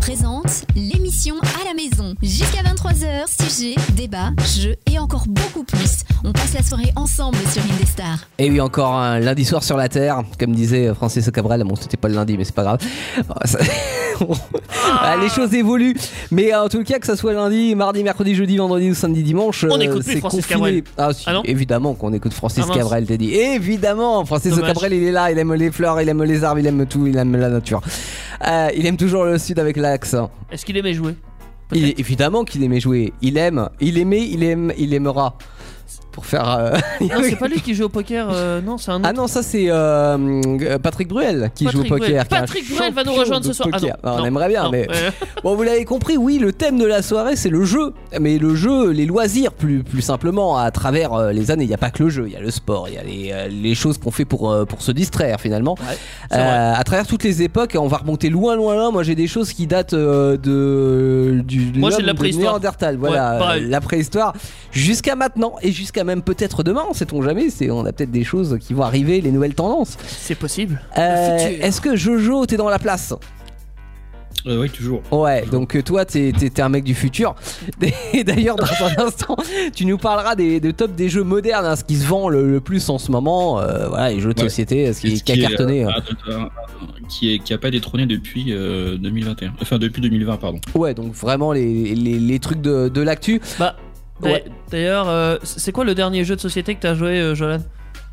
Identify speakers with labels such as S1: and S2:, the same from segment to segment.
S1: présente l'émission à la maison. Jusqu'à 23h, sujets, débats, jeux et encore beaucoup plus. On passe la soirée ensemble sur Indestar.
S2: Et oui, encore un lundi soir sur la Terre, comme disait euh, Francis Cabrel. Bon, c'était pas le lundi, mais c'est pas grave. Oh, ça- Ah, les choses évoluent. Mais euh, en tout cas, que ça soit lundi, mardi, mercredi, jeudi, vendredi ou samedi, dimanche,
S3: On
S2: euh,
S3: écoute plus
S2: c'est
S3: Francis
S2: confiné.
S3: Cabrel.
S2: Ah, si,
S3: Ah non
S2: évidemment qu'on écoute Francis
S3: Ah mince.
S2: Cabrel, t'as dit. Évidemment, Francis
S3: Dommage.
S2: Cabrel, il est là, il aime les fleurs, il aime les arbres, il aime tout, il aime la nature. Euh, il aime toujours le sud avec l'accent.
S3: Est-ce qu'il aimait jouer
S2: Il est- évidemment qu'il aimait jouer. Il aime, il aimait, il aime, il aimera. Pour faire. euh,
S3: Non, c'est pas lui qui joue au poker, euh, non, c'est un autre.
S2: Ah non, ça c'est euh, euh, Patrick Bruel qui
S3: Patrick
S2: joue au poker.
S3: Bruel.
S2: qui est un
S3: Patrick Bruel va nous
S2: champion
S3: rejoindre
S2: de
S3: ce soir. Ah
S2: poker.
S3: non,
S2: on
S3: non,
S2: aimerait bien,
S3: non,
S2: mais
S3: euh,
S2: bon, vous l'avez compris. Oui, le thème de la soirée c'est le jeu, mais le jeu, les loisirs plus plus simplement à travers euh, les années. Il n'y a pas que le jeu, il y a le sport, il y a les, euh, les choses qu'on fait pour euh, pour se distraire finalement. Euh,
S3: c'est vrai.
S2: à travers toutes les époques, et on va remonter loin, loin, loin. Moi, j'ai des choses qui datent euh, de du
S3: Moi, j'ai de la
S2: l'homme
S3: préhistoire.
S2: Néandertal, voilà,
S3: Ouais, pareil.
S2: euh, la préhistoire, jusqu'à maintenant et jusqu'à même peut-être demain. On sait-on jamais. C'est, on a peut-être des choses qui vont arriver, les nouvelles tendances.
S3: C'est possible.
S2: Euh,
S3: futur.
S2: Est-ce que Jojo, t'es dans la place
S4: Euh, oui, toujours.
S2: Ouais, donc euh, toi, t'es t'es- t'es un mec du futur. Et d'ailleurs, dans un instant, tu nous parleras des, des top des jeux modernes, hein, ce qui se vend le, le plus en ce moment. euh, voilà, les jeux de
S4: Ouais.
S2: société, ce qui,
S4: Ce
S2: qui a
S4: est,
S2: cartonné.
S4: euh,
S2: euh.
S4: un- un- un- qui est qui a pas détrôné depuis euh, 2021. Enfin, depuis 2020, pardon.
S2: euh. Ouais, donc vraiment les, les, les trucs de, de l'actu.
S3: Bah, d'a-
S2: Ouais.
S3: d'ailleurs, euh, c'est quoi le dernier jeu de société que t'as joué, euh, Jolan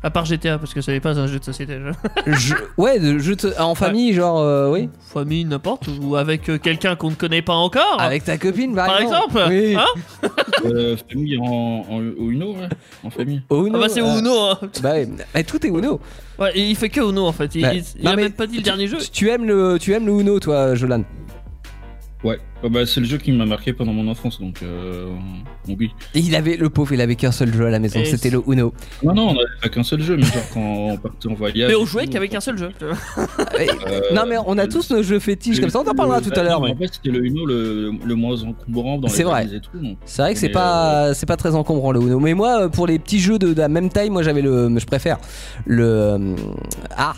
S3: À part GTA, parce que ça n'est pas un jeu de société. je-
S2: Je- ouais, de jeux de- en famille, genre, euh, oui.
S3: Famille, n'importe, ou avec euh, quelqu'un qu'on ne connaît pas encore.
S2: Avec ta copine, par,
S3: Ah. par exemple,
S2: Oui.
S3: hein
S4: Euh, famille en, en au Uno, ouais. En famille.
S2: Uno,
S3: Ah bah c'est
S2: euh,
S3: Uno. hein.
S2: Bah ouais, mais tout est Uno.
S3: Ouais, et il fait que Uno en fait. Il,
S2: Ouais.
S3: il- il
S2: Bah, Non,
S3: a
S2: mais
S3: même pas dit le dernier jeu.
S2: Tu, tu aimes le, tu aimes le Uno, toi, Jolan.
S4: Ouais. Ah bah, c'est le jeu qui m'a marqué pendant mon enfance, donc euh, bon, oui.
S2: Et Il avait le pauvre, il avait qu'un seul jeu à la maison,
S3: Et
S2: c'était le Uno.
S4: Non, non, on n'avait pas qu'un seul jeu, mais genre quand on partait en voyage.
S3: Mais
S4: et
S3: on
S4: tout,
S3: jouait qu'avec un seul jeu.
S2: Et-
S4: euh,
S2: non mais on a tous nos jeux fétiches comme ça, on en parlera tout à l'heure.
S4: mais
S2: mais-
S4: En fait, c'était le Uno le, le moins encombrant dans les
S2: C'est vrai.
S4: valises et tout. donc.
S2: C'est vrai que c'est
S4: Mais,
S3: euh,
S2: pas c'est pas très encombrant le Uno. Mais moi euh, pour les petits jeux de, de la même taille, moi j'avais le je préfère le euh, ah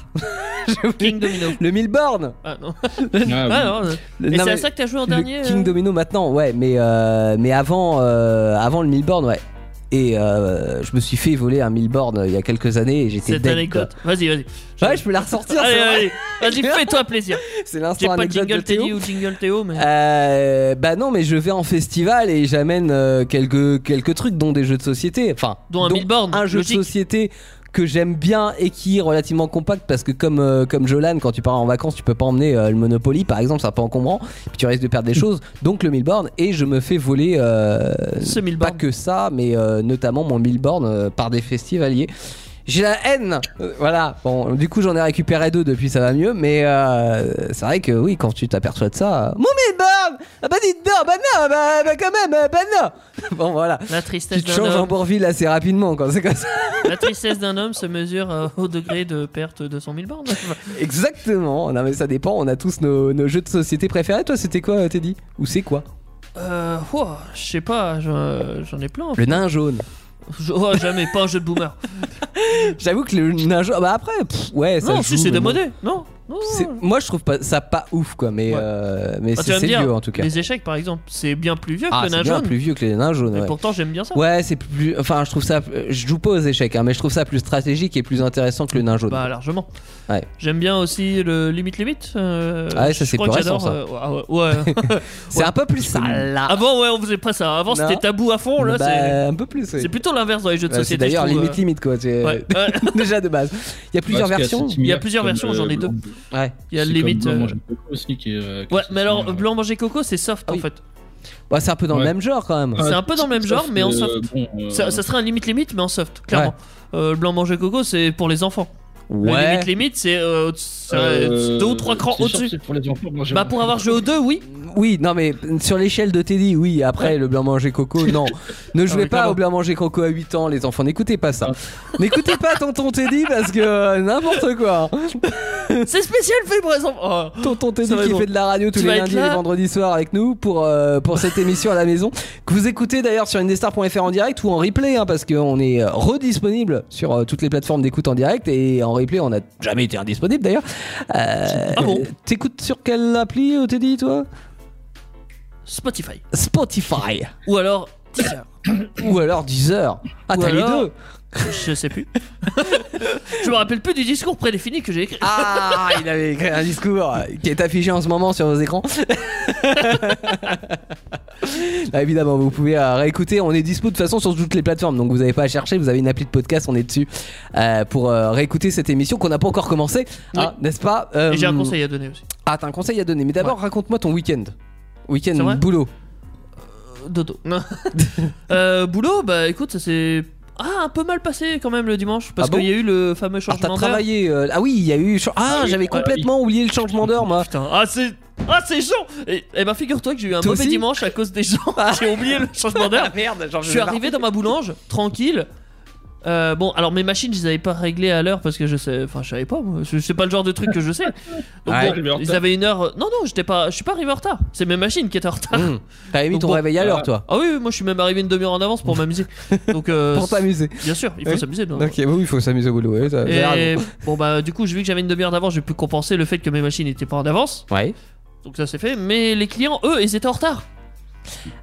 S2: j'ai oublié.
S3: King Domino.
S2: le mille bornes.
S3: Ah non.
S4: Ah,
S3: Ah,
S4: oui.
S3: non, euh.
S2: Le-
S3: Et
S2: non,
S3: c'est à
S2: mais-
S3: ça que t'as joué en
S2: le
S3: dernier
S2: King
S3: euh
S2: Domino maintenant, ouais, mais, euh, mais avant, euh, avant le Milborn, ouais. Et euh, je me suis fait voler un Milborn euh, il y a quelques années et j'étais
S3: Cette
S2: dead.
S3: anecdote. Vas-y, vas-y.
S2: Ouais, je peux la ressortir,
S3: Allez,
S2: c'est vrai.
S3: allez, vas-y, fais-toi plaisir.
S2: C'est
S3: J'ai
S2: l'instant
S3: pas
S2: anecdote de
S3: jingle
S2: Théo.
S3: Teddy ou jingle Théo, mais.
S2: Euh, bah non, mais je vais en festival et j'amène euh, quelques, quelques trucs, dont des jeux de société. Enfin,
S3: Dont un Milborn,
S2: un jeu
S3: logique.
S2: de société que j'aime bien et qui est relativement compact parce que comme euh, comme Jolan quand tu pars en vacances tu peux pas emmener euh, le Monopoly par exemple c'est un peu encombrant puis tu risques de perdre des choses donc le Milborn et je me fais voler euh,
S3: Ce
S2: pas
S3: Milborn.
S2: que ça, mais euh, notamment mon billboard euh, par des festivaliers. J'ai la haine, Euh, voilà. Bon, du coup j'en ai récupéré deux depuis, ça va mieux. Mais euh, c'est vrai que oui, quand tu t'aperçois de ça, euh, mon billboard, ah bah dites donc, bah non, bah, bah quand même, euh, bah non. Bon voilà,
S3: La
S2: bah, tu
S3: tristesse
S2: te
S3: d'un
S2: changes en
S3: homme.
S2: Bourville assez rapidement quand c'est comme ça.
S3: La tristesse d'un homme se mesure euh, au degré de perte de son mille bornes.
S2: Exactement. Non mais ça dépend. On a tous nos, nos jeux de société préférés. Toi, c'était quoi, euh, Teddy Ou c'est quoi
S3: Euh, ouah, je sais pas, j'en j'en ai plein.
S2: Le nain jaune.
S3: Je- oh, jamais, pas un jeu de boomer.
S2: J'avoue que le nain jaune. Bah après, pff, ouais. Ça
S3: non,
S2: se
S3: si
S2: joue,
S3: c'est
S2: mais bon.
S3: démodé. Non, non.
S2: C'est- Moi, je trouve pas, ça pas ouf, quoi. Mais,
S3: Ouais.
S2: euh, mais
S3: Ah, tu
S2: c'est
S3: vas me
S2: c'est
S3: dire,
S2: vieux en tout cas.
S3: Les échecs, par exemple, c'est bien plus vieux
S2: Ah,
S3: que le
S2: c'est
S3: nain
S2: bien
S3: jaune.
S2: plus vieux que les nains jaunes.
S3: Mais
S2: Ouais,
S3: pourtant, j'aime bien ça.
S2: Ouais, c'est plus. Enfin, je trouve ça. Je joue pas aux échecs, hein, mais je trouve ça plus stratégique et plus intéressant que le nain jaune.
S3: Bah, largement.
S2: Ouais.
S3: J'aime bien aussi le Limite Limite. euh,
S2: Ah ouais, ça,
S3: je
S2: c'est
S3: crois
S2: plus
S3: que
S2: récent,
S3: j'adore, euh, ouais, ouais. Ah
S2: c'est un peu plus sale.
S3: Là. Avant, ouais, on faisait pas ça. Avant,
S2: Ah. Non.
S3: c'était tabou à fond. Là,
S2: Bah,
S3: c'est-
S2: un peu plus. oui.
S3: c'est plutôt l'inverse dans les jeux de
S2: Bah, c'est
S3: société.
S2: d'ailleurs
S3: je trouve,
S2: limite
S3: euh.
S2: limite quoi. c'est-
S3: Ouais, ouais.
S2: Déjà de base. Il y a plusieurs
S4: Parce qu'il y a
S2: versions.
S4: Stimulac
S3: Il y a plusieurs
S4: comme,
S3: versions, j'en ai
S4: euh,
S3: deux.
S4: Blanc-
S2: Ouais.
S3: Il y a
S4: c'est
S3: limite.
S4: comme Blanc
S3: euh,
S4: Manger Coco aussi qui est, euh, qui
S3: Ouais,
S4: est
S3: mais alors,
S4: similaire, ouais.
S3: Blanc Manger Coco, c'est soft
S2: Ah
S3: en
S2: oui.
S3: fait.
S2: Bah, c'est un peu dans le
S4: Ouais. Ah.
S2: même genre quand même.
S3: c'est un peu dans le même genre, mais en
S4: euh,
S3: soft.
S4: bon, euh,
S3: Ça, ça serait un limite limite, mais en soft, clairement. Euh, le blanc manger coco, c'est pour les enfants. Le
S2: Ouais.
S3: limite limite, c'est euh, c'est,
S4: euh,
S3: euh, deux ou trois crans
S4: c'est sûr,
S3: au-dessus.
S4: c'est pour les enfants, moi, j'aime
S3: Bah,
S4: pas.
S3: pour avoir joué aux deux, oui.
S2: Oui, non mais sur l'échelle de Teddy, oui. Après le blanc manger coco, non. Ne jouez
S3: Ah, mais Ah.
S2: pas
S3: clairement.
S2: au blanc manger coco à 8 ans, les enfants. N'écoutez pas ça. N'écoutez pas tonton Teddy parce que euh, n'importe quoi.
S3: c'est spécial fait pour les enfants. Oh.
S2: Tonton Teddy
S3: Ça va
S2: qui
S3: bon.
S2: fait de la radio tous
S3: Tu
S2: les
S3: vas être
S2: lundis et
S3: là
S2: les vendredis soirs avec nous pour, euh, pour cette émission à la maison que vous écoutez d'ailleurs sur indestar.fr en direct ou en replay hein, parce qu'on est euh, redisponible sur euh, toutes les plateformes d'écoute en direct et en replay on n'a jamais été indisponible d'ailleurs. Euh,
S3: Ah bon
S2: T'écoutes sur quelle appli euh, Teddy toi
S3: Spotify.
S2: Spotify
S3: Ou alors Deezer.
S2: ou alors Deezer. Ah,
S3: Ou
S2: t'as les
S3: alors-
S2: deux
S3: Je sais plus. je me rappelle plus du discours prédéfini que j'ai écrit.
S2: Ah, il avait écrit un discours euh, qui est affiché en ce moment sur vos écrans. Ah, évidemment, vous pouvez euh, réécouter. On est dispo de toute façon sur toutes les plateformes, donc vous n'avez pas à chercher. Vous avez une appli de podcast, on est dessus euh, pour euh, réécouter cette émission qu'on n'a pas encore commencé, hein, n'est-ce pas Euh,
S3: Et j'ai un conseil à donner aussi.
S2: Ah, t'as un conseil à donner. Mais d'abord, raconte-moi ton week-end.
S3: C'est
S2: Week-end
S3: vrai
S2: boulot.
S3: Dodo. Euh, boulot, bah écoute, ça s'est ah, un peu mal passé quand même le dimanche parce
S2: Ah bon
S3: qu'il y a eu le
S2: Ah,
S3: fameux
S2: t'as
S3: changement d'heure.
S2: travaillé. euh, Ah oui, il y a eu. Ah,
S4: Ah oui,
S2: j'avais
S4: ah oui.
S2: complètement oublié le changement d'heure, moi.
S3: Putain, ah c'est ah c'est chaud. Et, et ben figure-toi que j'ai eu un
S2: Toi
S3: mauvais
S2: aussi Ah.
S3: dimanche à cause des gens. j'ai oublié le changement d'heure.
S2: merde,
S3: Je suis arrivé dans ma boulange, tranquille. Euh, bon, alors mes machines, je les avais pas réglées à l'heure parce que je sais, enfin, je savais pas. moi. C'est c'est pas le genre de truc que je sais. Donc
S2: Ouais.
S3: bon, ils avaient une heure. euh, Non, non, j'étais pas, je suis pas arrivé en retard. C'est mes machines qui étaient en retard.
S2: T'avais mis
S3: Donc
S2: ton
S3: bon,
S2: réveil à l'heure,
S4: euh,
S2: toi.
S3: Ah oui, oui, moi je suis même arrivé une demi-heure en avance pour m'amuser. Donc, euh,
S2: Pour t'amuser.
S3: bien sûr, il faut
S2: Oui.
S3: s'amuser. non.
S2: Ok, oui, il faut s'amuser au boulot. Ouais, ça- ça a
S3: Et
S2: raison.
S3: bon bah du coup, j'ai vu que j'avais une demi-heure d'avance, j'ai pu compenser le fait que mes machines n'étaient pas en avance.
S2: Ouais.
S3: Donc ça c'est fait. Mais les clients, eux, ils étaient en retard.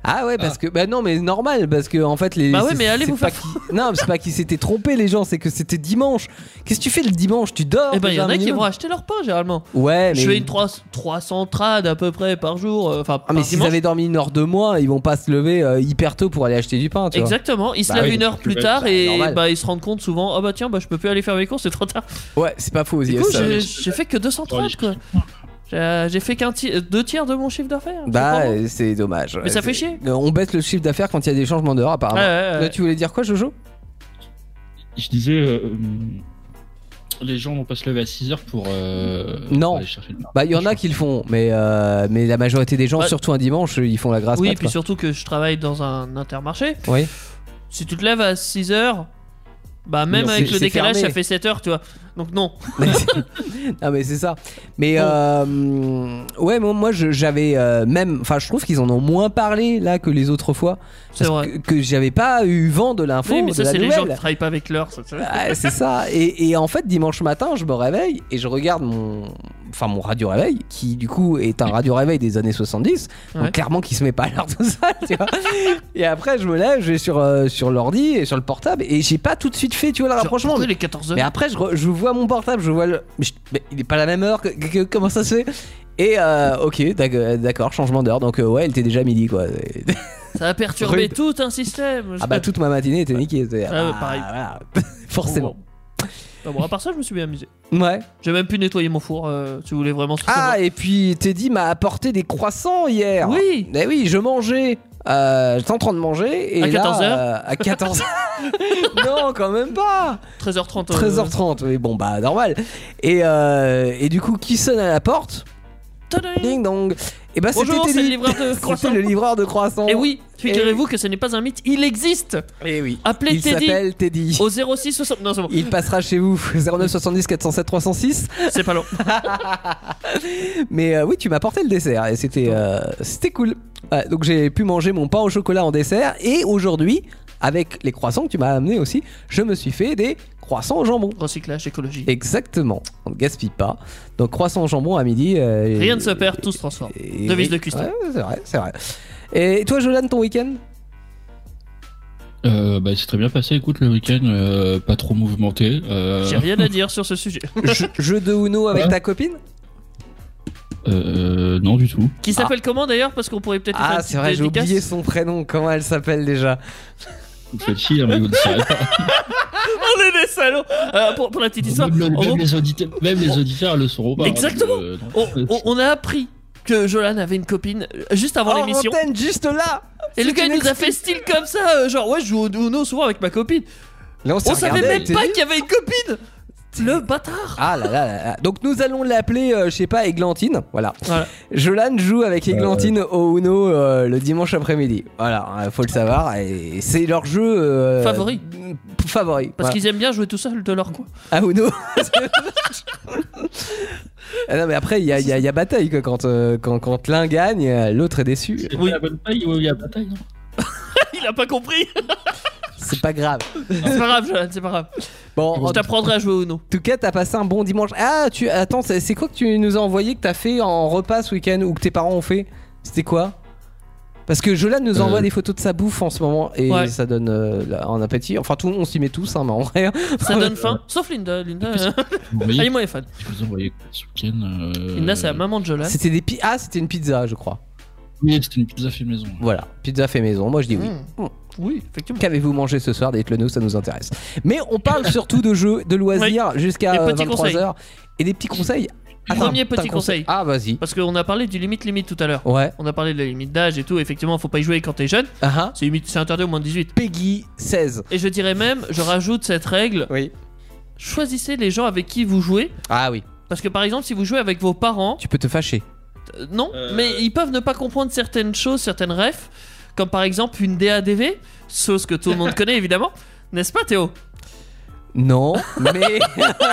S2: Ah ouais, parce que. Bah non, mais normal, parce que en fait, les.
S3: Bah ouais,
S2: c'est-
S3: mais allez
S2: c'est
S3: vous
S2: pas
S3: faire
S2: qu'ils- Non, c'est pas qu'ils s'étaient trompés, les gens, c'est que c'était dimanche. Qu'est-ce que tu fais le dimanche Tu dors
S3: Et ben il y
S2: déjà,
S3: en a qui
S2: minimum
S3: vont acheter leur pain généralement.
S2: Ouais, Eh, mais.
S3: Je fais une 3, 300 trades à peu près par jour. euh, Enfin,
S2: Ah, mais
S3: par
S2: s'ils
S3: dimanche.
S2: avaient dormi une heure de moins, ils vont pas se lever euh, hyper tôt pour aller acheter du pain, tu
S3: Exactement, ils se
S4: Bah
S3: lèvent
S4: oui,
S3: une heure
S4: tu
S3: plus
S4: vas-
S3: tard
S2: bah,
S3: et
S2: normal.
S3: bah, ils se rendent compte souvent Ah bah tiens, bah, je peux plus aller faire mes courses, c'est trop tard.
S2: vois. Ouais, c'est pas fou aux
S3: Du
S2: yeux,
S3: coup,
S2: ça.
S3: j'ai j'ai fait que 230 quoi. J'ai j'ai fait qu'un ti- euh, deux tiers de mon chiffre d'affaires. c'est
S2: Bah,
S3: pas bon.
S2: euh, c'est dommage. ouais,
S3: ça fait
S2: c'est-
S3: chier.
S2: Euh,
S3: Euh,
S2: On baisse le chiffre d'affaires quand il y a des changements d'heure, apparemment.
S3: Ouais, ouais, ouais.
S2: Là, tu voulais dire quoi, Jojo
S4: Je disais, euh, les gens vont pas se lever à 6 heures pour, euh,
S2: Non.
S4: pour aller chercher le pain.
S2: Bah, il y en a qui le font, mais, euh, mais la majorité des gens,
S3: Bah-
S2: surtout un dimanche, ils font la grâce
S3: oui,
S2: mat,
S3: puis
S2: quoi.
S3: surtout que je travaille dans un intermarché.
S2: Oui.
S3: Si tu te lèves à 6h, bah même
S2: Non,
S3: avec
S2: c'est-
S3: le
S2: c'est
S3: décalage,
S2: fermé.
S3: ça fait 7h, tu vois. Donc non.
S2: Ah mais c'est ça. Mais
S3: Bon.
S2: euh, hum, ouais, moi, moi, je- j'avais euh, même, enfin je trouve qu'ils en ont moins parlé là que les autres fois.
S3: C'est
S2: Parce
S3: vrai.
S2: Que, que j'avais pas eu vent de l'info,
S3: Oui, mais
S2: de
S3: ça,
S2: la
S3: c'est les gens qui
S2: nouvelle.
S3: travaillent pas avec l'heure. ça, c'est vrai.
S2: Ah, c'est ça. Et, et en fait, dimanche matin, je me réveille et je regarde mon, enfin mon radio réveil, qui du coup est un radio réveil des années 70,
S3: Ouais.
S2: donc clairement qui se met pas à l'heure tout ça. tu vois. et après, je me lève, je vais sur euh, sur l'ordi et sur le portable et j'ai pas tout de suite fait, tu vois, le
S3: Genre,
S2: rapprochement.
S3: pourquoi les 14h.
S2: Mais après, je, re- je vois mon portable, je vois le. mais je- mais il est pas à la même heure, que- que- comment ça se fait Et euh, ok, d'ac- d'accord, changement d'heure. Donc euh, ouais, il était déjà midi quoi. Et-
S3: Ça a perturbé
S2: Rude.
S3: tout un système.
S2: ah bah toute ma matinée était niquée. c'est-
S3: Ah ouais,
S2: ah,
S3: pareil.
S2: voilà. Forcément.
S3: Ah bon, à part ça, je me suis bien amusé.
S2: Ouais.
S3: J'ai même pu nettoyer mon four, euh, si vous voulez vraiment. ce que
S2: Ah, et puis Teddy m'a apporté des croissants
S3: ça
S2: hier.
S3: vaut. Oui
S2: Eh oui, je mangeais. Euh, J'étais en train de manger. Et
S3: À 14
S2: là,
S3: heures?
S2: euh, À 14 h Non, quand même pas
S3: 13h30. euh,
S2: 13h30, mais bon, bah normal. Et, euh, et du coup, qui sonne à la porte
S3: tadam.
S2: Ding dong. Et bah c'était
S3: Bonjour,
S2: Teddy.
S3: c'est le livreur de
S2: C'était
S3: croissants.
S2: le livreur de croissants.
S3: Et Euh, Eh oui, figurez-vous que ce n'est pas un mythe, il existe
S2: Et oui.
S3: Appelez
S2: Il
S3: Teddy Oh.
S2: s'appelle Teddy.
S3: au 06 60. Non, c'est bon,
S2: Il passera chez vous 09 70 407 306.
S3: c'est pas long.
S2: Mais euh, oui, tu m'as apporté le dessert et c'était euh, c'était cool. Ouais, donc j'ai pu manger mon pain au chocolat en dessert et aujourd'hui avec les croissants que tu m'as amené aussi, je me suis fait des croissants au jambon.
S3: Recyclage, écologie.
S2: Exactement. On ne gaspille pas. Donc croissants au jambon à midi. euh,
S3: Rien ne
S2: et-
S3: se perd, tout se transforme.
S2: et-
S3: Devise de Cuistot.
S2: Ouais, c'est vrai, c'est vrai. Et toi, Jolan, ton week-end
S4: Euh, bah, c'est très bien passé, écoute, le week-end, euh, pas trop mouvementé. euh,
S3: J'ai rien à dire sur ce sujet.
S2: Jeu- Jeu de Uno avec
S4: Ouais.
S2: ta copine
S4: euh, non, du tout.
S3: Qui s'appelle comment d'ailleurs Parce qu'on pourrait peut-être lui faire
S2: Ah,
S3: une
S2: c'est
S3: petite
S2: vrai, j'ai
S3: dédicace.
S2: oublié son prénom. Comment elle s'appelle déjà
S4: Vous faites chier, hein, mais vous ne savez pas.
S3: On est des salauds Euh, pour, pour la petite histoire,
S4: Même, le-
S3: en
S4: même
S3: gros,
S4: les auditeurs, même les auditeurs le sauront pas. hein,
S3: Exactement.
S4: donc, euh, non.
S3: on, on- on a appris que Jolan avait une copine euh, juste avant
S2: En
S3: l'émission.
S2: antenne, juste là
S3: Et le
S2: Oh, C'est
S3: gars il
S2: une
S3: nous a fait style comme ça, euh, genre ouais, je joue au Uno souvent avec ma copine.
S2: Là,
S3: On
S2: s'est
S3: savait
S2: regardé,
S3: même
S2: t'es
S3: pas
S2: dit
S3: qu'il y avait une copine Le bâtard
S2: Ah là là là là. Donc nous allons l'appeler, euh, je sais pas, Églantine. Voilà.
S3: Voilà.
S2: Jolan joue avec Églantine au Uno euh, le dimanche après-midi. Voilà, hein, faut le savoir. Et c'est leur jeu. euh,
S3: Favori.
S2: p- Favori.
S3: Parce
S2: voilà.
S3: qu'ils aiment bien jouer tout seul de leur coin.
S2: Ah Uno Ah non mais après il y a, il y a- il y a bataille quoi. quand, euh, quand, quand l'un gagne euh, l'autre est déçu
S4: C'est
S3: Oui.
S4: pas la bonne taille ou il y a la bataille, non
S3: Il a pas compris
S2: c'est pas grave
S3: C'est pas grave, Jolan, c'est pas grave.
S2: bon en
S3: Je t'apprendrai à jouer au Uno.
S2: En tout cas, t'as passé un bon dimanche. Ah, tu attends, c'est c'est quoi que tu nous as envoyé que t'as fait en repas ce week-end ou que tes parents ont fait C'était quoi Parce que Jolan nous envoie
S4: Euh.
S2: des photos de sa bouffe en ce moment et
S3: Ouais.
S2: ça donne euh, là, un appétit. Enfin, tout le monde, on s'y met tous, hein, mais en vrai.
S3: Ça donne faim, sauf Linda. Linda, euh,
S4: Vous
S3: elle est
S4: voyez,
S3: moins fan.
S4: hein. je vous envoyais quoi ce week-end euh,
S3: Linda, c'est la maman de Jolan.
S2: C'était des pi- Ah, c'était une pizza, je crois.
S4: Oui, c'était une pizza fait maison.
S2: Voilà, pizza fait maison. Moi, je dis oui.
S3: Mm. Oui, effectivement.
S2: Qu'avez-vous mangé ce soir Dites-le nous, ça nous intéresse. Mais on parle surtout de jeux, de loisirs jusqu'à
S3: Des petits
S2: 23h. Et des petits conseils.
S3: Premier
S2: t'as un
S3: petit conseil.
S2: Ah, vas-y.
S3: Parce qu'on a parlé du limite-limite tout à l'heure.
S2: Ouais.
S3: On a parlé de la limite d'âge et tout. Effectivement, faut pas y jouer quand t'es jeune.
S2: Ah, ah.
S3: C'est limite- c'est interdit au moins de 18.
S2: Peggy 16.
S3: Et je dirais même, je rajoute cette règle
S2: Oui.
S3: choisissez les gens avec qui vous jouez.
S2: Ah oui,
S3: Parce que par exemple, si vous jouez avec vos parents,
S2: tu peux te fâcher.
S3: euh, non,
S4: Euh.
S3: mais ils peuvent ne pas comprendre certaines choses, certaines refs, comme par exemple une DADV, sauce que tout le monde connaît évidemment, n'est-ce pas Théo
S2: Non, mais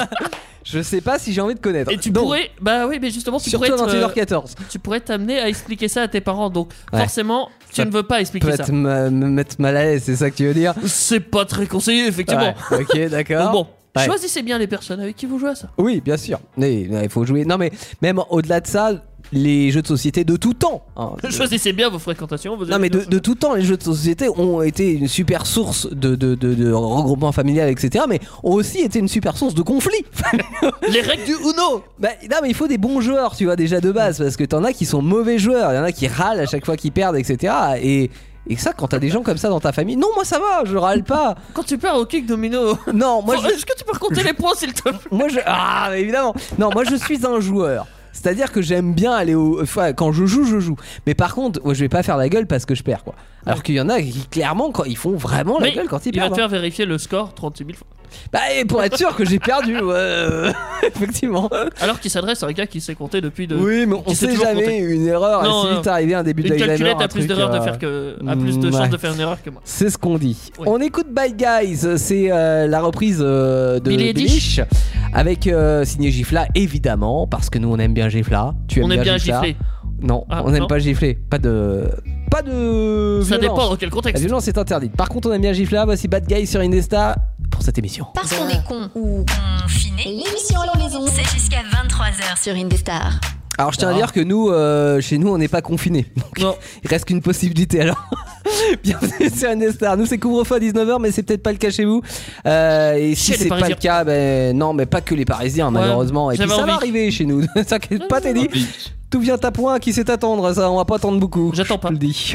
S2: je sais pas si j'ai envie de connaître.
S3: Et tu
S2: Donc,
S3: pourrais, bah oui, mais justement, tu pourrais,
S2: Surtout à
S3: être, euh,
S2: 21h14.
S3: tu pourrais t'amener à expliquer ça à tes parents, donc
S2: Ouais.
S3: forcément, tu
S2: Ça
S3: ne veux pas expliquer ça.
S2: Peut-être me me mettre mal à l'aise, c'est ça que tu veux dire
S3: C'est pas très conseillé, effectivement.
S2: Ouais, Ok,
S3: Donc
S2: d'accord.
S3: bon,
S2: Ouais.
S3: choisissez bien les personnes avec qui vous jouez à ça.
S2: Oui, bien sûr. Mais mais il faut jouer. Non, mais même au-delà de ça, les jeux de société de tout temps. hein.
S3: Choisissez bien vos fréquentations. Vos
S2: Non mais de, de tout temps, les jeux de société ont été une super source de, de, de, de regroupement familial, etc. Mais ont aussi été une super source de conflits.
S3: les règles du Uno.
S2: Bah, non, mais il faut des bons joueurs, tu vois, déjà de base, parce que t'en as qui sont mauvais joueurs, il y en a qui râlent à chaque fois qu'ils perdent, etc. Et, et ça, quand t'as des gens comme ça dans ta famille, non, moi ça va, je râle pas.
S3: Quand tu perds au kick domino.
S2: Non, moi
S3: Oh,
S2: je.
S3: Est-ce que tu peux compter les points s'il te plaît
S2: Moi je ah, mais évidemment. Non, moi je suis un joueur. C'est-à-dire que j'aime bien aller au. Enfin, quand je joue, je joue. Mais par contre, moi, je vais pas faire la gueule parce que je perds, quoi. Alors qu'il y en a qui, clairement, quand, ils font vraiment la
S3: Mais
S2: gueule quand ils
S3: Il va
S2: perdent.
S3: te
S2: hein.
S3: faire vérifier le score 36 000 fois.
S2: Bah, et pour être sûr que j'ai perdu, ouais, euh, effectivement.
S3: Alors qu'il s'adresse à un gars qui sait compter depuis de.
S2: Oui, mais
S3: qui
S2: on
S3: sait
S2: sait
S3: toujours
S2: jamais
S3: compter.
S2: une erreur. et
S3: Non,
S2: si
S3: non.
S2: vite arrivé un début
S3: Une
S2: d'examen,
S3: calculette
S2: un
S3: a plus
S2: truc,
S3: d'erreurs de
S2: euh, mm,
S3: faire que. a plus de
S2: ouais.
S3: chances de faire une erreur que moi.
S2: C'est ce qu'on dit.
S3: Oui.
S2: On écoute Bye Guys, c'est euh, la reprise euh, de
S3: Billie Eilish.
S2: Billie avec euh, signé Gifla évidemment parce que nous on aime bien Gifla. Tu aimes
S3: On aime bien
S2: Gifla
S3: gifler.
S2: Non,
S3: Ah,
S2: on n'aime
S3: non.
S2: pas gifler. Pas de. Pas de.
S3: Ça
S2: violence.
S3: dépend dans quel
S2: La
S3: contexte.
S2: violence est interdite. Par contre, on aime bien gifler. Voici Bad Guy sur Indesta pour cette émission.
S1: Parce qu'on est con ou confiné, l'émission à la maison, c'est jusqu'à 23h sur Indestar.
S2: Alors, je tiens à
S3: Ah.
S2: dire que nous, euh, chez nous, on n'est pas confinés. Donc,
S3: Non.
S2: il reste qu'une possibilité alors. Bienvenue sur Indestar. Nous, c'est couvre-feu à 19h, mais c'est peut-être pas le cas chez vous. Euh, et si
S3: Chez les
S2: c'est pas
S3: Parisiens.
S2: le cas, ben non, mais pas que les Parisiens, malheureusement. Et puis,
S3: j'avais
S2: ça va
S3: envie.
S2: arriver chez nous. T'inquiète pas, Teddy.
S4: Puis,
S2: Tout vient à point. Qui sait attendre Ça, on va pas attendre beaucoup.
S3: J'attends pas.
S2: Je te le dis.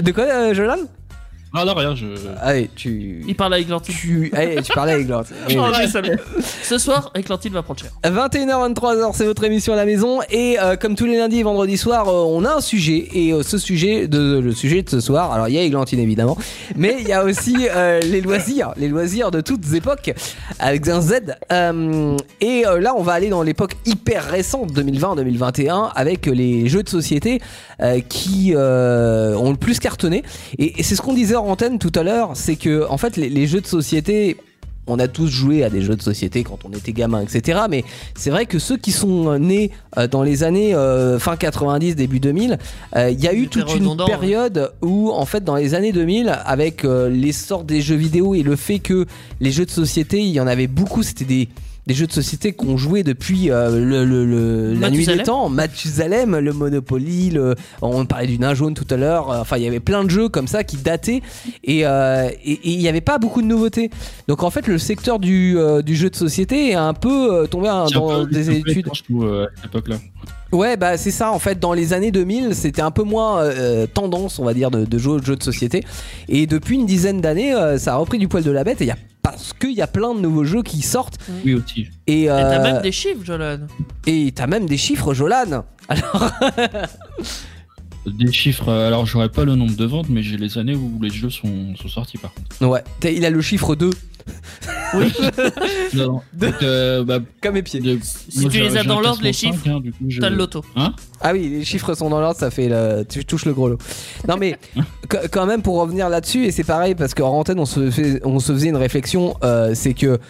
S2: De quoi, euh, Jolan
S4: Ah non, rien, je.
S2: Allez, tu.
S3: Il parle à Eglantine.
S2: Tu, allez, tu parlais avec Lord. Oui, oui.
S3: Oh, je savais. Ce soir, Eglantine va prendre cher.
S2: 21h, 23h, c'est votre émission à la maison. Et euh, comme tous les lundis et vendredis soirs, euh, on a un sujet. Et euh, ce sujet, de, le sujet de ce soir, alors il y a Églantine évidemment, mais il y a aussi euh, les loisirs, les loisirs de toutes époques, avec un Z. Euh, et euh, là, on va aller dans l'époque hyper récente, 2020-2021, avec les jeux de société euh, qui euh, ont le plus cartonné. Et, et c'est ce qu'on disait en antenne tout à l'heure, c'est que en fait, les- les jeux de société on a tous joué à des jeux de société quand on était gamin, etc. Mais c'est vrai que ceux qui sont euh, nés euh, dans les années euh, fin 90, début 2000, euh, il y a
S3: Ils
S2: eu
S3: étaient
S2: toute une
S3: redondants,
S2: période où, en fait, dans les années 2000, avec euh, l'essor des jeux vidéo et le fait que les jeux de société, il y en avait beaucoup, c'était des. Des jeux de société qu'on jouait depuis euh, le, le- le- la nuit des
S3: Mathusalem.
S2: temps, Mathusalem, le Monopoly, le, on parlait du nain jaune tout à l'heure, euh, enfin il y avait plein de jeux comme ça qui dataient et euh, et- et il n'y avait pas beaucoup de nouveautés. Donc en fait, le secteur du, euh, du jeu de société est un peu euh, tombé hein,
S4: C'est un
S2: dans
S4: peu
S2: des
S4: obligé de
S2: études.
S4: faire, Je trouve, euh, à cette époque-là.
S2: Ouais, bah c'est ça en fait. Dans les années 2000, c'était un peu moins euh, tendance, on va dire, de, de jouer aux jeux de société. Et depuis une dizaine d'années, euh, ça a repris du poil de la bête. Et il y a parce qu'il y a plein de nouveaux jeux qui sortent.
S4: Oui, aussi.
S2: Et
S3: Et t'as
S2: euh,
S3: même des chiffres, Jolan.
S2: et t'as même des chiffres, Jolan.
S4: Des chiffres, euh, alors j'aurais pas le nombre de ventes, mais j'ai les années où les jeux sont, sont sortis par contre.
S2: Ouais, T'as- il a le chiffre 2
S4: Non, non. Donc, euh, bah,
S2: comme mes pieds.
S4: de-
S3: Si
S4: moi,
S3: tu les
S4: j'ai-
S3: as
S4: j'ai
S3: dans
S4: un
S3: l'ordre, les
S4: 85,
S3: chiffres,
S4: hein, du coup, je-
S3: T'as le loto.
S4: Hein
S2: Ah oui, les chiffres sont dans l'ordre, ça fait le... tu touches le gros lot. Non mais qu- quand même pour revenir là-dessus et c'est pareil parce qu'en antenne on se, fait- on se faisait une réflexion, euh, c'est que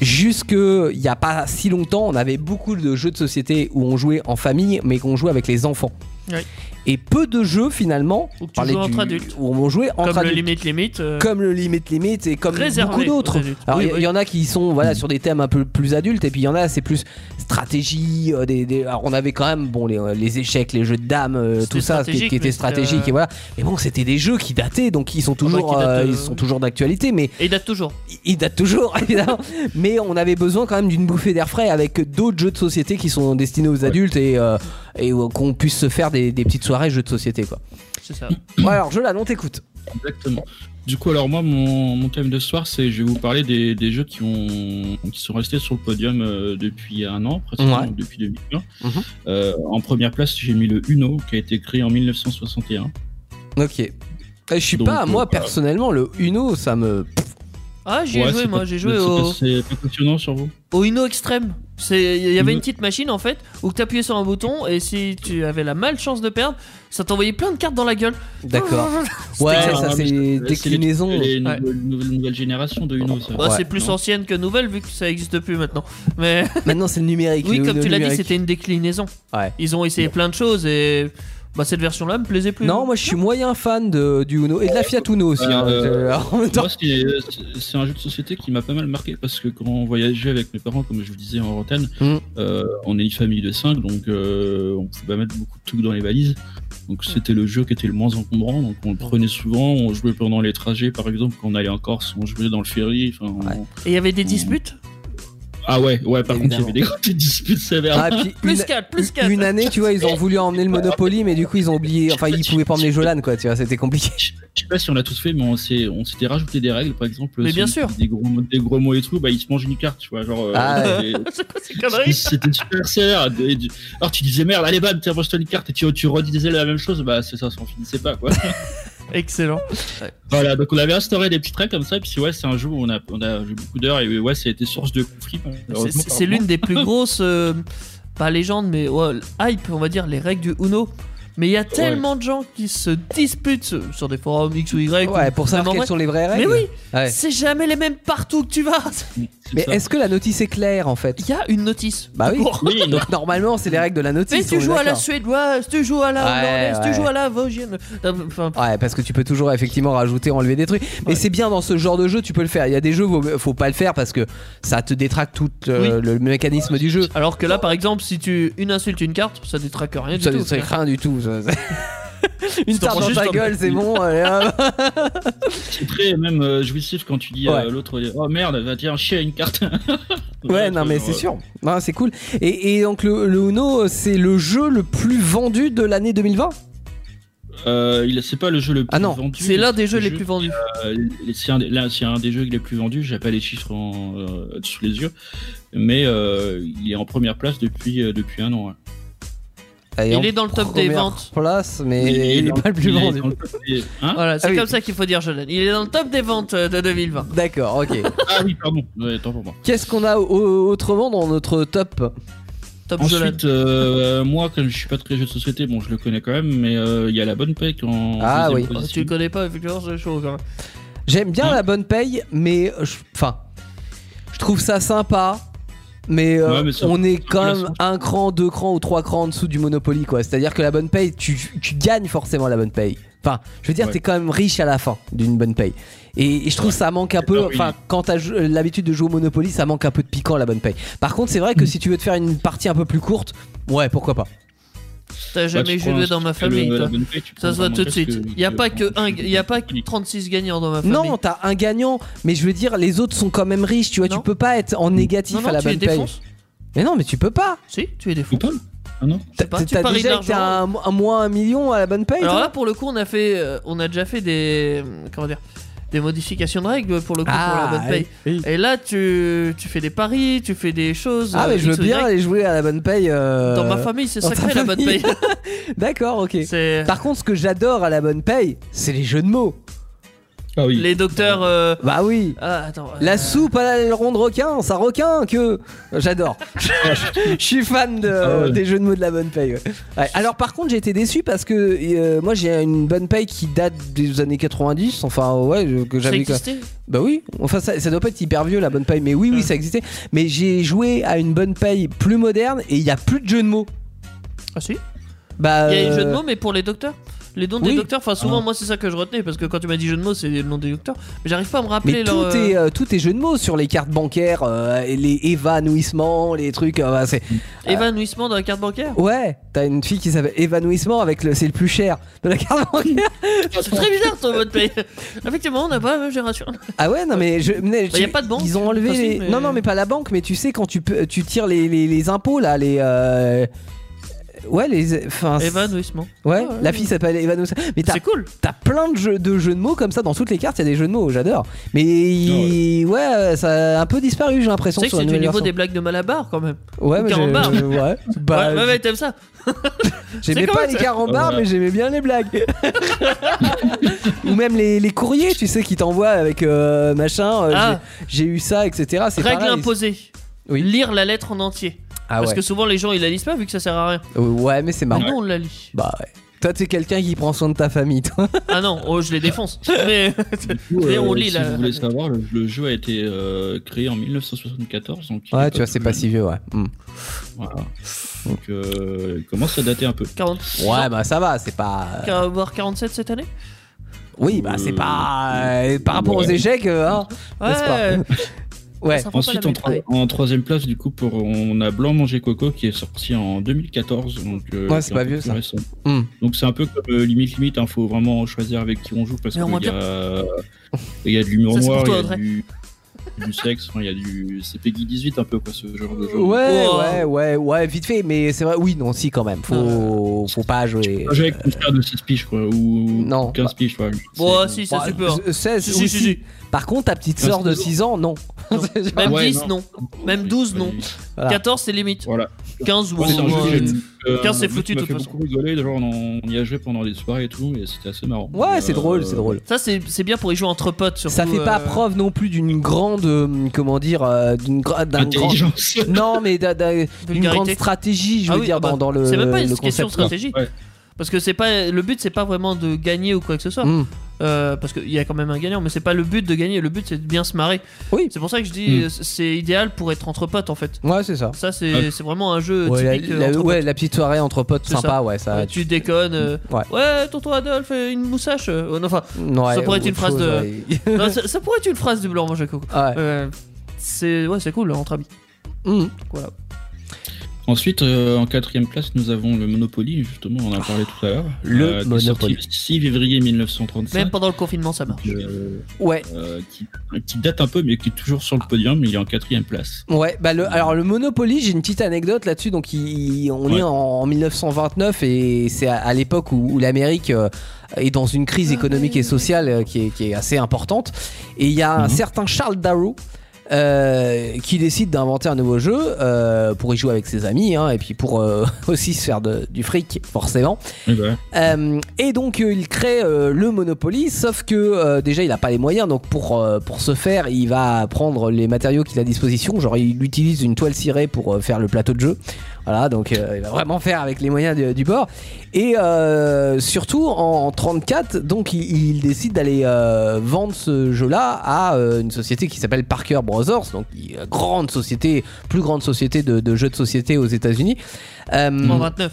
S2: jusque il y a pas si longtemps on avait beaucoup de jeux de société où on jouait en famille mais qu'on jouait avec les enfants.
S3: Oui.
S2: Et peu de jeux finalement
S3: Ou que tu
S2: parlaient
S3: joues
S2: du-
S3: entre adultes.
S2: où on jouait entre
S3: Comme le
S2: adultes.
S3: Limit Limit. euh,
S2: comme le Limit Limit et comme
S3: Réservé
S2: beaucoup d'autres.
S3: aux adultes.
S2: Alors
S3: Oui,
S2: il y,
S3: oui. Mm.
S2: y en a qui sont voilà sur des thèmes un peu plus adultes et puis il y en a c'est plus stratégie. euh, des, des- Alors on avait quand même bon les, euh, les échecs, les jeux de dames, euh,
S3: C'était
S2: tout ça qui,
S3: stratégique,
S2: qui était
S3: mais
S2: stratégique
S3: c'était, euh,
S2: et voilà. Mais bon c'était des jeux qui dataient donc ils sont
S3: bah,
S2: toujours
S3: qui datent,
S2: euh, ils
S3: euh,
S2: sont toujours d'actualité mais
S3: Et il date toujours.
S2: ils datent toujours évidemment. mais on avait besoin quand même d'une bouffée d'air frais avec d'autres jeux de société qui sont destinés aux adultes et euh, et euh, qu'on puisse se faire des, des petites soirées jeux de société quoi.
S3: C'est ça.
S2: Bon, alors je là on t'écoute.
S4: Exactement. Du coup, alors moi, mon, mon thème de ce soir, c'est je vais vous parler des, des jeux qui ont qui sont restés sur le podium euh, depuis un an, presque
S2: Ouais.
S4: donc depuis 2001.
S2: Mhm.
S4: Euh, en première place, j'ai mis le Uno, qui a été créé en 1961.
S2: Ok. Euh, Je suis
S4: Donc,
S2: pas, moi
S4: euh, voilà.
S2: personnellement, le Uno, ça me.
S3: Ah, j'y ai
S4: Ouais,
S3: joué,
S4: c'est
S3: moi.
S4: pas-
S3: J'ai joué
S4: c'est
S3: au,
S4: pas- C'est pas passionnant sur vous.
S3: au Uno Extreme. C'est- Il y avait
S4: Mhm.
S3: une petite machine en fait où tu appuyais sur un bouton et si tu avais la malchance de perdre, ça t'envoyait plein de cartes dans la gueule.
S2: D'accord. Ouais,
S4: C'était-
S2: ça
S4: Ouais,
S2: c'est les
S4: C'est les-
S2: déclinaisons.
S4: Les
S3: Ouais.
S4: nouvelles- nouvelles- nouvelles générations de Uno, ça.
S3: Bah,
S2: Ouais.
S3: c'est plus
S4: Non.
S3: ancienne que nouvelle vu que ça existe plus maintenant. Mais
S2: Maintenant c'est le numérique.
S3: oui,
S2: le
S3: comme
S2: Uno
S3: tu l'as dit,
S2: numérique.
S3: c'était une déclinaison.
S2: Ouais.
S3: Ils ont essayé plein de choses et bah, cette version-là me plaisait plus.
S2: Non, moi je suis moyen fan de, du Uno et de la Fiat Uno aussi. hein,
S4: Euh,
S2: en même temps.
S4: Moi, c'est c'est un jeu de société qui m'a pas mal marqué parce que quand on voyageait avec mes parents, comme je vous le disais en antenne,
S2: Mm.
S4: euh, on est une famille de 5, donc euh, on pouvait pas mettre beaucoup de trucs dans les valises. Donc c'était le jeu qui était le moins encombrant, donc on le prenait souvent, on jouait pendant les trajets par exemple, quand on allait en Corse, on jouait dans le ferry. enfin, on-
S2: Ouais.
S3: Et il y avait des disputes
S4: Ah ouais, ouais, par contre il y avait des grandes disputes sévères.
S2: Ah, puis
S3: Plus
S2: une-
S3: 4, plus 4.
S2: Une année, tu vois, ils ont voulu emmener le Monopoly, mais du coup, ils ont oublié. Enfin, ils pouvaient pas emmener Jolan, quoi, tu vois, c'était compliqué.
S4: Je je sais pas si on l'a tous fait, mais on s'est- on s'était rajouté des règles, par exemple.
S3: Mais
S4: si
S3: bien
S4: on
S3: sûr.
S4: dit Des gros, mots- des gros mots et tout, bah, ils se mangent une carte, tu vois. Genre, euh,
S2: Ah
S4: des-
S3: C'est quoi ces conneries
S4: C'était super sévère. Et du- Alors tu disais merde, allez bam, tiens, mange-toi une carte et tu, tu redisais la même chose, bah c'est ça, ça en finissait pas quoi.
S3: Excellent.
S4: voilà, donc on avait instauré des petites règles comme ça, et puis ouais, c'est un jeu où on a, on a joué beaucoup d'heures et ouais, ça a été source de conflits. hein,
S3: C'est-
S4: malheureusement,
S3: C'est c'est l'une des plus grosses, euh, pas légendes, mais ouais, hype, on va dire, les règles du Uno. Mais il y a tellement de gens qui se disputent sur- sur des forums X ou Y. ou-
S2: Ouais, pour
S3: Même en
S2: savoir
S3: vrai.
S2: quelles sont les vraies
S3: Mais
S2: règles.
S3: oui,
S2: Ouais.
S3: c'est jamais les mêmes partout que tu vas.
S4: c'est
S2: Mais
S4: ça.
S2: est-ce que la notice est claire en fait
S3: Il y a une notice.
S2: Bah
S3: tout
S2: oui.
S3: court.
S4: Oui,
S2: Donc normalement, c'est les règles de la
S3: Mais
S2: notice. on
S3: tu
S2: est
S3: joues à la
S2: d'accord.
S3: suédoise, tu joues à la
S2: Ouais,
S3: hollandaise,
S2: ouais.
S3: tu joues à la vosgienne. Enfin,
S2: Ouais, parce que tu peux toujours effectivement rajouter, enlever des trucs. Mais
S3: Ouais.
S2: c'est bien dans ce genre de jeu, tu peux le faire. Il y a des jeux, faut, faut pas le faire parce que ça te détraque tout euh, le mécanisme du jeu.
S3: alors que là, par exemple, si tu une insulte une carte, ça détraque rien
S2: Ça
S3: du
S2: ne
S3: tout.
S2: détraque rien du tout. ça. Une
S3: t'en
S2: tarte
S3: prends
S2: dans
S3: juste
S2: ta
S3: un-
S2: gueule, c'est bon. allez, hop.
S4: c'est très même euh, jouissif quand tu dis à
S2: Ouais.
S4: l'autre oh merde, va tiens, chier à une carte.
S2: ouais, non, mais c'est sûr. Non, c'est cool. Et, et donc, le, le Uno, c'est le jeu le plus vendu de l'année 2020
S4: Euh, il- c'est pas le jeu le plus
S2: Ah non,
S4: vendu.
S3: C'est l'un des jeux
S4: Le
S3: les
S4: jeu
S3: plus vendus.
S4: Euh, c'est un, des- là, c'est un des jeux les plus vendus. J'ai pas les chiffres en, euh, sous les yeux, mais euh, il est en première place depuis euh, depuis un an. hein.
S2: Allez,
S3: Il
S2: en
S3: est dans le top des
S2: première
S3: ventes.
S2: Place, mais il, est
S4: dans-
S2: pas le plus
S4: il est
S2: vendu.
S4: dans le top des- hein
S3: Voilà, c'est
S2: Ah oui.
S3: comme ça qu'il faut dire, Jordan. Il est dans le top des ventes euh, de 2020.
S2: D'accord, ok.
S4: ah oui, pardon. Ouais, attends pour moi.
S2: Qu'est-ce qu'on a au- au- autrement dans notre top
S3: Top Jordan.
S4: Ensuite, euh, moi, comme je suis pas très jeu de société, bon, je le connais quand même, mais euh, il y a la bonne paye en
S2: Ah
S4: deuxième
S2: oui.
S3: Oh, tu
S4: position.
S3: le connais pas, effectivement, c'est chaud quand même.
S2: J'aime bien
S4: Hein
S2: la bonne paye, mais je- enfin, je trouve ça sympa. Mais, euh,
S4: Ouais, mais ça-
S2: on est quand
S4: la
S2: même
S4: source.
S2: un cran, deux crans ou trois crans en dessous du Monopoly, quoi. C'est-à-dire que la bonne paye, tu, tu gagnes forcément la bonne paye. Enfin, je veux dire,
S4: Ouais.
S2: t'es quand même riche à la fin d'une bonne paye. Et, et je trouve ça manque un peu.
S4: Ah oui.
S2: Enfin, quand t'as jou- l'habitude de jouer au Monopoly, ça manque un peu de piquant la bonne paye. Par contre, c'est vrai
S4: Hmm.
S2: que si tu veux te faire une partie un peu plus courte, ouais, pourquoi pas.
S3: T'as
S4: Bah,
S3: jamais
S4: tu prends
S3: joué
S4: un
S3: dans ma
S4: truc, euh,
S3: famille,
S4: la
S3: toi.
S4: bonne paye, tu
S3: Ça
S4: prends
S3: se voit
S4: vraiment
S3: tout de suite.
S4: presque-
S3: Il n'y a pas que
S4: prends-
S3: un, y a pas que 36 gagnants dans ma famille.
S2: Non, t'as un gagnant, mais je veux dire, les autres sont quand même riches. Tu vois,
S3: Non.
S2: tu peux pas être en négatif
S3: non, non,
S2: à la
S3: tu les
S2: bonne paye.
S3: défonces.
S2: Mais non, mais tu peux pas.
S3: Si, tu les
S4: Ou
S3: défonces.
S4: pas Ah non
S3: Je sais pas,
S2: T'as-
S3: tu
S2: T'as
S3: paries de
S2: déjà été
S3: l'argent.
S2: à un, un moins un million à la bonne paye
S3: Alors
S2: toi
S3: là, pour le coup, on a fait, euh, on a déjà fait des, euh, comment dire, des modifications de règles pour le coup
S2: Ah,
S3: pour la bonne paye.
S4: oui.
S3: Et là, tu, tu fais des paris, tu fais des choses.
S2: Ah
S3: euh,
S2: mais je veux
S3: X ou Y.
S2: bien aller jouer à la bonne paye. euh,
S3: Dans ma famille, c'est
S2: dans ta
S3: sacré la bonne
S2: famille.
S3: paye.
S2: D'accord, ok.
S3: C'est
S2: Par contre, ce que j'adore à la bonne paye, c'est les jeux de mots.
S4: Ah oui.
S3: les docteurs. euh,
S2: Bah oui.
S3: Ah attends.
S2: La
S3: euh,
S2: soupe à l'aileron de requin, ça requin que j'adore. Je suis fan de-
S4: Ah ouais.
S2: des jeux de mots de la bonne paye. ouais. Ouais. Alors par contre, j'ai été déçu parce que euh, moi j'ai une bonne paye qui date des années 90, enfin ouais, je- que
S3: ça
S2: j'avais quoi.
S3: existait
S2: Bah oui, enfin ça, ça doit pas être hyper vieux la bonne paille, mais oui, oui, ça existait. Mais j'ai joué à une bonne paille plus moderne et il y a plus de jeu de mots.
S3: Ah si.
S2: Bah,
S3: Il y a les
S2: euh,
S3: jeux de mots, mais pour les docteurs. Les noms des
S2: oui.
S3: docteurs, enfin souvent,
S4: Ah.
S3: moi c'est ça que je retenais, parce que quand tu m'as dit jeu de mots, c'est le nom des docteurs. Mais j'arrive pas à me rappeler
S2: Mais tout,
S3: leur. euh,
S2: est, euh, tout est jeu de mots sur les cartes bancaires, euh, et les évanouissements, les trucs. euh, bah, c'est...
S3: Évanouissement dans la carte bancaire
S2: Ouais, t'as une fille qui s'appelle évanouissement avec le, c'est le plus cher de la carte bancaire.
S3: C'est très bizarre ton mode paye. Effectivement, on n'a pas la même génération.
S2: Ah ouais, non mais je. mais
S3: Bah,
S2: tu-
S3: y a pas de banque,
S2: Ils ont enlevé.
S3: enfin, si,
S2: les-
S3: mais-
S2: Non non mais pas la banque, mais tu sais quand tu peux, tu tires les, les, les impôts là, les. euh, Ouais les. Enfin. Ah, c'est-
S3: Évanouissement.
S2: Ouais,
S3: Ah ouais,
S2: la fille s'appelle évanouissement. Mais t'as
S3: C'est cool.
S2: T'as plein de jeux, de jeux de mots comme ça dans toutes les cartes, il y a des jeux de mots, j'adore. Mais il- ouais, ça a un peu disparu, j'ai l'impression.
S3: Tu sais
S2: sur
S3: que
S2: la
S3: c'est du
S2: nouvelle
S3: niveau des
S2: version.
S3: blagues de Malabar quand même.
S2: Ouais,
S3: des
S2: mais j'ai-
S3: carambars.
S2: ouais. Bah,
S3: ouais, ouais, ouais, t'aimes ça.
S2: j'aimais
S3: c'est
S2: pas
S3: comment
S2: les
S3: ça
S2: carambars,
S4: Ouais.
S2: mais j'aimais bien les blagues. Ou même les, les courriers, tu sais, qui t'envoient avec euh, machin, euh,
S3: Ah.
S2: j'ai j'ai eu ça, etc. C'est
S3: Règle
S2: pareil.
S3: imposée.
S2: Oui.
S3: Lire la lettre en entier.
S2: Ah
S3: Parce
S2: ouais.
S3: que souvent les gens ils la lisent pas vu que ça sert à rien.
S2: Euh, ouais, mais c'est marrant.
S3: Mais nous on la lit.
S2: Bah ouais. Toi, t'es quelqu'un qui prend soin de ta famille, toi.
S3: Ah non, oh, je les défonce. Mais Mais on lit
S4: euh, si
S3: la-
S4: vous voulez savoir, le, le jeu a été euh, créé en 1974. Donc il est
S2: Ouais, tu vois, c'est
S4: tout
S2: pas
S4: jeune.
S2: si vieux, ouais. Hmm.
S4: Voilà. Donc euh, il commence à dater un peu.
S3: 40.
S2: Ouais, bah ça va, c'est pas.
S3: Qu'à avoir 47 cette année
S2: Oui, bah c'est pas. euh, par rapport aux
S4: Ouais.
S2: échecs, euh, hein, N'est-ce pas
S3: Ouais.
S2: Ouais.
S3: Ça prend pas
S4: Ensuite,
S3: la
S4: en,
S3: même-
S4: troi- en troisième place, du coup, pour, on a Blanc Manger Coco qui est sorti en 2014. Donc, euh,
S2: Ouais, c'est
S4: un
S2: pas
S4: peu
S2: vieux,
S4: plus
S2: ça.
S4: récent.
S2: Hmm.
S4: Donc, c'est un peu comme euh, Limite Limite, il faut vraiment choisir avec qui on joue parce
S3: Mais
S4: qu'il
S3: on voit
S4: y, a... il y a de l'humour
S3: Ça, c'est pour
S4: noir,
S3: toi,
S4: il y a
S3: Audrey.
S4: du... du sexe, enfin, il y a du. C'est Peggy 18 un peu, quoi, ce genre de jeu.
S2: Ouais,
S3: Oh.
S2: ouais, ouais, ouais, vite fait, mais c'est vrai, oui, non, si quand même, faut,
S3: Ah.
S2: faut pas jouer.
S4: Un jeu avec une carte de 6 piges, quoi, ou
S2: Non.
S4: 15 piges, quoi.
S3: Bon, ah,
S4: C'est-
S3: si, ça
S2: Bah,
S3: c'est super.
S2: euh, 16,
S3: Si,
S2: oui,
S3: si, si,
S2: si.
S3: si.
S2: Par contre, ta petite sœur de 6 ans, non.
S3: Même
S4: Ouais,
S3: 10, non. Même 12, non.
S2: Voilà.
S3: 14, c'est limite.
S4: euh, Voilà.
S3: 15,
S4: Ouais,
S3: ou
S4: c'est un jeu que j'ai- euh,
S3: Quinze, c'est
S4: un jeu
S3: foutu,
S4: qui
S3: de
S4: m'a
S3: toute
S4: fait
S3: façon.
S4: beaucoup rigoler, genre, on, on y a joué pendant des soirées et tout, et c'était assez marrant.
S2: Ouais, c'est
S4: Euh,
S2: drôle, c'est drôle.
S3: Ça, c'est c'est bien pour y jouer entre potes. Surtout,
S2: Ça fait pas
S3: euh,
S2: preuve non plus d'une grande, euh, comment dire, euh, d'une gra- d'un grand.
S4: Intelligence.
S2: Non, mais d'un- d'un- d'une
S3: Vulgarité.
S2: grande stratégie, je
S3: Ah
S2: veux
S3: oui,
S2: dire,
S3: ah bah,
S2: dans, dans le.
S3: C'est même pas une
S2: le
S3: question de
S2: concept.
S3: stratégie.
S4: Ouais.
S3: Parce que c'est pas le but, c'est pas vraiment de gagner ou quoi que ce soit.
S2: Hmm.
S3: Euh, parce qu'il y a quand même un gagnant, mais c'est pas le but de gagner. Le but, c'est de bien se marrer.
S2: Oui. Mm.
S3: C'est pour ça que je dis, euh, c'est idéal pour être entre potes en fait.
S2: Ouais, c'est ça.
S3: Ça, c'est c'est vraiment un jeu
S2: Ouais, la,
S3: typique.
S2: la-
S3: euh, entre
S2: ouais, la petite soirée entre potes
S3: C'est ça.
S2: sympa, ouais, ça.
S3: potes. Euh, tu déconnes. euh,
S2: Ouais.
S3: ouais. tonton Adolphe, euh, une moussache. euh, ouais, non, enfin,
S2: Ouais,
S3: ça pourrait être une
S2: autre
S3: phrase
S2: chose,
S3: de-
S2: ouais.
S3: non, ça, ça pourrait être une phrase du blanc, moi, Jaco.
S2: Ouais.
S3: Euh, c'est ouais, c'est cool entre amis.
S2: Hmm.
S4: Ensuite, euh, en quatrième place, nous avons le Monopoly, justement, on en a parlé tout à l'heure.
S2: Ah.
S4: Euh,
S2: le
S4: qui est sorti
S2: Monopoly.
S4: le 6 février 1935.
S3: Même pendant le confinement, ça marche.
S4: euh,
S2: Ouais,
S4: euh, qui, qui date un peu, mais qui est toujours sur le podium, il est en quatrième place.
S2: ouais. Bah le, alors le Monopoly, j'ai une petite anecdote là-dessus. Donc il- on est
S4: Ouais.
S2: en, en 1929 et c'est à, à l'époque où, où l'Amérique euh, est dans une crise économique et sociale euh, qui, est, qui est assez importante. Et il y a un
S4: Mhm.
S2: certain Charles Darrow. euh, qui décide d'inventer un nouveau jeu euh, pour y jouer avec ses amis hein, et puis pour euh, aussi se faire de- du fric forcément
S4: Eh ben,
S2: Euh, et donc euh, il crée euh, le Monopoly, sauf que euh, déjà il n'a pas les moyens, donc pour, euh, pour ce faire il va prendre les matériaux qu'il a à disposition, genre il utilise une toile cirée pour euh, faire le plateau de jeu, voilà, donc euh, il va vraiment faire avec les moyens du, du bord. Et euh, surtout en, 34, donc il, il décide d'aller euh, vendre ce jeu-là à euh, une société qui s'appelle Parker Brothers, donc il- grande société, plus grande société de, de jeux de société aux États-Unis. Euh,
S3: En 29.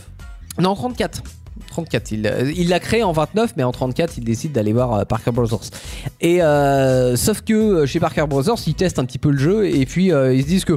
S2: non, 34. 34, il euh, il l'a créé en 29, mais en 34, il décide d'aller voir euh, Parker Brothers. Et euh, sauf que euh, chez Parker Brothers, ils testent un petit peu le jeu et puis euh, ils se disent que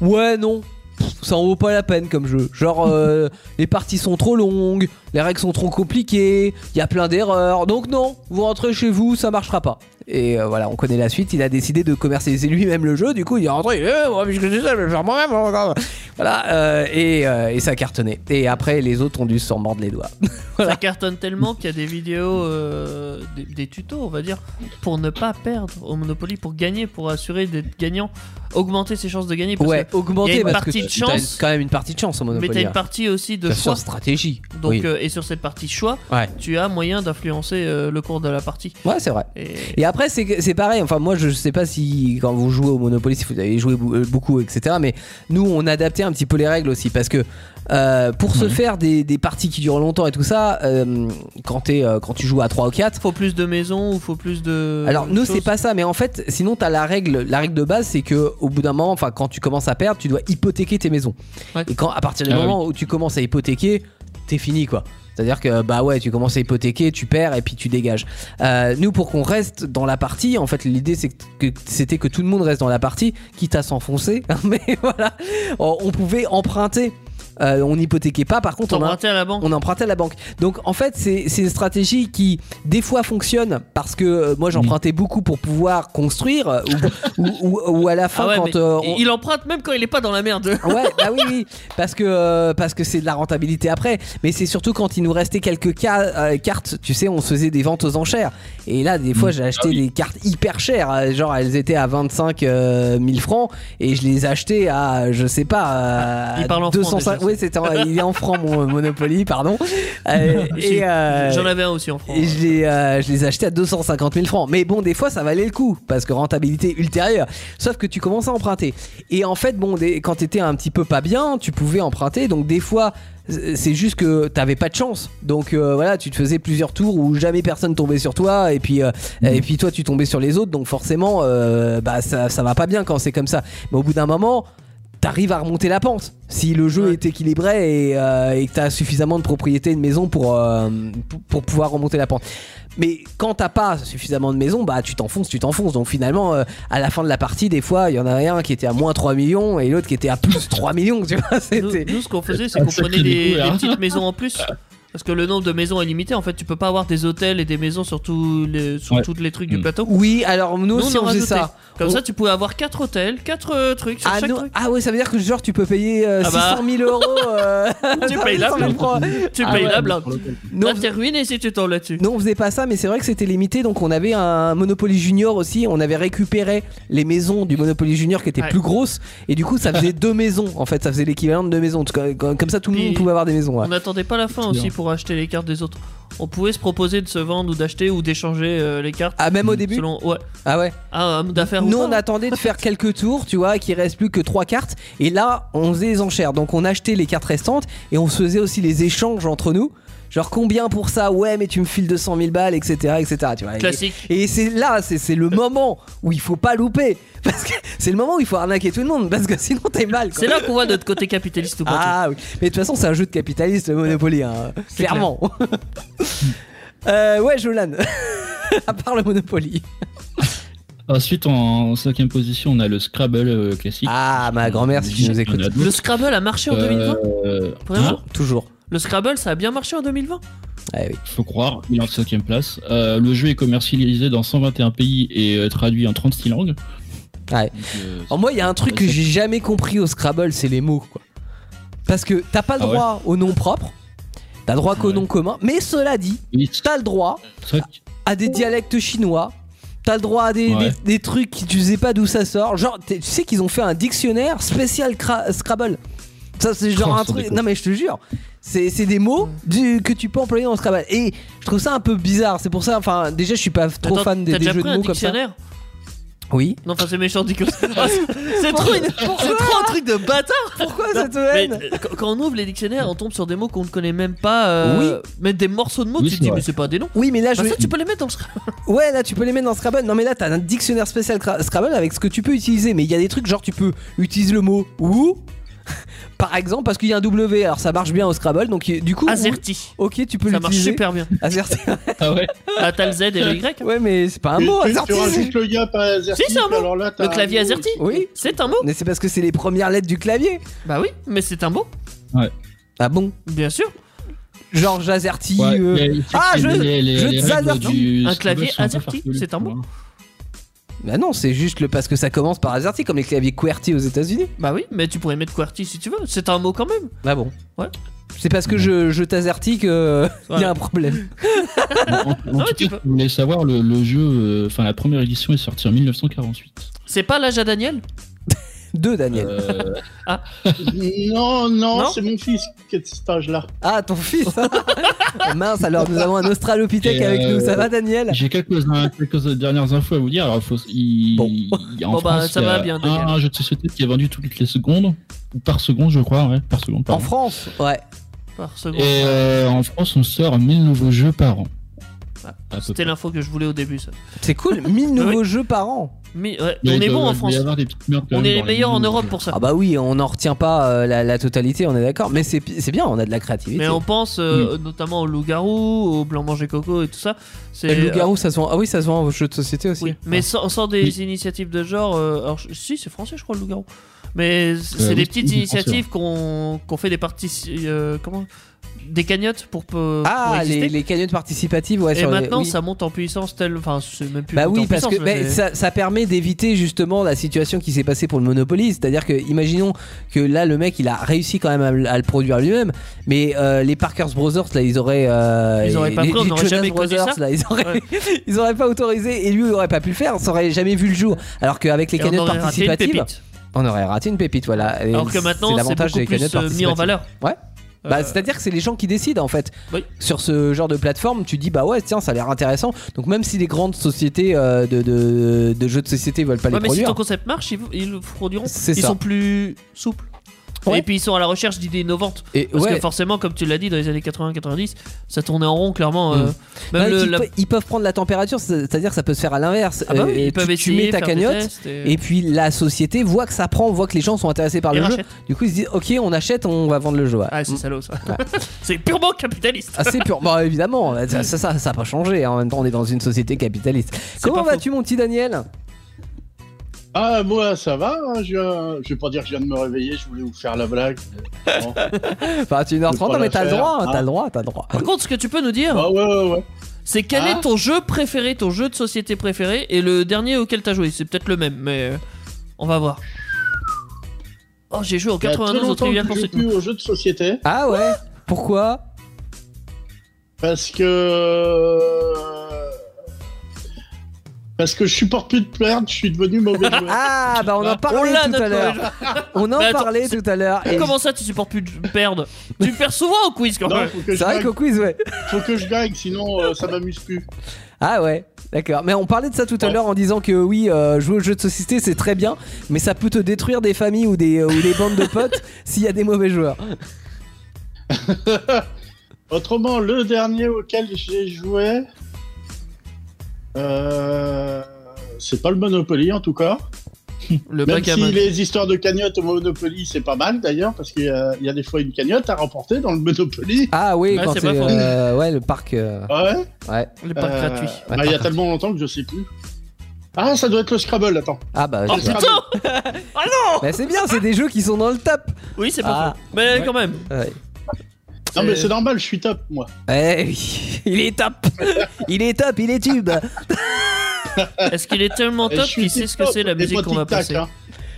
S2: ouais, non, pff, ça en vaut pas la peine comme jeu. Genre euh, les parties sont trop longues, les règles sont trop compliquées, il y a plein d'erreurs. Donc non, vous rentrez chez vous, ça marchera pas. Et euh, voilà, on connaît la suite. Il a décidé de commercialiser lui-même le jeu. Du coup, il est rentré. il dit, Eh, moi, puisque c'est ça, je vais le faire moi-même. hein. Voilà, euh, et, euh, et ça a cartonné. Et après, les autres ont dû s'en mordre les doigts. Voilà.
S3: Ça cartonne tellement qu'il y a des vidéos, euh, des, des tutos, on va dire, pour ne pas perdre au Monopoly, pour gagner, pour assurer d'être gagnant, augmenter ses chances de gagner. Parce
S2: ouais, augmenter
S3: y a une
S2: parce que
S3: partie de
S2: t'as une-
S3: chance.
S2: quand même une partie de chance au
S3: que, mais
S2: Monopoly.
S3: t'as
S2: hein.
S3: une partie aussi de
S2: T'as
S3: choix.
S2: sur stratégie.
S3: Donc,
S2: oui.
S3: euh, et sur cette partie choix,
S2: Ouais.
S3: tu as moyen d'influencer euh, le cours de la partie.
S2: ouais, c'est vrai.
S3: Et,
S2: Et après, c'est que- c'est pareil. Enfin, moi, je sais pas si quand vous jouez au Monopoly, si vous avez joué bou- euh, beaucoup, etc. Mais nous, on adaptait un petit peu les règles aussi. Parce que euh, pour se
S4: Ouais.
S2: faire des, des parties qui durent longtemps et tout ça, euh, quand, t'es, euh, quand tu joues à 3 ou 4,
S3: faut plus de maisons ou faut plus de.
S2: Alors nous c'est
S3: choses
S2: pas ça, mais en fait, sinon t'as la règle, la règle de base, c'est que au bout d'un moment, enfin quand tu commences à perdre, tu dois hypothéquer tes maisons.
S3: Ouais.
S2: Et quand à partir du
S4: Ah
S2: moment où tu commences à hypothéquer, t'es fini quoi. C'est-à-dire que bah ouais, tu commences à hypothéquer, tu perds et puis tu dégages. Euh, nous, pour qu'on reste dans la partie, en fait, l'idée c'est que c'était que tout le monde reste dans la partie, quitte à s'enfoncer. Mais voilà, on, on pouvait emprunter. Euh, on n'hypothéquait pas, par contre, on, a-
S3: T'empruntais à la banque.
S2: on empruntait à la banque. Donc en fait, c'est c'est une stratégie qui des fois fonctionne parce que euh, moi j'empruntais beaucoup pour pouvoir construire euh, ou, ou- ou- ou à la fin
S3: Ah ouais,
S2: quand
S3: mais
S2: euh, on-
S3: il emprunte même quand il est pas dans la merde.
S2: Ouais, bah oui, oui, parce que euh, parce que c'est de la rentabilité après, mais c'est surtout quand il nous restait quelques ca- euh, cartes, tu sais, on se faisait des ventes aux enchères. Et là, des
S3: Mm.
S2: fois, j'ai acheté
S3: Ah
S4: oui.
S2: des cartes hyper chères, euh, genre elles étaient à 25 euh, 000 francs et je les achetais à, je sais pas, euh, à
S3: Il parle en francs,
S2: 205.
S3: déjà.
S2: oui, c'était en- il est en francs mon Monopoly, pardon. Euh, et, euh,
S3: Ah, J'en avais un aussi en France.
S2: et je les, euh, je les ai achetés à 250 000 francs. Mais bon, des fois, ça valait le coup, parce que rentabilité ultérieure. Sauf que tu commences à emprunter. Et en fait, bon, des, quand t'étais un petit peu pas bien, tu pouvais emprunter. Donc, des fois, c'est juste que t'avais pas de chance. Donc, euh, voilà, tu te faisais plusieurs tours où jamais personne tombait sur toi. Et puis, euh, et puis toi, tu tombais sur les autres. Donc, forcément, euh, bah, ça, ça va pas bien quand c'est comme ça. Mais au bout d'un moment, t'arrives à remonter la pente si le jeu
S3: Ouais.
S2: est équilibré et, euh, et que t'as suffisamment de propriétés de maison pour, euh, pour- pour pouvoir remonter la pente. Mais quand t'as pas suffisamment de maison, bah tu t'enfonces, tu t'enfonces. Donc finalement, euh, à la fin de la partie, des fois, il y en avait un qui était à moins 3 millions et l'autre qui était à plus 3 millions. Tu vois,
S3: nous,
S2: c'était.
S3: nous, ce qu'on faisait, c'est
S4: Ah,
S3: qu'on
S4: ça
S3: prenait
S4: crie des
S3: des,
S4: couilles,
S3: des
S4: hein.
S3: petites maisons en plus. Parce que le nombre de maisons est limité. En fait, tu peux pas avoir des hôtels et des maisons sur, tous les, sur
S4: Ouais.
S3: toutes les trucs du
S4: Mm.
S3: plateau.
S2: Oui, alors nous
S3: Nous,
S2: aussi
S3: on
S2: on
S3: en
S2: faisait
S3: rajoutait.
S2: ça.
S3: Comme
S2: On-
S3: ça, tu pouvais avoir 4 hôtels, 4 trucs sur
S2: Ah,
S3: chaque
S2: non-
S3: truc.
S2: ah ouais, ça veut dire que genre tu peux payer euh,
S3: Ah bah.
S2: 600 000 euros. euh,
S3: Tu payes la
S2: 500 000 francs.
S3: Tu
S2: Ah
S3: payes
S2: ouais.
S3: la blinde.
S2: Nous, on
S3: Là, t'es ruiné si tu tombes là-dessus.
S2: Non, on faisait pas ça, mais c'est vrai que c'était limité. Donc, on avait un Monopoly Junior aussi. On avait récupéré les maisons du Monopoly Junior qui étaient
S3: Ouais.
S2: plus grosses. Et du coup, ça faisait deux maisons. En fait, ça faisait l'équivalent de deux maisons. En tout cas, Comme comme ça, tout le
S3: Puis-
S2: monde pouvait avoir des maisons. ouais.
S3: On n'attendait pas la fin aussi pour acheter les cartes des autres. On pouvait se proposer de se vendre ou d'acheter ou d'échanger euh, les cartes.
S2: Ah, même au début
S3: Selon, ouais.
S2: Ah ouais
S3: Ah, homme d'affaires ou
S2: Nous, on
S3: pas.
S2: attendait de faire quelques tours, tu vois, qu'il reste plus que trois cartes. Et là, on faisait les enchères. Donc, on achetait les cartes restantes et on se faisait aussi les échanges entre nous. Genre, combien pour ça Ouais, mais tu me files 200 000 balles, etc. etc. Tu vois, Et-
S3: Classique.
S2: Et c'est là, c'est c'est le moment où il faut pas louper. Parce que c'est le moment où il faut arnaquer tout le monde. Parce que sinon, t'es mal. quoi.
S3: C'est là qu'on voit notre côté capitaliste ou pas. tu vois.
S2: Ah oui. Mais de toute façon, c'est un jeu de capitaliste, le Monopoly. hein.
S3: C'est
S2: Clairement. Euh, ouais, Jolan. à part le Monopoly.
S4: Ensuite, en cinquième position, on a le Scrabble euh, classique.
S2: Ah, ma grand-mère, si tu nous écoutes.
S3: Le Scrabble a marché en 2020
S4: Euh,
S3: Vraiment
S4: hein,
S2: Toujours.
S3: Le Scrabble, ça a bien marché en 2020
S2: Ah oui.
S4: faut croire, il est en cinquième place. Euh, le jeu est commercialisé dans 121 pays et euh, traduit en 36 langues.
S2: Ouais.
S4: Donc,
S3: Oh,
S4: euh,
S2: En moi, il y a un truc que j'ai jamais compris au Scrabble, c'est les mots, quoi. Parce que t'as pas le
S4: Ah ouais Ah
S2: droit au nom propre, t'as droit qu'au
S4: Ouais.
S2: nom commun, mais cela dit,
S4: oui, c'est
S2: t'as le droit
S4: vrai que-
S2: à des dialectes chinois. T'as le droit à des,
S4: Ouais.
S2: des- des trucs qui tu sais pas d'où ça sort. Genre, t'es- tu sais qu'ils ont fait un dictionnaire spécial cra- Scrabble. Ça, c'est genre
S4: Oh,
S2: un
S4: sans
S2: truc.
S4: déconner.
S2: Non, mais je te jure. C'est c'est des mots du- que tu peux employer dans Scrabble. Et je trouve ça un peu bizarre. C'est pour ça, enfin, déjà, je suis pas trop
S3: Attends,
S2: fan des,
S3: T'as
S2: des
S3: déjà
S2: jeux
S3: pris
S2: de
S3: un
S2: mots comme ça.
S3: dictionnaire
S2: Oui.
S3: Non, enfin, c'est méchant, dit que- Ah, c'est c'est trop, une- c'est trop un truc de bâtard
S2: Pourquoi
S3: Non,
S2: cette
S3: mais,
S2: haine
S3: euh, quand- Quand on ouvre les dictionnaires, on tombe sur des mots qu'on ne connaît même pas. euh, Mais des morceaux de mots,
S4: Oui,
S3: tu te
S4: c'est
S3: dis,
S4: vrai.
S3: mais c'est pas des noms.
S2: Oui, mais là, je.
S3: Bah, ça, tu peux les mettre dans le Scrabble.
S2: Ouais, là, tu peux les mettre dans Scrabble. Non, mais là, t'as un dictionnaire spécial Cra- Scrabble avec ce que tu peux utiliser. Mais il y a des trucs, genre, tu peux utiliser le mot ou. Par exemple, parce qu'il y a un W, alors ça marche bien au Scrabble, donc y- du coup.
S3: Azerty.
S2: ou- Ok, tu peux
S3: Ça marche
S2: l'utiliser.
S3: super bien.
S2: Azerty.
S4: Ah ouais
S3: Ah, t'as le Z et le Y.
S2: Ouais, mais c'est pas un
S5: Tu-
S2: mot,
S5: tu-
S2: Azerty.
S5: Tu rajoutes le gap à Azerty.
S3: Si, c'est un mot.
S5: alors là, t'as
S3: Le
S5: un
S3: clavier
S5: mot.
S3: Azerty.
S2: Oui.
S3: C'est un mot.
S2: Mais c'est parce que c'est les premières lettres du clavier.
S3: Bah oui, mais c'est un mot.
S2: Ah bon
S3: Bien sûr.
S2: Georges Azerty.
S4: Ouais,
S2: euh,
S4: mais c'est
S2: ah,
S4: que
S2: je-
S4: les- les-
S2: je
S4: les
S2: te
S4: règles
S2: azerty.
S4: du
S3: hein. Un
S4: Scrabble
S3: clavier
S4: sont un peu
S3: azerty,
S4: farfelues,
S3: c'est un
S4: tu
S3: mot.
S4: vois.
S2: Bah non, c'est juste le parce que ça commence par Azerty, comme les claviers QWERTY aux États-Unis.
S3: Bah oui, mais tu pourrais mettre QWERTY si tu veux. C'est un mot quand même.
S2: Ah bon
S3: Ouais.
S2: C'est parce que je, je t'azerty que il y a un problème.
S4: En, en
S3: Ouais,
S4: tout
S3: tu
S4: cas,
S3: peux.
S4: si vous voulez savoir, le, le jeu, euh, enfin la première édition est sortie en 1948.
S3: C'est pas l'âge à Daniel
S2: Deux, Daniel.
S4: Euh,
S5: Non, non,
S3: Non
S5: c'est mon fils qui est de cet âge-là.
S2: Ah, ton fils Mince, alors nous avons un Australopithèque
S4: Et,
S2: avec nous. Ça
S4: euh,
S2: va, Daniel
S4: J'ai quelques, quelques dernières infos à vous dire. Alors, faut, il,
S2: Bon.
S4: il- en
S3: Bon, bah,
S4: France,
S3: ça
S4: il y a
S3: va bien,
S4: un,
S3: Daniel.
S4: un jeu de société qui est vendu toutes les secondes, ou par seconde, je crois, ouais, par seconde.
S2: En
S4: pardon.
S2: France Ouais.
S3: Par seconde.
S4: euh, Et euh, en France, on sort 1000 nouveaux jeux par an. à peu
S3: C'était
S4: près.
S3: l'info que je voulais au début. Ça.
S2: C'est cool, 1000 nouveaux jeux par an.
S3: Mais, ouais,
S4: Mais
S3: on
S4: il
S3: est
S4: doit-
S3: bon en
S4: il doit y
S3: France.
S4: avoir des petites merdes quand
S3: On
S4: même
S3: est les
S4: dans les
S3: meilleurs en
S4: villes, donc,
S3: Europe
S4: euh,
S3: pour ça.
S2: Ah bah oui, on n'en retient pas euh, la, la totalité, on est d'accord. Mais c'est pi- c'est Mm. bien, on a de la créativité.
S3: Mais on pense euh, notamment au loup-garou, au blanc-manger coco et tout ça. C'est
S2: Et le loup-garou, ça se vend. Ah oui, ça se vend aux jeux de société aussi.
S3: euh, Oui, mais sans, sans des
S4: Oui.
S3: initiatives de genre. euh, alors, je- si, c'est français, je crois, le loup-garou. Mais c-
S2: Euh,
S3: c'est
S4: oui,
S3: des
S4: oui,
S3: petites
S4: c'est
S3: initiatives qu'on qu'on fait des parties. euh, comment Des cagnottes pour. peu- pour
S2: Ah,
S3: exister.
S2: les, les cagnottes participatives, ouais.
S3: Et
S2: sur les-
S3: maintenant,
S2: oui.
S3: ça monte en puissance, tel. Enfin, c'est même plus.
S2: Bah
S3: monté
S2: oui,
S3: en
S2: parce que
S3: puissance, mais
S2: mais
S3: c'est-
S2: ça, ça permet d'éviter justement la situation qui s'est passée pour le Monopoly. C'est-à-dire que, imaginons que là, le mec, il a réussi quand même à, le- à le produire lui-même, mais euh, les Parkers Brothers, là, ils auraient. euh,
S3: Ils auraient pas
S2: les-
S3: pris, on
S2: les
S3: n'aurait jamais
S2: Jonas
S3: connu
S2: Brothers,
S3: ça.
S2: là, ils auraient,
S3: Ouais.
S2: ils auraient pas autorisé et lui, il aurait pas pu le faire, ça aurait jamais vu le jour. Alors qu'avec les
S3: et on
S2: cagnottes
S3: aurait raté une
S2: participatives,
S3: pépite.
S2: on aurait raté une pépite, voilà. Et
S3: Alors que maintenant, c'est
S2: l'avantage
S3: beaucoup
S2: des
S3: plus
S2: cagnottes
S3: euh, mis en
S2: participatives.
S3: valeur.
S2: Ouais. Bah,
S3: Euh,
S2: C'est-à-dire que c'est les gens qui décident en fait.
S3: Oui.
S2: Sur ce genre de plateforme, tu dis bah ouais, tiens, ça a l'air intéressant. Donc même si les grandes sociétés euh, de, de- de jeux de société veulent pas
S3: ouais,
S2: les
S3: mais si ton
S2: produire,
S3: concept marche, ils, ils le produiront.
S2: C'est
S3: Ils
S2: ça.
S3: sont plus souples.
S2: Ouais.
S3: Et puis ils sont à la recherche d'idées innovantes.
S2: et
S3: Parce
S2: ouais,
S3: que forcément, comme tu l'as dit, dans les années 80-90, ça tournait en rond, clairement. euh,
S2: Mm.
S3: même
S2: non,
S3: le-
S2: ils,
S3: la-
S2: pe- ils peuvent prendre la température, c'est- c'est-à-dire que ça peut se faire à l'inverse.
S3: Ah bah oui,
S2: Euh,
S3: ils
S2: tu,
S3: peuvent
S2: tu
S3: essayer,
S2: mets ta
S3: faire des
S2: cagnotte.
S3: tests et,
S2: Et puis la société voit que ça prend, voit que les gens sont intéressés par
S3: et
S2: le jeu.
S3: rachètent.
S2: Du coup, ils se disent Ok, on achète, on va vendre le jeu. ouais.
S3: Ah, c'est
S2: Mm.
S3: salaud ça.
S2: Ouais.
S3: c'est purement capitaliste.
S2: Ah, c'est pur. Bah, évidemment, ça, ça, ça, ça a pas changé. hein. En même temps, on est dans une société capitaliste. Comment
S3: pas faux.
S2: vas-tu, mon petit Daniel
S5: Ah, moi, ça va. hein, je, viens- je vais pas dire que je viens de me réveiller, je voulais vous faire la blague. Bon.
S2: Enfin, tu es
S5: Je peux
S2: 1h30,
S5: pas
S2: mais
S5: la
S2: t'as le
S5: faire,
S2: droit,
S5: hein.
S2: t'as le droit, t'as le droit.
S3: Par contre, ce que tu peux nous dire,
S2: Bah.
S5: Ah, ouais, ouais, ouais.
S3: c'est quel
S5: Ah.
S3: est ton jeu préféré, ton jeu de société préféré et le dernier auquel t'as joué. C'est peut-être le même, mais euh, on va voir. Oh, j'ai joué en
S5: Il y a très
S3: 92 au
S5: longtemps que
S3: Trivial
S5: je joue
S3: Pursuit.
S5: plus aux jeux de société
S2: Ah ouais Pourquoi
S5: parce que. Parce que je supporte plus de perdre, je suis devenu mauvais joueur.
S2: Ah bah on en
S3: On
S2: parlait
S3: l'a
S2: tout à
S3: notre
S2: l'heure.
S3: jeu.
S2: On en
S3: Mais attends,
S2: parlait tout à l'heure. et
S3: Bah, Comment ça, tu supportes plus de perdre Tu perds souvent au quiz quand
S5: Non,
S3: même.
S5: faut que,
S2: C'est
S5: je
S2: vrai
S5: gagne,
S2: qu'au quiz ouais.
S5: faut que je gagne, sinon euh, ça m'amuse plus.
S2: Ah ouais. D'accord, mais on parlait de ça tout à
S5: Ouais.
S2: l'heure en disant que oui, euh, jouer aux jeux de société c'est très bien, mais ça peut te détruire des familles ou des, euh, ou des bandes de potes s'il y a des mauvais joueurs.
S5: Autrement, le dernier auquel j'ai joué, euh, c'est pas le Monopoly en tout cas.
S3: Le
S5: Même
S3: bac à
S5: si
S3: main.
S5: les histoires de cagnotte au Monopoly, c'est pas mal d'ailleurs, parce qu'il y, a- il y a des fois une cagnotte à remporter dans le Monopoly. Ah
S2: Ah oui,
S3: Ouais,
S2: quand
S3: c'est
S2: c'est
S3: pas faux.
S2: euh, ouais, le parc. euh,
S5: Ouais.
S2: ouais.
S3: Les packs
S5: euh,
S3: gratuits.
S5: bah, il y a tellement longtemps que je sais plus. Ah, ça doit être le Scrabble, attends.
S2: Ah bah.
S3: Oh
S5: je sais
S2: c'est-
S5: pas.
S3: putain Ah non
S2: bah, c'est bien, c'est des jeux qui sont dans le top.
S3: Oui, c'est pas
S2: Ah.
S3: faux. Mais
S4: Ouais.
S3: quand même.
S2: Ouais.
S5: Non, mais
S3: C'est-
S5: c'est normal, je suis top, moi.
S2: Eh oui, il est top, il est top, il est tube.
S3: Est-ce qu'il est tellement
S5: Euh, Et je
S3: top
S5: suis
S3: qu'il sait ce que
S5: top
S3: c'est la
S5: et
S3: musique
S5: pas
S3: qu'on va
S5: tic-tac,
S3: passer
S5: hein.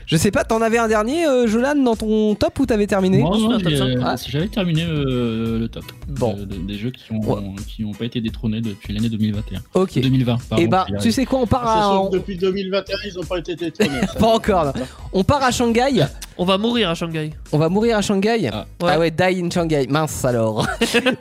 S2: Je sais pas, t'en avais un dernier, euh, Jolan, dans ton top ou t'avais terminé
S4: Moi,
S3: Non,
S4: non,
S3: c'est un top
S4: j'ai-
S3: cinq.
S2: Ah.
S4: j'avais terminé euh, le top.
S2: Bon.
S4: Euh, de- des jeux qui
S2: Ouais.
S4: ont, qui ont pas été détrônés depuis l'année 2021.
S2: Ok.
S4: 2020, pardon.
S3: Eh
S2: Et
S3: ben,
S2: bah,
S4: j'ai-
S2: tu sais quoi, on part
S5: Ah, c'est
S2: à.
S5: sûr
S2: on-
S5: que depuis 2021, ils n'ont pas été détournés. ça.
S2: Pas encore. non. On part à Shanghai.
S3: On va mourir à Shanghai.
S2: On va mourir à Shanghai.
S4: Ah.
S2: Ah ouais, die in Shanghai. Mince alors.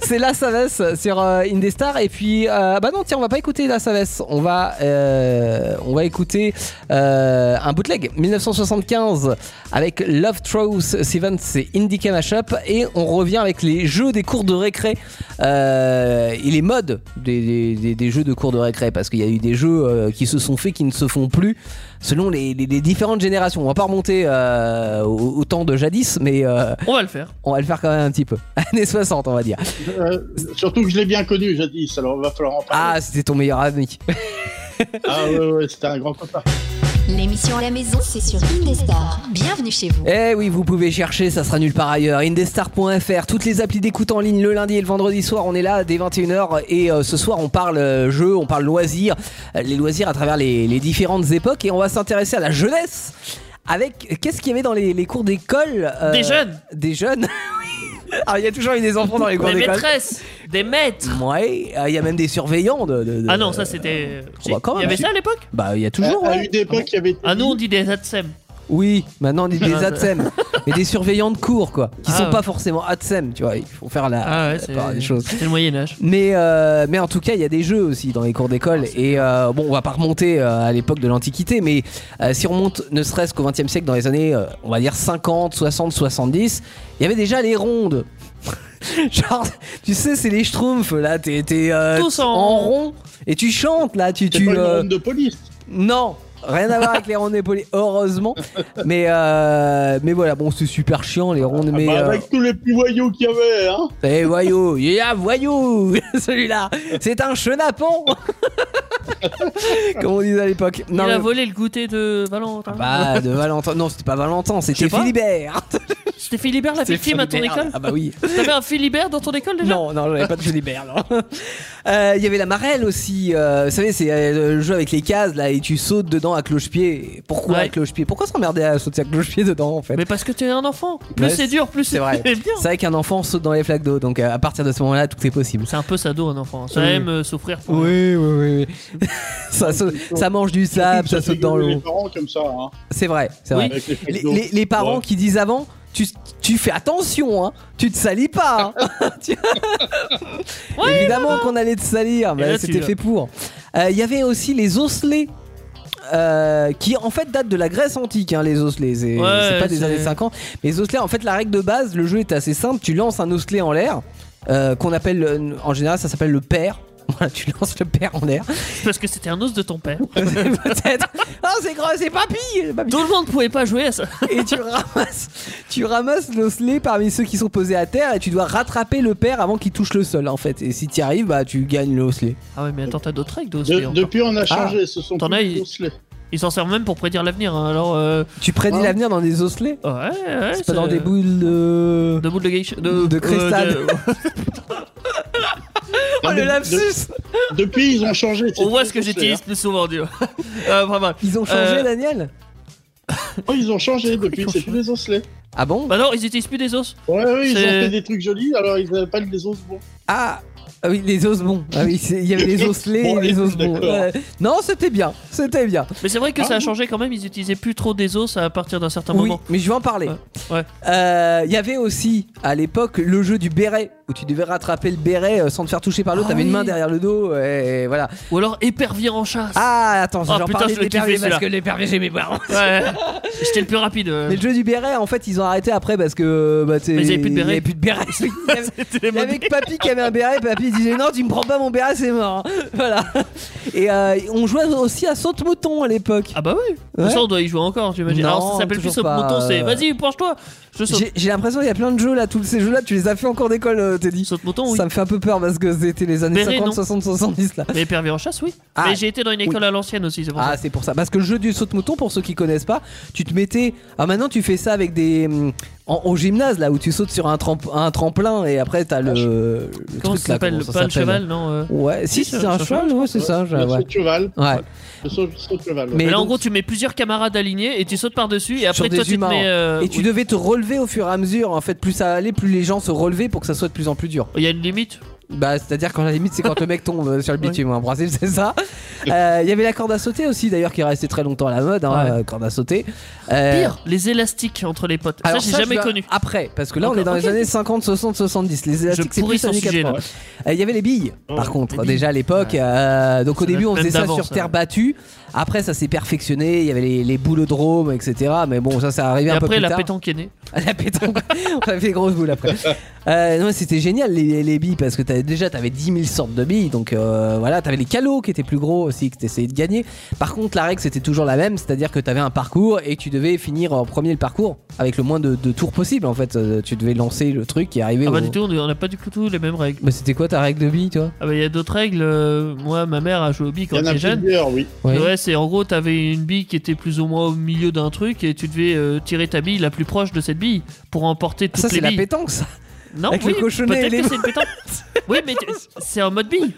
S2: c'est La Savès sur euh, Indestar. Et puis, euh, bah non, tiens, on va pas écouter La Savès. On va, euh, on va écouter euh, un bootleg 1975 avec Love Troughs Seven, c'est Indica Mashup. Et on revient avec les jeux des cours de récré euh, et les modes des, des- des- des jeux de cours de récré. Parce qu'il y a eu des jeux euh, qui se sont faits, qui ne se font plus selon les, les- les différentes générations. On va pas remonter euh, au, au temps de jadis, mais euh,
S3: On va le faire.
S2: on va le faire quand même un petit peu. Années 60, on va dire.
S5: Euh, surtout que je l'ai bien connu jadis, alors il va falloir en parler.
S2: Ah, c'était ton meilleur ami.
S5: Ah, ouais, ouais, c'était un grand copain.
S1: L'émission à la maison, c'est sur Indestar. Bienvenue chez vous.
S2: Eh oui, vous pouvez chercher, ça sera nulle part ailleurs. Indestar.fr, toutes les applis d'écoute en ligne le lundi et le vendredi soir. On est là dès 21h et euh, ce soir on parle euh, jeu, on parle loisirs, euh, les loisirs à travers les, les différentes époques et on va s'intéresser à la jeunesse. Avec qu'est-ce qu'il y avait dans les, les cours d'école euh,
S3: Des jeunes
S2: Des jeunes Alors il y a toujours eu des enfants dans les cours
S3: Des
S2: d'école.
S3: maîtresses Des maîtres
S2: Ouais, euh, il y a même des surveillants de. de- de-
S3: Ah non, ça c'était. Si,
S2: bah, quand
S3: Il y
S2: même.
S3: avait ça à l'époque
S2: Bah, il y a toujours.
S5: à, à
S2: ouais.
S5: une époque, il y avait.
S3: Ah nous on dit des ATSEM.
S2: Oui, maintenant on dit des
S3: Ah, ça-
S2: ATSEM, mais des surveillants de cours quoi, qui
S3: Ah,
S2: sont
S3: ouais.
S2: pas forcément ATSEM, tu vois, il faut faire la,
S3: Ah ouais,
S2: la part des
S3: c'est.
S2: choses.
S3: C'était le Moyen-Âge.
S2: Mais, euh, mais en tout cas, il y a des jeux aussi dans les cours
S3: Ah,
S2: d'école. Et euh, bon, on va pas remonter euh, à l'époque de l'Antiquité, mais euh, si on remonte ne serait-ce qu'au XXe siècle, dans les années, euh, on va dire 50, 60, 70, il y avait déjà les rondes. Genre, tu sais, c'est les schtroumpfs là, t'es t'es, euh,
S3: Tous en-
S2: rond et tu chantes là, tu.
S5: C'est
S2: tu
S5: pas une
S2: euh,
S5: ronde de police.
S2: Non, rien à voir avec les rondes épaulées, heureusement. Mais euh, mais voilà, bon, c'est super chiant les rondes,
S5: Ah
S2: mais.
S5: bah,
S2: euh,
S5: Avec tous les petits voyous qu'il y avait, hein.
S2: Eh voyou, il y a voyou, celui-là, c'est un chenapon, comme on disait à l'époque.
S3: Il
S2: Non,
S3: a
S2: mais-
S3: volé le goûter de Valentin.
S2: bah de Valentin, non c'était pas Valentin,
S3: Je
S2: c'était
S3: sais pas.
S2: Philibert.
S3: C'était Philibert la
S2: C'était
S3: victime à ton
S2: Philibert.
S3: école
S2: Ah bah oui.
S3: T'avais un Philibert dans ton école déjà
S2: Non, non, j'avais pas de Philibert. non. Euh, Il y avait la marelle aussi. euh, vous savez, c'est euh, le jeu avec les cases là et tu sautes dedans à cloche-pied. Pourquoi
S3: Ouais.
S2: à cloche-pied Pourquoi s'emmerder à sauter à cloche-pied dedans en fait
S3: Mais parce que t'es un enfant. Plus
S2: Ouais,
S3: c'est dur, plus
S2: c'est vrai.
S3: bien.
S2: C'est vrai qu'un enfant on saute dans les flaques d'eau, donc euh, à partir de ce moment-là, tout est possible.
S3: C'est un peu sado un enfant. Ça
S2: Oui.
S3: aime euh, souffrir. pour-
S2: Oui, oui, oui. oui. ça, saute- ça mange du sable, ça saute
S5: fait
S2: dans
S5: gueuler
S2: l'eau.
S5: Les parents comme ça, hein.
S2: C'est vrai, c'est
S3: Oui.
S2: vrai.
S5: Avec les flaques
S2: Les,
S5: d'eau.
S2: les- les parents
S5: Ouais.
S2: qui disent avant, tu, tu fais attention, hein, tu te salis pas. hein. Tu-
S3: Ouais,
S2: Évidemment qu'on allait te salir, mais
S3: là, tu
S2: c'était
S3: vas.
S2: fait pour. Euh, Il y avait aussi les osselets. euh, qui en fait datent de la Grèce antique, hein, les osselets. C'est
S3: Ouais,
S2: c'est pas des
S3: c'est-
S2: années 50. Mais les osselets, en fait, la règle de base, le jeu est assez simple. Tu lances un osselet en l'air, euh, qu'on appelle, euh, en général, ça s'appelle le père. Voilà, tu lances le père en l'air.
S3: c'est parce que c'était un os de ton père.
S2: Peut-être. Ah, c'est gros, c'est papy, c'est papy.
S3: Tout le monde pouvait pas jouer à ça.
S2: et tu ramasses, tu ramasses l'osselet parmi ceux qui sont posés à terre et tu dois rattraper le père avant qu'il touche le sol en fait. Et si tu arrives, bah tu gagnes l'osselet.
S3: Ah ouais, mais attends, t'as d'autres règles d'os.
S5: De-
S3: mais encore.
S5: depuis,
S2: Ah,
S5: on a changé. Ce sont
S3: T'en as, il-
S5: plus tous
S2: Oh,
S5: les-
S3: Ils s'en servent même pour prédire l'avenir. hein. Alors, euh,
S2: Tu prédis
S5: Ouais.
S2: l'avenir dans des osselets
S3: ouais, ouais.
S2: C'est pas dans des boules de.
S3: De boules de geisha.
S2: De
S3: De, euh,
S2: cristal.
S3: de-
S2: Oh
S5: Non,
S2: le
S5: mais de-
S2: lapsus
S5: Depuis, ils ont changé. c'est
S3: On voit
S5: plus
S3: ce que
S5: tous les-
S3: j'utilise plus souvent, Dieu. euh, pas mal.
S2: Ils ont changé,
S3: Euh,
S2: Daniel
S5: Oh, ils ont changé depuis,
S3: ont
S5: c'est plus
S3: changé.
S5: les osselets.
S2: Ah bon
S3: Bah non, ils utilisent plus des os.
S5: Ouais, ouais, ils ont
S3: C'est-
S5: fait des trucs jolis, alors ils appellent les os bons.
S2: Ah ah oui, les os bons. Ah oui, c'est- il y avait les osselets
S5: Bon,
S2: et les os bons.
S5: d'accord.
S2: Euh, non, c'était bien. C'était bien.
S3: Mais c'est vrai que
S5: Ah
S3: ça a
S5: bon
S3: changé quand même. Ils utilisaient plus trop des os à partir d'un certain
S2: Oui,
S3: moment.
S2: mais je vais en parler.
S3: Ouais, ouais.
S2: Euh, Il y avait aussi à l'époque le jeu du béret où tu devais rattraper le béret euh, sans te faire toucher par l'autre.
S3: Ah
S2: T'avais une
S3: oui.
S2: main derrière le dos et voilà.
S3: Ou alors épervier en chasse.
S2: Ah, attends,
S3: Ah,
S2: j'en
S3: putain,
S2: parlais
S3: je l'ai
S2: d'épervier
S3: kiffé,
S2: parce
S3: celui-là.
S2: que l'épervier j'aimais pas.
S3: Ouais. J'étais le plus rapide. euh.
S2: Mais le jeu du béret, en fait, ils ont arrêté après parce que. Bah,
S3: Mais ils avaient plus de béret.
S2: Il y avait plus de béret. Il y avait-
S3: C'était les
S2: il y avait
S3: modèles.
S2: que papy qui avait un béret, papy il disait non, tu me prends pas mon béret, c'est mort. Voilà. Et euh, on jouait aussi à saute-mouton à l'époque.
S3: Ah bah oui.
S2: Ouais.
S3: Ça, on doit y jouer encore, tu imagines.
S2: Non,
S3: alors ça s'appelle plus ce
S2: toujours pas,
S3: bouton, c'est
S2: euh,
S3: vas-y, penche-toi. Je saute.
S2: J'ai j'ai l'impression qu'il y a plein de jeux là, tous ces jeux là, tu les as fait en cours d'école, euh, Teddy.
S3: Saute mouton, Oh, oui.
S2: Ça me fait un peu peur parce que c'était les années
S3: Béret,
S2: 50,
S3: non.
S2: 60, 70 là.
S3: Mais épervier en chasse, oui.
S2: Ah.
S3: Mais j'ai été dans une école à l'ancienne aussi, c'est pour
S2: Ah, c'est pour ça. Parce que le jeu du saute-mouton, pour ceux qui connaissent pas, tu te mettais. Ah, maintenant tu fais ça avec des. hum, en- au gymnase, là, où tu sautes sur un, tremp- un tremplin et après t'as le. le
S3: ça.
S2: truc
S3: Ah, Comment
S2: là,
S3: ça s'appelle
S2: comment ça
S3: Pas le
S2: s'appelle
S3: cheval, non euh.
S2: Ouais, si,
S3: Si,
S2: c'est
S3: c'est
S2: un
S3: un
S2: cheval, ouais, c'est ça. je-
S5: Le
S2: Ah, ouais.
S5: saut-cheval.
S2: Ouais.
S5: Le saut- saut-cheval. ouais.
S2: Mais
S3: Mais là, en
S2: donc-
S3: gros, tu mets plusieurs camarades alignés et tu sautes par-dessus et
S2: Sur
S3: après,
S2: des
S3: toi, tu te
S2: humains.
S3: mets. euh,
S2: Et tu
S3: oui.
S2: devais te relever au fur et à mesure. En fait, plus ça allait, plus les gens se relevaient pour que ça soit de plus en plus dur.
S3: Il y a une limite.
S2: Bah, c'est-à-dire quand la limite, c'est quand le mec tombe euh, sur le bitume. hein. En principe, c'est ça. Euh, Il y avait la corde à sauter aussi, d'ailleurs, qui est restée très longtemps à la mode. Hein,
S3: Ouais.
S2: euh, corde à sauter. Euh,
S3: Pire, les élastiques entre les potes. Ça,
S2: Alors
S3: j'ai
S2: je
S3: jamais
S2: l'ai-
S3: connu.
S2: Après, parce que là, on
S3: Encore,
S2: est dans les
S3: ok.
S2: années 50, 60, 70. Les
S3: Je
S2: élastiques, c'est plus
S3: pourris son
S2: années
S3: sujet
S2: 80.
S3: là.
S2: Euh, Il y avait les billes,
S5: Oh,
S2: par contre,
S3: les billes.
S2: déjà à l'époque.
S3: Ouais.
S2: euh, donc au
S3: Ça
S2: début,
S3: date
S2: on
S3: même
S2: faisait ça
S3: d'avant,
S2: sur
S3: ça.
S2: terre battue. Après, ça s'est perfectionné. Il y avait les, les boulodromes, etc. Mais bon, ça, c'est arrivé
S3: Et
S2: un peu
S3: après,
S2: plus
S3: la
S2: tard.
S3: pétanque est née.
S2: la pétanque. on avait fait des grosses boules après. Euh, non, c'était génial les, les billes parce que t'avais, déjà t'avais 10 000 sortes de billes. Donc euh, voilà, t'avais les calots qui étaient plus gros aussi que t'essayais de gagner. Par contre, la règle c'était toujours la même, c'est-à-dire que t'avais un parcours et que tu devais finir en premier le parcours avec le moins de, de tours possible en fait. Euh, tu devais lancer le truc et arriver
S3: Ah bah,
S2: au.
S3: du tout, on n'a pas du tout les mêmes règles.
S2: Bah, c'était quoi ta règle de billes, toi
S3: Ah bah, il y a d'autres règles. euh, Moi, ma mère a joué aux billes
S5: Il y
S3: quand
S5: en a
S3: j'étais jeune.
S5: plusieurs, oui.
S2: Ouais. Ah,
S3: Ouais, c'est en gros, t'avais une bille qui était plus ou moins au milieu d'un truc et tu devais euh, tirer ta bille la plus proche de cette bille pour emporter toutes
S2: Ça
S3: les
S2: c'est la
S3: billes.
S2: pétanque ça.
S3: non,
S2: avec
S3: oui,
S2: le cochonnet et
S3: peut-être
S2: les
S3: que c'est une pétanque. oui, mais t- c'est en mode bille.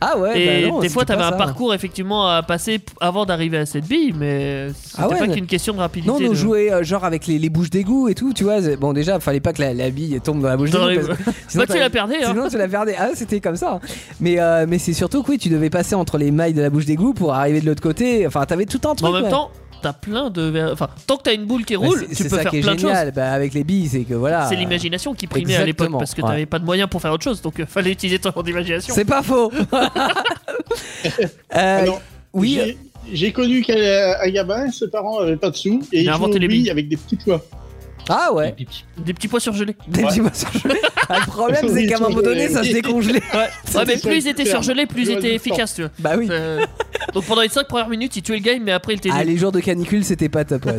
S2: Ah ouais.
S3: et
S2: bah non,
S3: des fois,
S2: c'était
S3: t'avais
S2: pas
S3: un
S2: ça.
S3: parcours effectivement à passer p- avant d'arriver à cette bille, mais c'était
S2: Ah ouais,
S3: pas
S2: mais-
S3: qu'une question de rapidité.
S2: Non, on
S3: de- Bah,
S2: jouait euh, genre avec les, les bouches d'égout et tout, tu vois. c'est- Bon, déjà, fallait pas que la, la bille tombe dans la bouche
S3: Dans
S2: d'égout.
S3: les-
S2: parce que sinon,
S3: Bah, tu
S2: t'as-
S3: l'as perdu, hein.
S2: Sinon, tu l'as perdé. Ah, c'était comme ça. Mais, euh, mais c'est surtout que oui, tu devais passer entre les mailles de la bouche d'égout pour arriver de l'autre côté. Enfin, t'avais tout un
S3: Mais
S2: truc.
S3: en même
S2: ouais.
S3: temps, t'as plein de. ver- Enfin, tant que t'as une boule qui
S2: Bah,
S3: roule,
S2: c'est-
S3: tu
S2: c'est
S3: peux
S2: ça
S3: faire
S2: qui est
S3: plein de choses.
S2: génial. Bah, avec les billes, c'est que voilà.
S3: C'est l'imagination qui primait à
S2: Exactement,
S3: l'époque parce que
S2: ouais.
S3: t'avais pas de moyens pour faire autre chose, donc euh, fallait utiliser ton imagination.
S2: C'est pas faux. Euh,
S5: Alors,
S2: oui.
S5: j'ai- J'ai connu qu'un un gamin, ses parents avaient pas de sous et
S3: Il
S5: il
S3: a
S5: jouait
S3: inventé
S5: aux
S3: les
S5: billes
S3: billes.
S5: avec des petits doigts.
S2: Ah ouais.
S4: Des petits-
S3: Des petits pois surgelés.
S2: Des petits poissons gelés. Ah, Le problème, c'est qu'à un moment donné, ça se décongelait.
S3: Ouais,
S5: C'était
S3: mais
S5: ça,
S3: plus ils étaient
S5: super.
S3: surgelés, plus
S5: Le
S3: ils étaient
S5: résultat.
S3: efficaces, tu vois.
S2: Bah oui.
S3: Euh, donc pendant les 5 premières minutes, ils tuaient le game, mais après ils étaient.
S2: Ah, les jours de canicule, c'était pas top. ouais.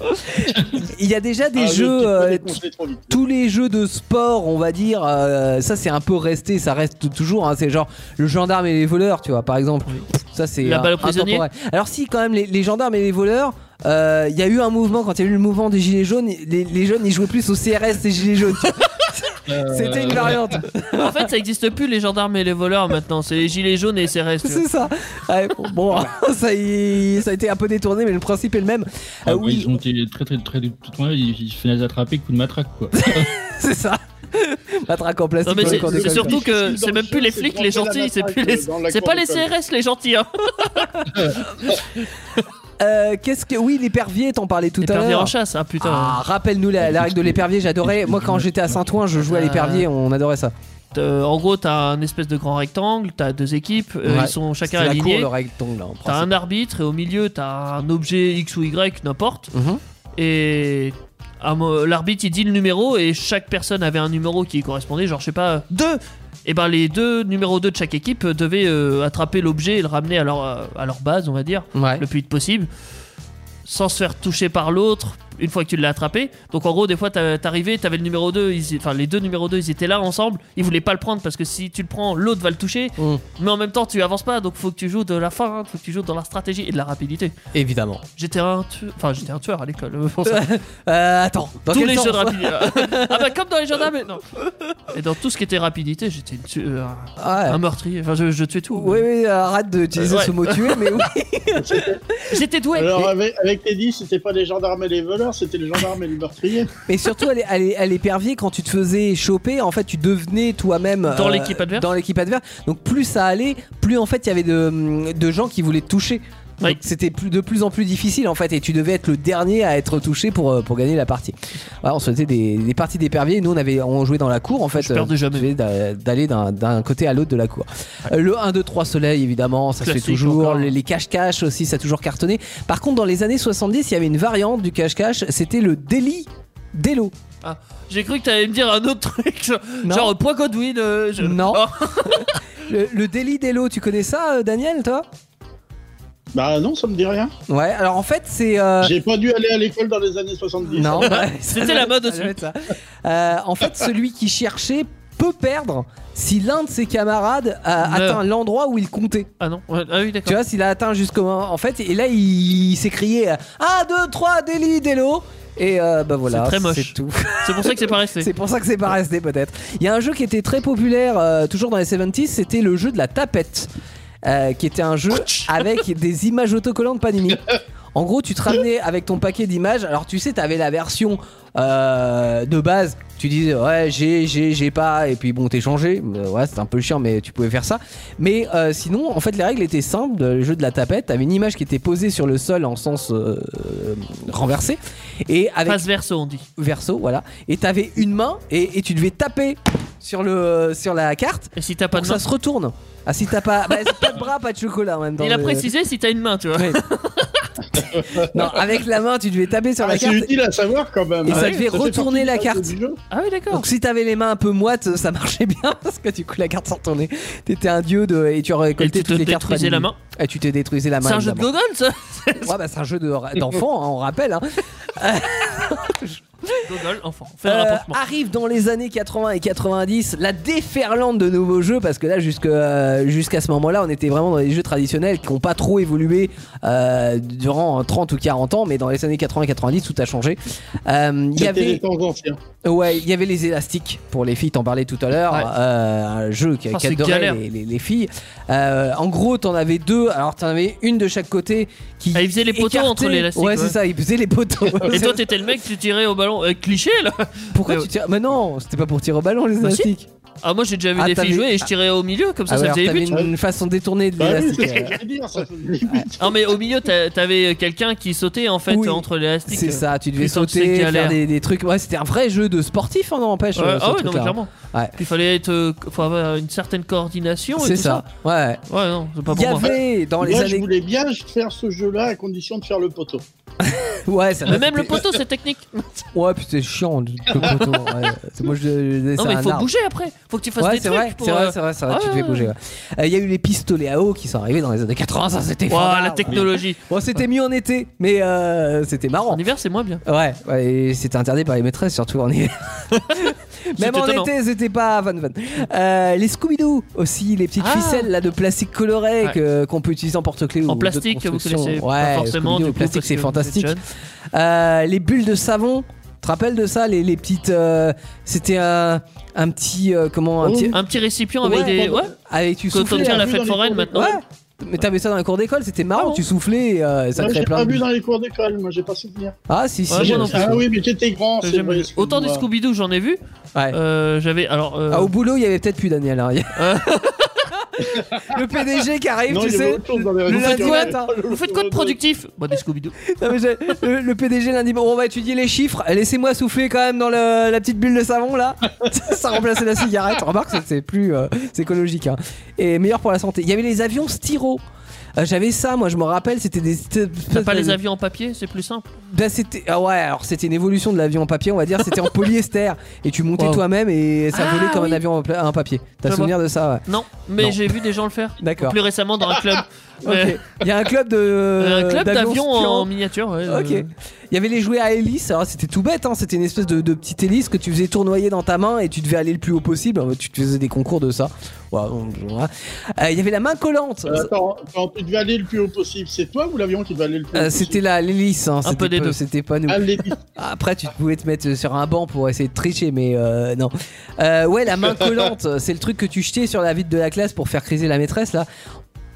S2: Il y a déjà des
S5: Ah,
S2: jeux.
S5: je
S2: euh,
S5: vais décongeler trop vite.
S2: tous les jeux de sport, on va dire, euh, ça c'est un peu resté, ça reste toujours. hein, c'est genre le gendarme et les voleurs, tu vois, par exemple. Ça c'est
S3: La
S2: euh,
S3: balle au prisonnier.
S2: intemporel. Alors si quand même les, les gendarmes et les voleurs, euh, il y a eu un mouvement quand il y a eu le mouvement des gilets jaunes, les, les jeunes ils jouaient plus au CRS des gilets jaunes. C'était une
S4: Euh,
S2: variante.
S3: En fait, ça existe plus les gendarmes et les voleurs maintenant. C'est les gilets jaunes et les CRS. tu vois.
S2: C'est ça. Ouais, bon, bon, ça, y- ça a été un peu détourné, mais le principe est le même.
S4: Ah,
S2: Euh,
S4: ouais, Ils ont été très très très tout le temps, ils ils se faisaient attraper coup de matraque quoi.
S2: c'est ça. Matraque en plastique.
S3: Non, mais
S2: ouais,
S3: c'est-
S2: qu'on
S3: c'est
S2: décolle,
S3: surtout
S2: quoi.
S5: Dans
S3: que
S5: le
S3: c'est même
S5: jeu,
S3: plus les
S5: c'est
S3: flics,
S5: de
S3: les
S5: brancher la
S3: gentils, c'est
S5: matraque euh,
S3: plus les.
S5: dans la
S3: C'est
S5: cour
S3: pas les
S5: d'école.
S3: CRS les gentils, hein.
S2: Euh, Qu'est-ce que oui l'épervier t'en parlais tout
S3: Les
S2: à
S3: pervers
S2: l'heure.
S3: en chasse, ah putain.
S2: Ah, rappelle-nous la, la règle de l'épervier, j'adorais. Moi, quand j'étais à Saint-Ouen, je jouais à l'épervier, on adorait ça.
S3: Euh, en gros, t'as un espèce de grand rectangle, t'as deux équipes, euh,
S2: Ouais.
S3: ils sont
S2: C'est
S3: chacun
S2: la cour,
S3: alignés.
S2: le rectangle, là, en
S3: T'as
S2: principe.
S3: un arbitre et au milieu t'as un objet X ou Y, n'importe.
S2: Mhm.
S3: Et à mo- l'arbitre il dit le numéro et chaque personne avait un numéro qui correspondait, genre je sais pas, deux Et ben les deux numéros 2 de chaque équipe euh, devaient euh, attraper l'objet et le ramener à leur, euh, à leur base, on va dire,
S2: Ouais.
S3: le plus vite possible, sans se faire toucher par l'autre une fois que tu l'as attrapé. Donc en gros, des fois t'as- t'arrivais, t'avais le numéro 2, enfin les deux numéros 2 ils étaient là ensemble, ils voulaient pas le prendre parce que si tu le prends, l'autre va le toucher.
S2: Mmh.
S3: Mais en même temps, tu avances pas, donc faut que tu joues de la fin, hein, faut que tu joues dans la stratégie et de la rapidité.
S2: Évidemment.
S3: J'étais un tueur, enfin j'étais un tueur à l'école. euh, pour ça.
S2: Euh, attends, dans
S3: tous
S2: quel
S3: les
S2: sens
S3: jeux de rapidité. ah bah comme dans les gendarmes, mais non. Et dans tout ce qui était rapidité, j'étais une tue- euh,
S2: Ah, ouais.
S3: un meurtrier. Enfin je, je tuais tout.
S2: Oui, oui, arrête d'utiliser
S3: Ouais.
S2: ce mot tuer, mais oui.
S3: J'étais doué.
S5: Alors, avec, avec Teddy, c'était pas les gendarmes et les voleurs, c'était les gendarmes et les meurtriers.
S2: Mais surtout, à l'é- à l'é- à l'épervier, quand tu te faisais choper, en fait, tu devenais toi-même. euh,
S3: Dans l'équipe adverse
S2: Dans l'équipe adverse. Donc, plus ça allait, plus en fait, il y avait de, de gens qui voulaient te toucher. Donc,
S3: Oui.
S2: C'était plus- de plus en plus difficile en fait, et tu devais être le dernier à être touché pour, euh, pour gagner la partie. Ouais, on se faisait des, des parties d'épervier, nous on, avait, on jouait dans la cour en fait. Euh,
S3: Je perdais jamais.
S2: tu devais d'a- D'aller d'un- d'un côté à l'autre de la cour. Euh, Le 1, 2, 3 soleil évidemment, ça se fait
S3: Classique
S2: toujours.
S3: encore.
S2: Les les cache-cache aussi, ça a toujours cartonné. Par contre, dans les années 70, il y avait une variante du cache-cache, c'était le délit d'élo.
S3: J'ai cru que t'allais me dire un autre truc. Genre,
S2: Non.
S3: genre, euh, point Godwin. euh, je-
S2: Non.
S3: Oh.
S2: Le, le délit d'élo, tu connais ça, euh, Daniel, toi
S5: bah non, ça me dit rien.
S2: Ouais, alors en fait, c'est. euh,
S5: J'ai pas dû aller à l'école dans les années Ah, 70.
S2: Non, bah,
S3: C'était la mode aussi.
S2: Ça doit être ça. Euh, en fait, celui qui cherchait peut perdre si l'un de ses camarades a
S3: Meurt.
S2: atteint l'endroit où il comptait.
S3: Ah non, ouais, ah oui,
S2: Tu
S3: d'accord.
S2: vois, s'il a atteint jusqu'au. En fait, et là, il, s'est crié euh, 1, 2, 3, délit, délo. Et euh, bah voilà,
S3: C'est très moche.
S2: c'est tout.
S3: C'est pour ça que c'est pas resté.
S2: C'est pour ça que c'est pas resté peut-être. Il y a un jeu qui était très populaire, euh, toujours dans les 70s, c'était le jeu de la tapette, euh, qui était un jeu avec des images autocollantes Panini. En gros, tu te ramenais avec ton paquet d'images. Alors, tu sais, t'avais la version euh, de base. Tu disais, ouais, j'ai, j'ai, j'ai pas. Et puis, bon, t'es changé. Euh, Ouais, c'était un peu chiant, mais tu pouvais faire ça. Mais euh, sinon, en fait, les règles étaient simples. Le jeu de la tapette, t'avais une image qui était posée sur le sol en sens euh, renversé. Et avec
S3: Face verso, on dit.
S2: verso, voilà. Et t'avais une main et, et tu devais taper sur le sur la carte
S3: Et si t'as pas
S2: pour que
S3: de main.
S2: ça se retourne. Ah si t'as pas, bah, c'est pas de bras, pas de chocolat en même temps.
S3: Il a
S2: Euh,
S3: précisé si t'as une main, tu vois.
S2: ouais. non, avec la main tu devais taper sur
S5: Ah,
S2: la
S5: c'est
S2: carte.
S5: utile à savoir quand même.
S2: Et ça
S5: oui,
S2: devait
S5: fait
S2: retourner
S5: partie
S2: la
S5: du
S2: carte.
S5: du jeu.
S3: Ah oui, d'accord.
S2: Donc si t'avais les mains un peu moites, ça marchait bien parce que du coup la carte s'en retournait. T'étais un dieu de et tu
S3: Et
S2: récoltais
S3: tu te
S2: toutes les cartes.
S3: détruisais la
S2: Panini.
S3: main.
S2: Et tu t'es détruisé la main.
S3: C'est un jeu de
S2: évidemment.
S3: Gogol, ça
S2: Ouais, bah, c'est un jeu de- d'enfant, hein, on rappelle. hein.
S3: Gogol, enfant. Fais
S2: Euh,
S3: un rapprochement.
S2: arrive dans les années 80 et 90 la déferlante de nouveaux jeux parce que là jusque, euh, jusqu'à ce moment-là on était vraiment dans les jeux traditionnels qui n'ont pas trop évolué euh, durant 30 ou 40 ans mais dans les années 80 90 tout a changé. Euh, Il y
S5: C'était
S2: avait
S5: les temps anciens.
S2: ouais il y avait les élastiques pour les filles t'en parlais tout à l'heure
S3: Ouais.
S2: euh, un jeu qui
S3: Oh, c'est
S2: adorait
S3: galère.
S2: les, les- les filles. Euh, en gros t'en avais deux alors t'en avais une de chaque côté qui
S3: Ah, ils faisaient les poteaux
S2: écartait-
S3: entre l'élastique,
S2: ouais, c'est
S3: ouais.
S2: ça ils faisaient les poteaux.
S3: Et toi, t'étais le mec, tu tirais au ballon. Euh, cliché, là
S2: pourquoi
S3: Ouais,
S2: tu tires mais non c'était pas pour tirer au ballon les
S3: Bah, si.
S2: élastiques.
S3: Ah, moi, j'ai déjà vu
S2: Ah,
S3: des
S2: t'avais-
S3: filles jouer et je tirais au milieu, comme ça,
S2: Ah ouais,
S3: ça faisait
S2: alors
S3: des
S2: t'avais
S3: buts.
S2: une façon détournée de
S5: Bah oui,
S2: l'élastique.
S5: c'est ce que j'allais dire. Ça
S2: euh,
S5: faisait des buts.
S3: Non, mais au milieu, t'a- t'avais quelqu'un qui sautait, en fait,
S2: Oui.
S3: entre l'élastique.
S2: c'est ça, tu devais
S3: putain, tu sais
S2: sauter,
S3: qu'il y
S2: faire
S3: a l'air.
S2: des, des trucs. Ouais, c'était un vrai jeu de sportif, on n'empêche.
S3: Ouais,
S2: euh, ce
S3: ah ouais, non,
S2: truc-là.
S3: mais clairement.
S2: Ouais.
S3: Puis, il fallait être, euh, faut avoir une certaine coordination. et
S2: C'est
S3: tout
S2: ça. Ouais.
S3: ça. Ouais, non, c'est pas
S2: Il y
S3: pour moi.
S2: avait dans les
S5: Moi, je
S2: années.
S5: voulais bien faire ce jeu-là à condition de faire le poteau.
S2: Ouais, ça
S3: Mais même le poteau, c'est technique.
S2: Ouais, puis c'est chiant le le poteau. ouais. C'est- Moi, je, je-
S3: Non,
S2: c'est
S3: mais il
S2: un
S3: faut
S2: art.
S3: bouger après. Faut que tu fasses
S2: Ouais,
S3: des
S2: c'est
S3: trucs
S2: vrai,
S3: pour.
S2: c'est vrai,
S3: euh,
S2: c'est vrai, c'est vrai, tu
S3: ouais,
S2: te fais
S3: ouais.
S2: bouger. ouais. Euh, Il y a eu les pistolets à eau qui sont arrivés dans les années 80, ça c'était
S3: Ouah,
S2: fort.
S3: la technologie.
S2: Bon, c'était mieux en été, mais euh, c'était marrant.
S3: En hiver, c'est moins bien.
S2: Ouais, ouais, et c'était interdit par les maîtresses, surtout en hiver. Même
S3: C'est
S2: en
S3: étonnant.
S2: été, c'était pas van van. Euh, les Scooby-Doo aussi, les petites
S3: Ah.
S2: ficelles là, de plastique coloré
S3: Ouais.
S2: que- qu'on peut utiliser en porte-clés ou
S3: En
S2: d'autres
S3: plastique, vous
S2: constructions.
S3: connaissez
S2: ouais,
S3: pas forcément.
S2: Scooby-Doo,
S3: du
S2: le
S3: coup,
S2: plastique,
S3: parce
S2: c'est
S3: que vous êtes
S2: fantastique.
S3: jeune.
S2: Euh, les bulles de savon. Tu te rappelles de ça les, les petites. euh, C'était un, un petit. euh, comment un
S5: Oh.
S2: petit,
S3: Un petit récipient avec
S5: Ouais,
S3: des.
S5: pendant-
S3: Ouais,
S2: Avec tu
S3: quand on
S2: soufflais. hein.
S3: tient la
S5: vu
S3: fête
S5: hein, dans les
S3: foraine
S5: cours
S3: maintenant.
S2: Ouais. Mais t'avais ça dans la cour d'école, c'était marrant.
S3: Ah bon
S2: tu soufflais et euh, ça
S5: Moi,
S2: créait
S5: j'ai
S2: plein
S5: pas vu
S2: de.
S5: dans les cours d'école, moi j'ai pas souvenir.
S2: Ah si si.
S3: Ouais, moi non
S2: c'est-
S5: Ah oui, mais j'étais grand, c'est
S3: J'aime-
S5: vrai.
S3: Autant du
S5: excuse-moi.
S3: Scooby-Doo, j'en ai vu.
S2: Ouais.
S3: Euh, J'avais. Alors. euh,
S2: Ah, au boulot, il y avait peut-être plus Daniel. hein. le PDG qui arrive,
S5: Non,
S2: tu
S5: il y avait
S2: sais.
S5: autre chose dans les
S2: Le
S5: réseaux
S2: lundi
S5: sociaux. Euh,
S2: matin.
S3: Vous faites quoi de productif Bah, des Scooby-Doo.
S2: Non, mais j'ai- le, le PDG lundi, bon, on va étudier les chiffres. Laissez-moi souffler quand même dans le- la petite bulle de savon là. ça remplaçait la cigarette. Remarque, c'est- c'est plus euh, c'est écologique hein. et meilleur pour la santé. Il y avait les avions styro. Euh, J'avais ça, moi je me rappelle, c'était des.
S3: T'as pas les avions en papier, c'est plus simple.
S2: Ben, c'était- ah ouais, alors c'était une évolution de l'avion en papier, on va dire, c'était en polyester. Et tu montais
S3: Wow.
S2: toi-même et ça
S3: Ah,
S2: volait comme
S3: oui.
S2: un avion en pla- en papier. T'as
S3: Je
S2: souvenir de ça ouais.
S3: Non, mais
S2: Non.
S3: j'ai vu des gens le faire.
S2: D'accord.
S3: Plus récemment dans un club.
S2: Ok.
S3: Ouais.
S2: Il y a un club
S3: Un
S2: de.
S3: club d'avions en
S2: spirants.
S3: miniature. ouais,
S2: Euh, Ok.
S3: euh,
S2: Il y avait les jouets à hélice, alors c'était tout bête, hein. c'était une espèce de, de petite hélice que tu faisais tournoyer dans ta main et tu devais aller le plus haut possible. Tu te faisais des concours de ça. Ouais, on- voilà. Euh, il y avait la main collante.
S5: Euh, Attends, attends, tu devais aller le plus haut possible. C'est toi ou l'avion qui devait aller le plus haut
S2: Euh,
S5: possible
S2: c'était la l'hélice, hein.
S3: peu
S2: c'était
S3: des
S2: pas-
S3: deux.
S2: c'était pas nous.
S5: Ah, les-
S2: Après, tu pouvais te mettre sur un banc pour essayer de tricher, mais euh, non. Euh, ouais, la main collante, c'est le truc que tu jetais sur la vitre de la classe pour faire criser la maîtresse, là.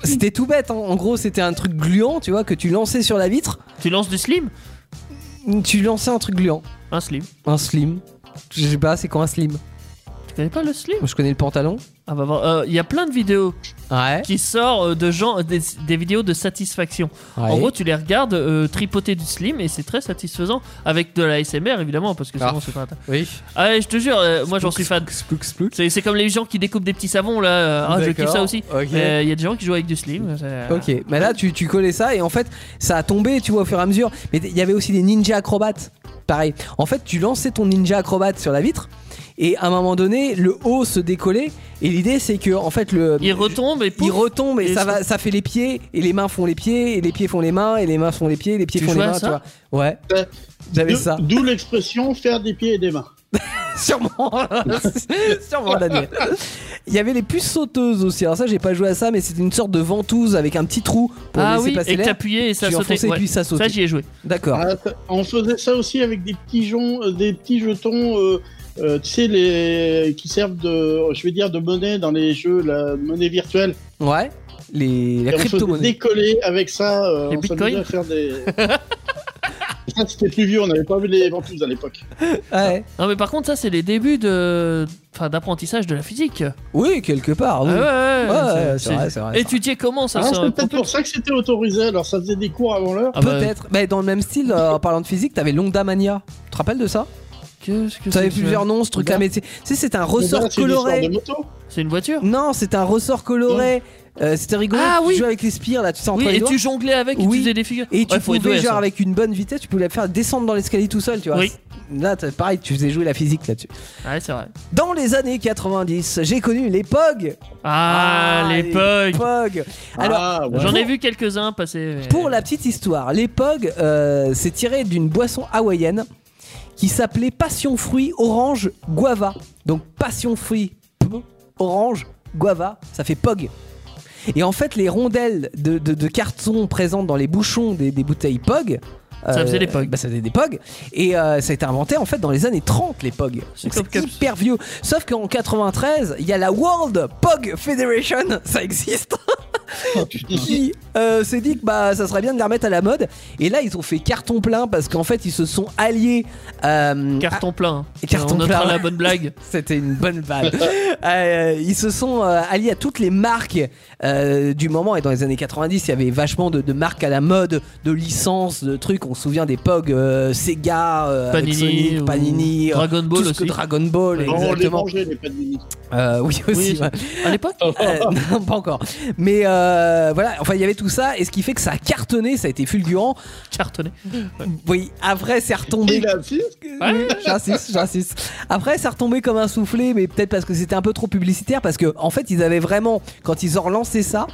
S2: C'était tout bête, hein. en gros, c'était un truc gluant, tu vois, que tu lançais sur la vitre.
S3: Tu lances du slim
S2: Tu lançais un truc gluant.
S3: Un slim.
S2: Un slim. Je sais pas, c'est quoi un slim
S3: Tu connais pas le slim
S2: Moi, je connais le pantalon.
S3: Ah bah voir. Euh, Il y a plein de vidéos
S2: Ouais.
S3: qui sortent euh, de gens des, des vidéos de satisfaction. En gros, tu les regardes euh, tripoter du slim et c'est très satisfaisant avec de la SMR évidemment parce que sinon
S2: Ah.
S3: c'est pas. intéressant.
S2: oui.
S3: Ah ouais, je te jure, euh, moi j'en suis fan.
S2: Splouk, splouk.
S3: C'est c'est comme les gens qui découpent des petits savons là. euh, Ah, je
S2: D'accord.
S3: kiffe ça aussi.
S2: Ok.
S3: Mais, euh, Il y a des gens qui jouent avec du slim. c'est-
S2: Ok, mais là tu, tu collais ça et en fait ça a tombé, tu vois, au fur et à mesure. Mais il y avait aussi des ninjas acrobates, pareil. En fait, tu lançais ton ninja acrobate sur la vitre et à un moment donné, le haut se décollait et l'idée c'est que en fait le
S3: Il retombe et
S2: il
S3: pouf,
S2: retombe et,
S3: Et
S2: ça
S3: ça-
S2: va, ça fait les pieds et les mains font les pieds et les pieds font les mains et les mains font les pieds et les pieds
S3: Tu
S2: font les
S3: jouais à
S2: mains, tu
S3: ça
S2: vois. Ouais,
S5: Euh,
S2: j'avais
S5: d'où-
S2: ça.
S5: D'où l'expression faire des pieds et des mains.
S2: Sûrement, sûrement Daniel. Il y avait les puces sauteuses aussi. Alors ça, j'ai pas joué à ça, mais c'était une sorte de ventouse avec un petit trou pour
S3: ah
S2: laisser
S3: oui,
S2: passer
S3: et que
S2: l'air.
S3: t'appuyais et ça
S2: tu
S3: sautait.
S2: enfonçais
S3: Ouais.
S2: puis ça
S3: Ça,
S2: sautait.
S3: j'y ai joué.
S2: D'accord.
S5: Ah, ça- on faisait ça aussi avec des petits, jon- euh, des petits jetons, euh, euh, tu sais, les... qui servent de, je vais dire, de monnaie dans les jeux, la monnaie virtuelle.
S2: Ouais. Les, la
S5: Et on faisait
S2: crypto-monnaie.
S5: décoller avec ça. euh,
S3: Les
S5: on s'amusait
S3: bitcoins
S5: à faire des. ça, c'était plus vieux, on n'avait pas vu les ventouses à l'époque.
S2: Ouais.
S3: Non mais par contre ça c'est les débuts de enfin d'apprentissage de la physique.
S2: Oui, quelque part. Oui.
S3: Ah ouais,
S2: Ouais,
S3: ouais, ouais,
S2: ouais,
S3: c'est-
S2: c'est vrai,
S3: c'est-
S2: c'est vrai. c'est vrai.
S3: Étudier comment ça
S5: Ah,
S3: ça-
S5: c'est peut-être pour ça que c'était autorisé, alors ça faisait des cours avant l'heure.
S3: Ah bah,
S2: Peut-être. Mais dans le même style, euh, en parlant de physique, t'avais l'Onda Mania. Tu te rappelles de ça
S3: qu'est-ce que
S2: T'avais
S3: c'est que
S2: plusieurs noms, ce truc-là.
S5: Onda.
S2: Mais tu sais, c'est un
S5: Mais
S2: ressort
S5: là, Eh ben, c'est une histoire
S2: coloré.
S5: de moto.
S3: ça C'est une voiture.
S2: Non, c'est un ressort coloré. Euh, C'était rigolo.
S3: Ah
S2: tu
S3: oui.
S2: jouais avec les spires, là, tu sais, entre
S3: Oui,
S2: les
S3: et
S2: doigts.
S3: tu jonglais avec et
S2: Oui.
S3: tu faisais des figures.
S2: Et tu
S3: Ouais, faut
S2: pouvais,
S3: être doué à
S2: genre,
S3: ça.
S2: avec une bonne vitesse, tu pouvais la faire descendre dans l'escalier tout seul, tu vois.
S3: Oui.
S2: Là, t'as- pareil, tu faisais jouer la physique là-dessus.
S3: Ouais, Ah, c'est vrai.
S2: Dans les années 90, j'ai connu les POG.
S3: Ah,
S2: Ah,
S3: les
S2: les
S3: pugs.
S2: POG. Alors,
S5: ah, ouais.
S3: J'en ai
S2: Pour-
S3: vu quelques-uns passer. mais-
S2: Pour la petite histoire, les POG, euh, c'est tiré d'une boisson hawaïenne qui s'appelait passion fruit orange guava. Donc passion fruit p- orange guava, ça fait POG. Et en fait, les rondelles de, de- de carton présentes dans les bouchons des, des bouteilles POG.
S3: Ça faisait des POG.
S2: bah, ça faisait des POG. Et euh, ça a été inventé en fait dans les années 30, les POG.
S3: C'est
S2: Donc
S3: comme
S2: C'est
S3: Cups.
S2: hyper vieux. Sauf qu'en 93, il y a la World POG Federation. Ça existe
S4: Oh, putain.
S2: qui euh, s'est dit que bah ça serait bien de les remettre à la mode et là ils ont fait carton plein parce qu'en fait ils se sont alliés euh, à-
S3: Carton plein. hein.
S2: Et carton
S3: On notera
S2: plein.
S3: la bonne blague.
S2: c'était une bonne balle Euh, ils se sont euh, alliés à toutes les marques euh, du moment et dans les années 90 il y avait vachement de, de marques à la mode de licences de trucs on se souvient des POG euh, Sega euh, avec
S3: Panini,
S2: Sonic,
S3: ou
S2: Panini euh,
S3: Dragon
S2: tout
S3: Ball
S2: ce que
S3: aussi.
S2: Dragon Ball
S3: Ouais.
S5: Non, on les
S2: exactement
S5: mangeait, les panini.
S2: Euh, oui aussi
S3: Oui,
S2: ouais.
S3: À l'époque
S2: Euh, non, pas encore. Mais euh, euh, voilà, enfin il y avait tout ça et ce qui fait que ça a cartonné, ça a été fulgurant.
S3: Cartonné.
S2: Oui, après c'est retombé.
S5: Et la fille
S3: Ouais.
S2: J'insiste, j'insiste. Après, ça retombait comme un soufflé, mais peut-être parce que c'était un peu trop publicitaire, parce que en fait, ils avaient vraiment, quand ils ont relancé ça,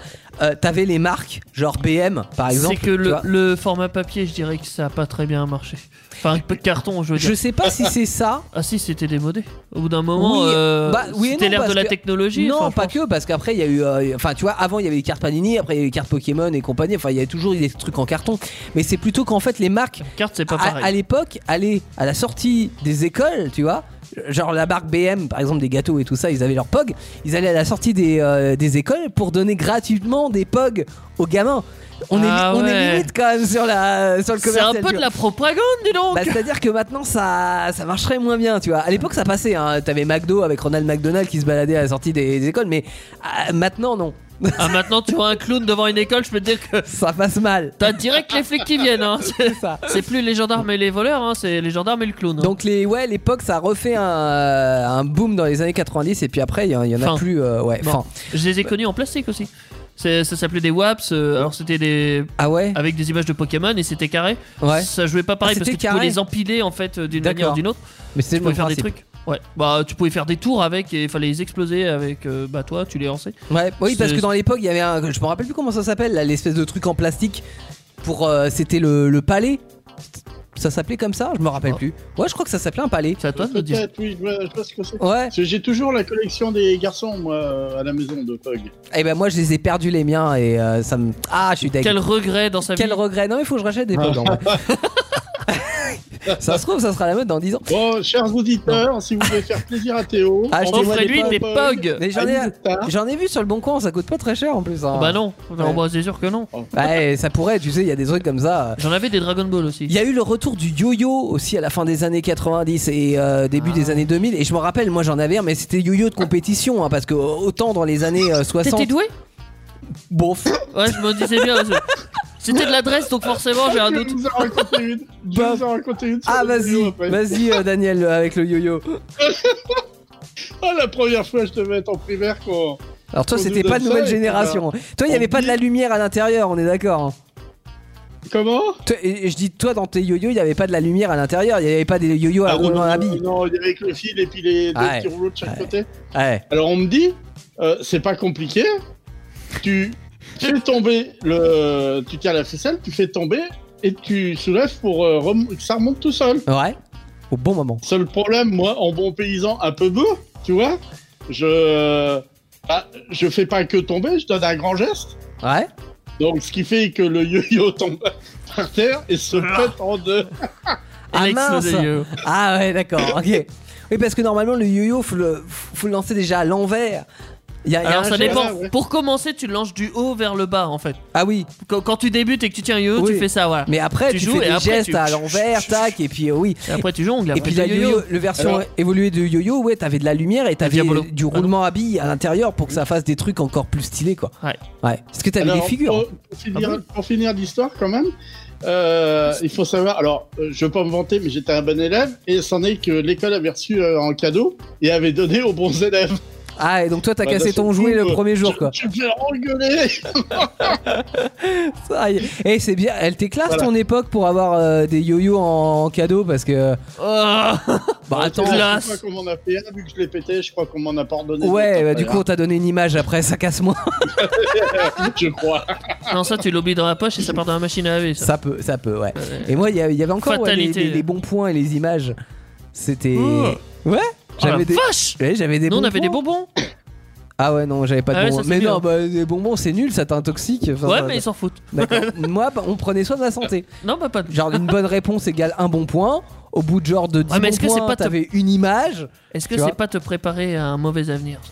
S2: euh, t'avais les marques, genre BM par exemple.
S3: C'est que
S2: tu
S3: le,
S2: vois.
S3: le format papier, je dirais que ça a pas très bien marché. Enfin, un peu de carton, je veux dire.
S2: Je sais pas si c'est ça.
S3: Ah si, c'était démodé. Au bout d'un moment,
S2: Oui,
S3: euh,
S2: bah, oui et
S3: c'était
S2: non,
S3: l'ère de
S2: parce
S3: la
S2: que-
S3: technologie.
S2: non,
S3: enfin,
S2: pas
S3: je pense.
S2: que, parce qu'après, il y a eu. euh, Enfin, tu vois, avant, il y avait les cartes Panini, après, il y a eu les cartes Pokémon et compagnie. Enfin, il y avait toujours des trucs en carton. Mais c'est plutôt qu'en fait, les marques
S3: Carte, c'est pas
S2: à, à
S3: pareil.
S2: l'époque, aller à la sortie des écoles, tu vois, genre la marque BM, par exemple, des gâteaux et tout ça, ils avaient leur POG, ils allaient à la sortie des, euh, des écoles pour donner gratuitement des POG aux gamins. On,
S3: Ah
S2: est, li- on est
S3: ouais.
S2: limite quand même sur, la, sur le
S3: C'est un
S2: commercial.
S3: peu
S2: tu
S3: de
S2: vois.
S3: la propagande, dis donc.
S2: Bah, C'est-à-dire que maintenant ça, ça marcherait moins bien, tu vois. À l'époque ça passait, hein. t'avais McDo avec Ronald McDonald qui se baladait à la sortie des, des écoles, mais ah, maintenant non,
S3: Ah, maintenant, tu vois un clown devant une école, je peux te dire que
S2: ça passe mal.
S3: t'as direct les flics qui viennent. Hein. C'est-
S2: C'est ça.
S3: C'est plus les gendarmes et les voleurs, hein, c'est les gendarmes et le clown. hein.
S2: Donc les ouais l'époque ça a refait un, euh, un boom dans les années 90 et puis après il y, en- il y en a
S3: Fin.
S2: plus euh, ouais
S3: Non.
S2: fin.
S3: Je les ai connus en plastique aussi. C'est- Ça s'appelait des WAPS, euh, alors c'était des...
S2: ah ouais
S3: avec des images de Pokémon et c'était carré.
S2: ouais
S3: Ça jouait pas pareil
S2: Ah,
S3: parce que
S2: c'était
S3: tu pouvais
S2: carré.
S3: les empiler en fait euh, d'une
S2: D'accord.
S3: manière ou d'une autre.
S2: mais c'est
S3: Tu
S2: le
S3: pouvais
S2: même
S3: faire des
S2: principe
S3: trucs. Ouais. Bah tu pouvais faire des tours avec et il fallait les exploser avec euh, bah toi, tu les lançais.
S2: ouais oui parce
S3: C'est-
S2: que dans l'époque il y avait un je me rappelle plus comment ça s'appelle là, l'espèce de truc en plastique pour euh, c'était le, le palais ça s'appelait comme ça je me rappelle
S3: Ah.
S2: plus ouais je crois que ça s'appelait un palais
S3: C'est à toi de me dire.
S5: Peut-être, oui, je vois, je vois ce que c'est.
S2: ouais
S5: Parce que J'ai toujours la collection des garçons, moi, euh, à la maison de Pug.
S2: et ben moi je les ai perdus les miens et euh, ça me ah je suis deg
S3: Quel regret dans sa
S2: Quel
S3: vie.
S2: regret non il faut que je rachète des pogs en vrai. ça se trouve ça sera la mode dans 10 ans
S5: Bon, chers auditeurs, si vous voulez faire plaisir à Théo,
S2: Ah, je
S5: envoyez
S3: Offrez-lui
S5: pas
S3: des
S5: Pug
S3: pogs.
S2: mais
S5: à
S2: j'en ai
S5: Insta.
S2: j'en ai vu sur le bon coin ça coûte pas très cher en plus hein.
S3: Bah non, non
S2: Ouais.
S3: bah, c'est sûr que non.
S2: Ouais, Bah, eh, ça pourrait, tu sais, il y a des trucs comme ça.
S3: J'en avais des Dragon Ball aussi.
S2: Il y a eu le retour du yo-yo aussi à la fin des années 90 et euh, début
S5: Ah.
S2: des années 2000. Et je me rappelle, moi j'en avais un, mais c'était yo-yo de compétition. hein, parce que autant dans les années euh, 60.
S3: T'étais doué
S2: Bof.
S3: Ouais, je me disais bien. c'est- C'était de l'adresse donc
S2: Oh,
S3: forcément j'ai un
S5: Je
S3: doute.
S5: vous en raconter une. Je
S2: Bah.
S5: vous en raconter une. sur
S2: Ah,
S5: le vidéo
S2: vas-y,
S5: après.
S2: vas-y, euh, Daniel, euh, avec le yo-yo.
S5: Ah, la première fois, je devais être en primaire quand.
S2: Alors, toi,
S5: On
S2: c'était
S5: nous
S2: pas
S5: donne
S2: de
S5: ça, et
S2: nouvelle
S5: puis,
S2: génération. Toi, il n'y
S5: on
S2: avait pas de la lumière à l'intérieur, on est d'accord. hein.
S5: Comment
S2: Toi- et- et Je dis, toi, dans tes yo-yo, il n'y avait pas de la lumière à l'intérieur. Il n'y avait pas des yo-yo à
S5: Ah, non,
S2: roulement à
S5: non,
S2: billes.
S5: Non, il y avait que le fil et puis les deux
S2: Ouais.
S5: petits rouleaux de chaque
S2: Ouais.
S5: côté.
S2: Ouais.
S5: Alors on me dit, euh, c'est pas compliqué. Tu fais tomber le, tu tires la ficelle, tu fais tomber et tu soulèves pour euh, rem- que ça remonte tout seul.
S2: Ouais. Au bon moment.
S5: Seul problème, moi, en bon paysan, un peu bœuf, tu vois, je, bah, je fais pas que tomber, je donne un grand geste.
S2: Ouais.
S5: Donc ce qui fait que le yo-yo tombe par terre et se pète en deux.
S2: Ah,
S3: Alex,
S2: mince.
S3: le dégueu.
S2: Ah ouais, d'accord, ok. Oui, parce que normalement, le yo-yo, faut le, faut le lancer déjà à l'envers. Il y a- il y a
S3: Alors
S2: un
S3: ça
S2: geste-
S3: dépend.
S5: Ah, ouais.
S3: Pour commencer, tu le lances du haut vers le bas en fait.
S2: Ah oui,
S3: Quand, quand tu débutes et que tu tiens un yo,
S2: Oui.
S3: tu fais ça, voilà.
S2: mais après,
S3: Tu
S2: tu,
S3: joues
S2: fais
S3: et
S2: des
S3: après,
S2: gestes
S3: tu-
S2: à l'envers, tac, et puis euh, oui.
S3: Et après, tu jongles.
S2: Et
S3: après,
S2: puis
S3: tu
S2: la
S3: yo-yo.
S2: yo-yo, le version
S5: Alors-
S2: évoluée de yo-yo, ouais, t'avais de la lumière et t'avais
S3: Diabolo.
S2: du roulement à billes à l'intérieur pour que ça fasse des trucs encore plus stylés, quoi.
S3: Ouais.
S2: Ouais. Parce que t'avais
S5: Alors,
S2: des figures. Ah
S5: Pour, pour finir, pour finir l'histoire, quand même, euh, il faut savoir. Alors, euh, je veux pas me vanter, mais j'étais un bon élève, et c'en est que l'école avait reçu euh, en cadeau et avait donné aux bons élèves.
S2: Ah, et donc toi, t'as
S5: Bah,
S2: cassé
S5: d'un
S2: ton
S5: seul
S2: jouet
S5: coup,
S2: le
S5: euh,
S2: premier jour, quoi.
S5: Je me fais engueuler.
S2: Ça y est. Eh, c'est bien. Elle t'est classe
S5: Voilà.
S2: ton époque pour avoir euh, des yo-yo en, en cadeau parce que.
S3: Ah,
S2: Bah, attends.
S5: je
S3: classe.
S5: sais pas comment on a fait un, vu que je l'ai pété, je crois qu'on m'en a pas redonné.
S2: Ouais,
S5: d'autres
S2: bah, du coup,
S5: après,
S2: on t'a donné une image après, ça casse moins.
S5: hein, je crois.
S3: non, ça, tu l'oublies dans la poche et ça part dans la machine à laver. Ça.
S2: Ça peut, ça peut, ouais.
S3: Ouais.
S2: Et moi, il y, a- il y avait encore ouais, les,
S3: Fatalité.
S2: les- les bons points et les images. C'était.
S3: Oh.
S2: Ouais,
S3: Oh la
S2: j'avais des.
S3: vache
S2: Ouais, j'avais des
S3: Nous, on
S2: bons
S3: avait des
S2: points.
S3: bonbons.
S2: Ah ouais, non, j'avais pas de
S3: Ah ouais,
S2: bonbons.
S3: ça, c'est
S2: mais
S3: mieux.
S2: non, bah, des bonbons, c'est nul, ça t'intoxique. Enfin,
S3: ouais,
S2: bah,
S3: mais ils s'en foutent.
S2: d'accord. Moi, bah, on prenait soin de la santé.
S3: Non, bah, pas de.
S2: Genre, une bonne réponse égale un bon point. Au bout de genre de 10
S3: mais
S2: bons
S3: est-ce que c'est
S2: points,
S3: pas ta-
S2: t'avais une image.
S3: Est-ce que
S2: Tu
S3: c'est
S2: vois.
S3: pas te préparer à un mauvais avenir ça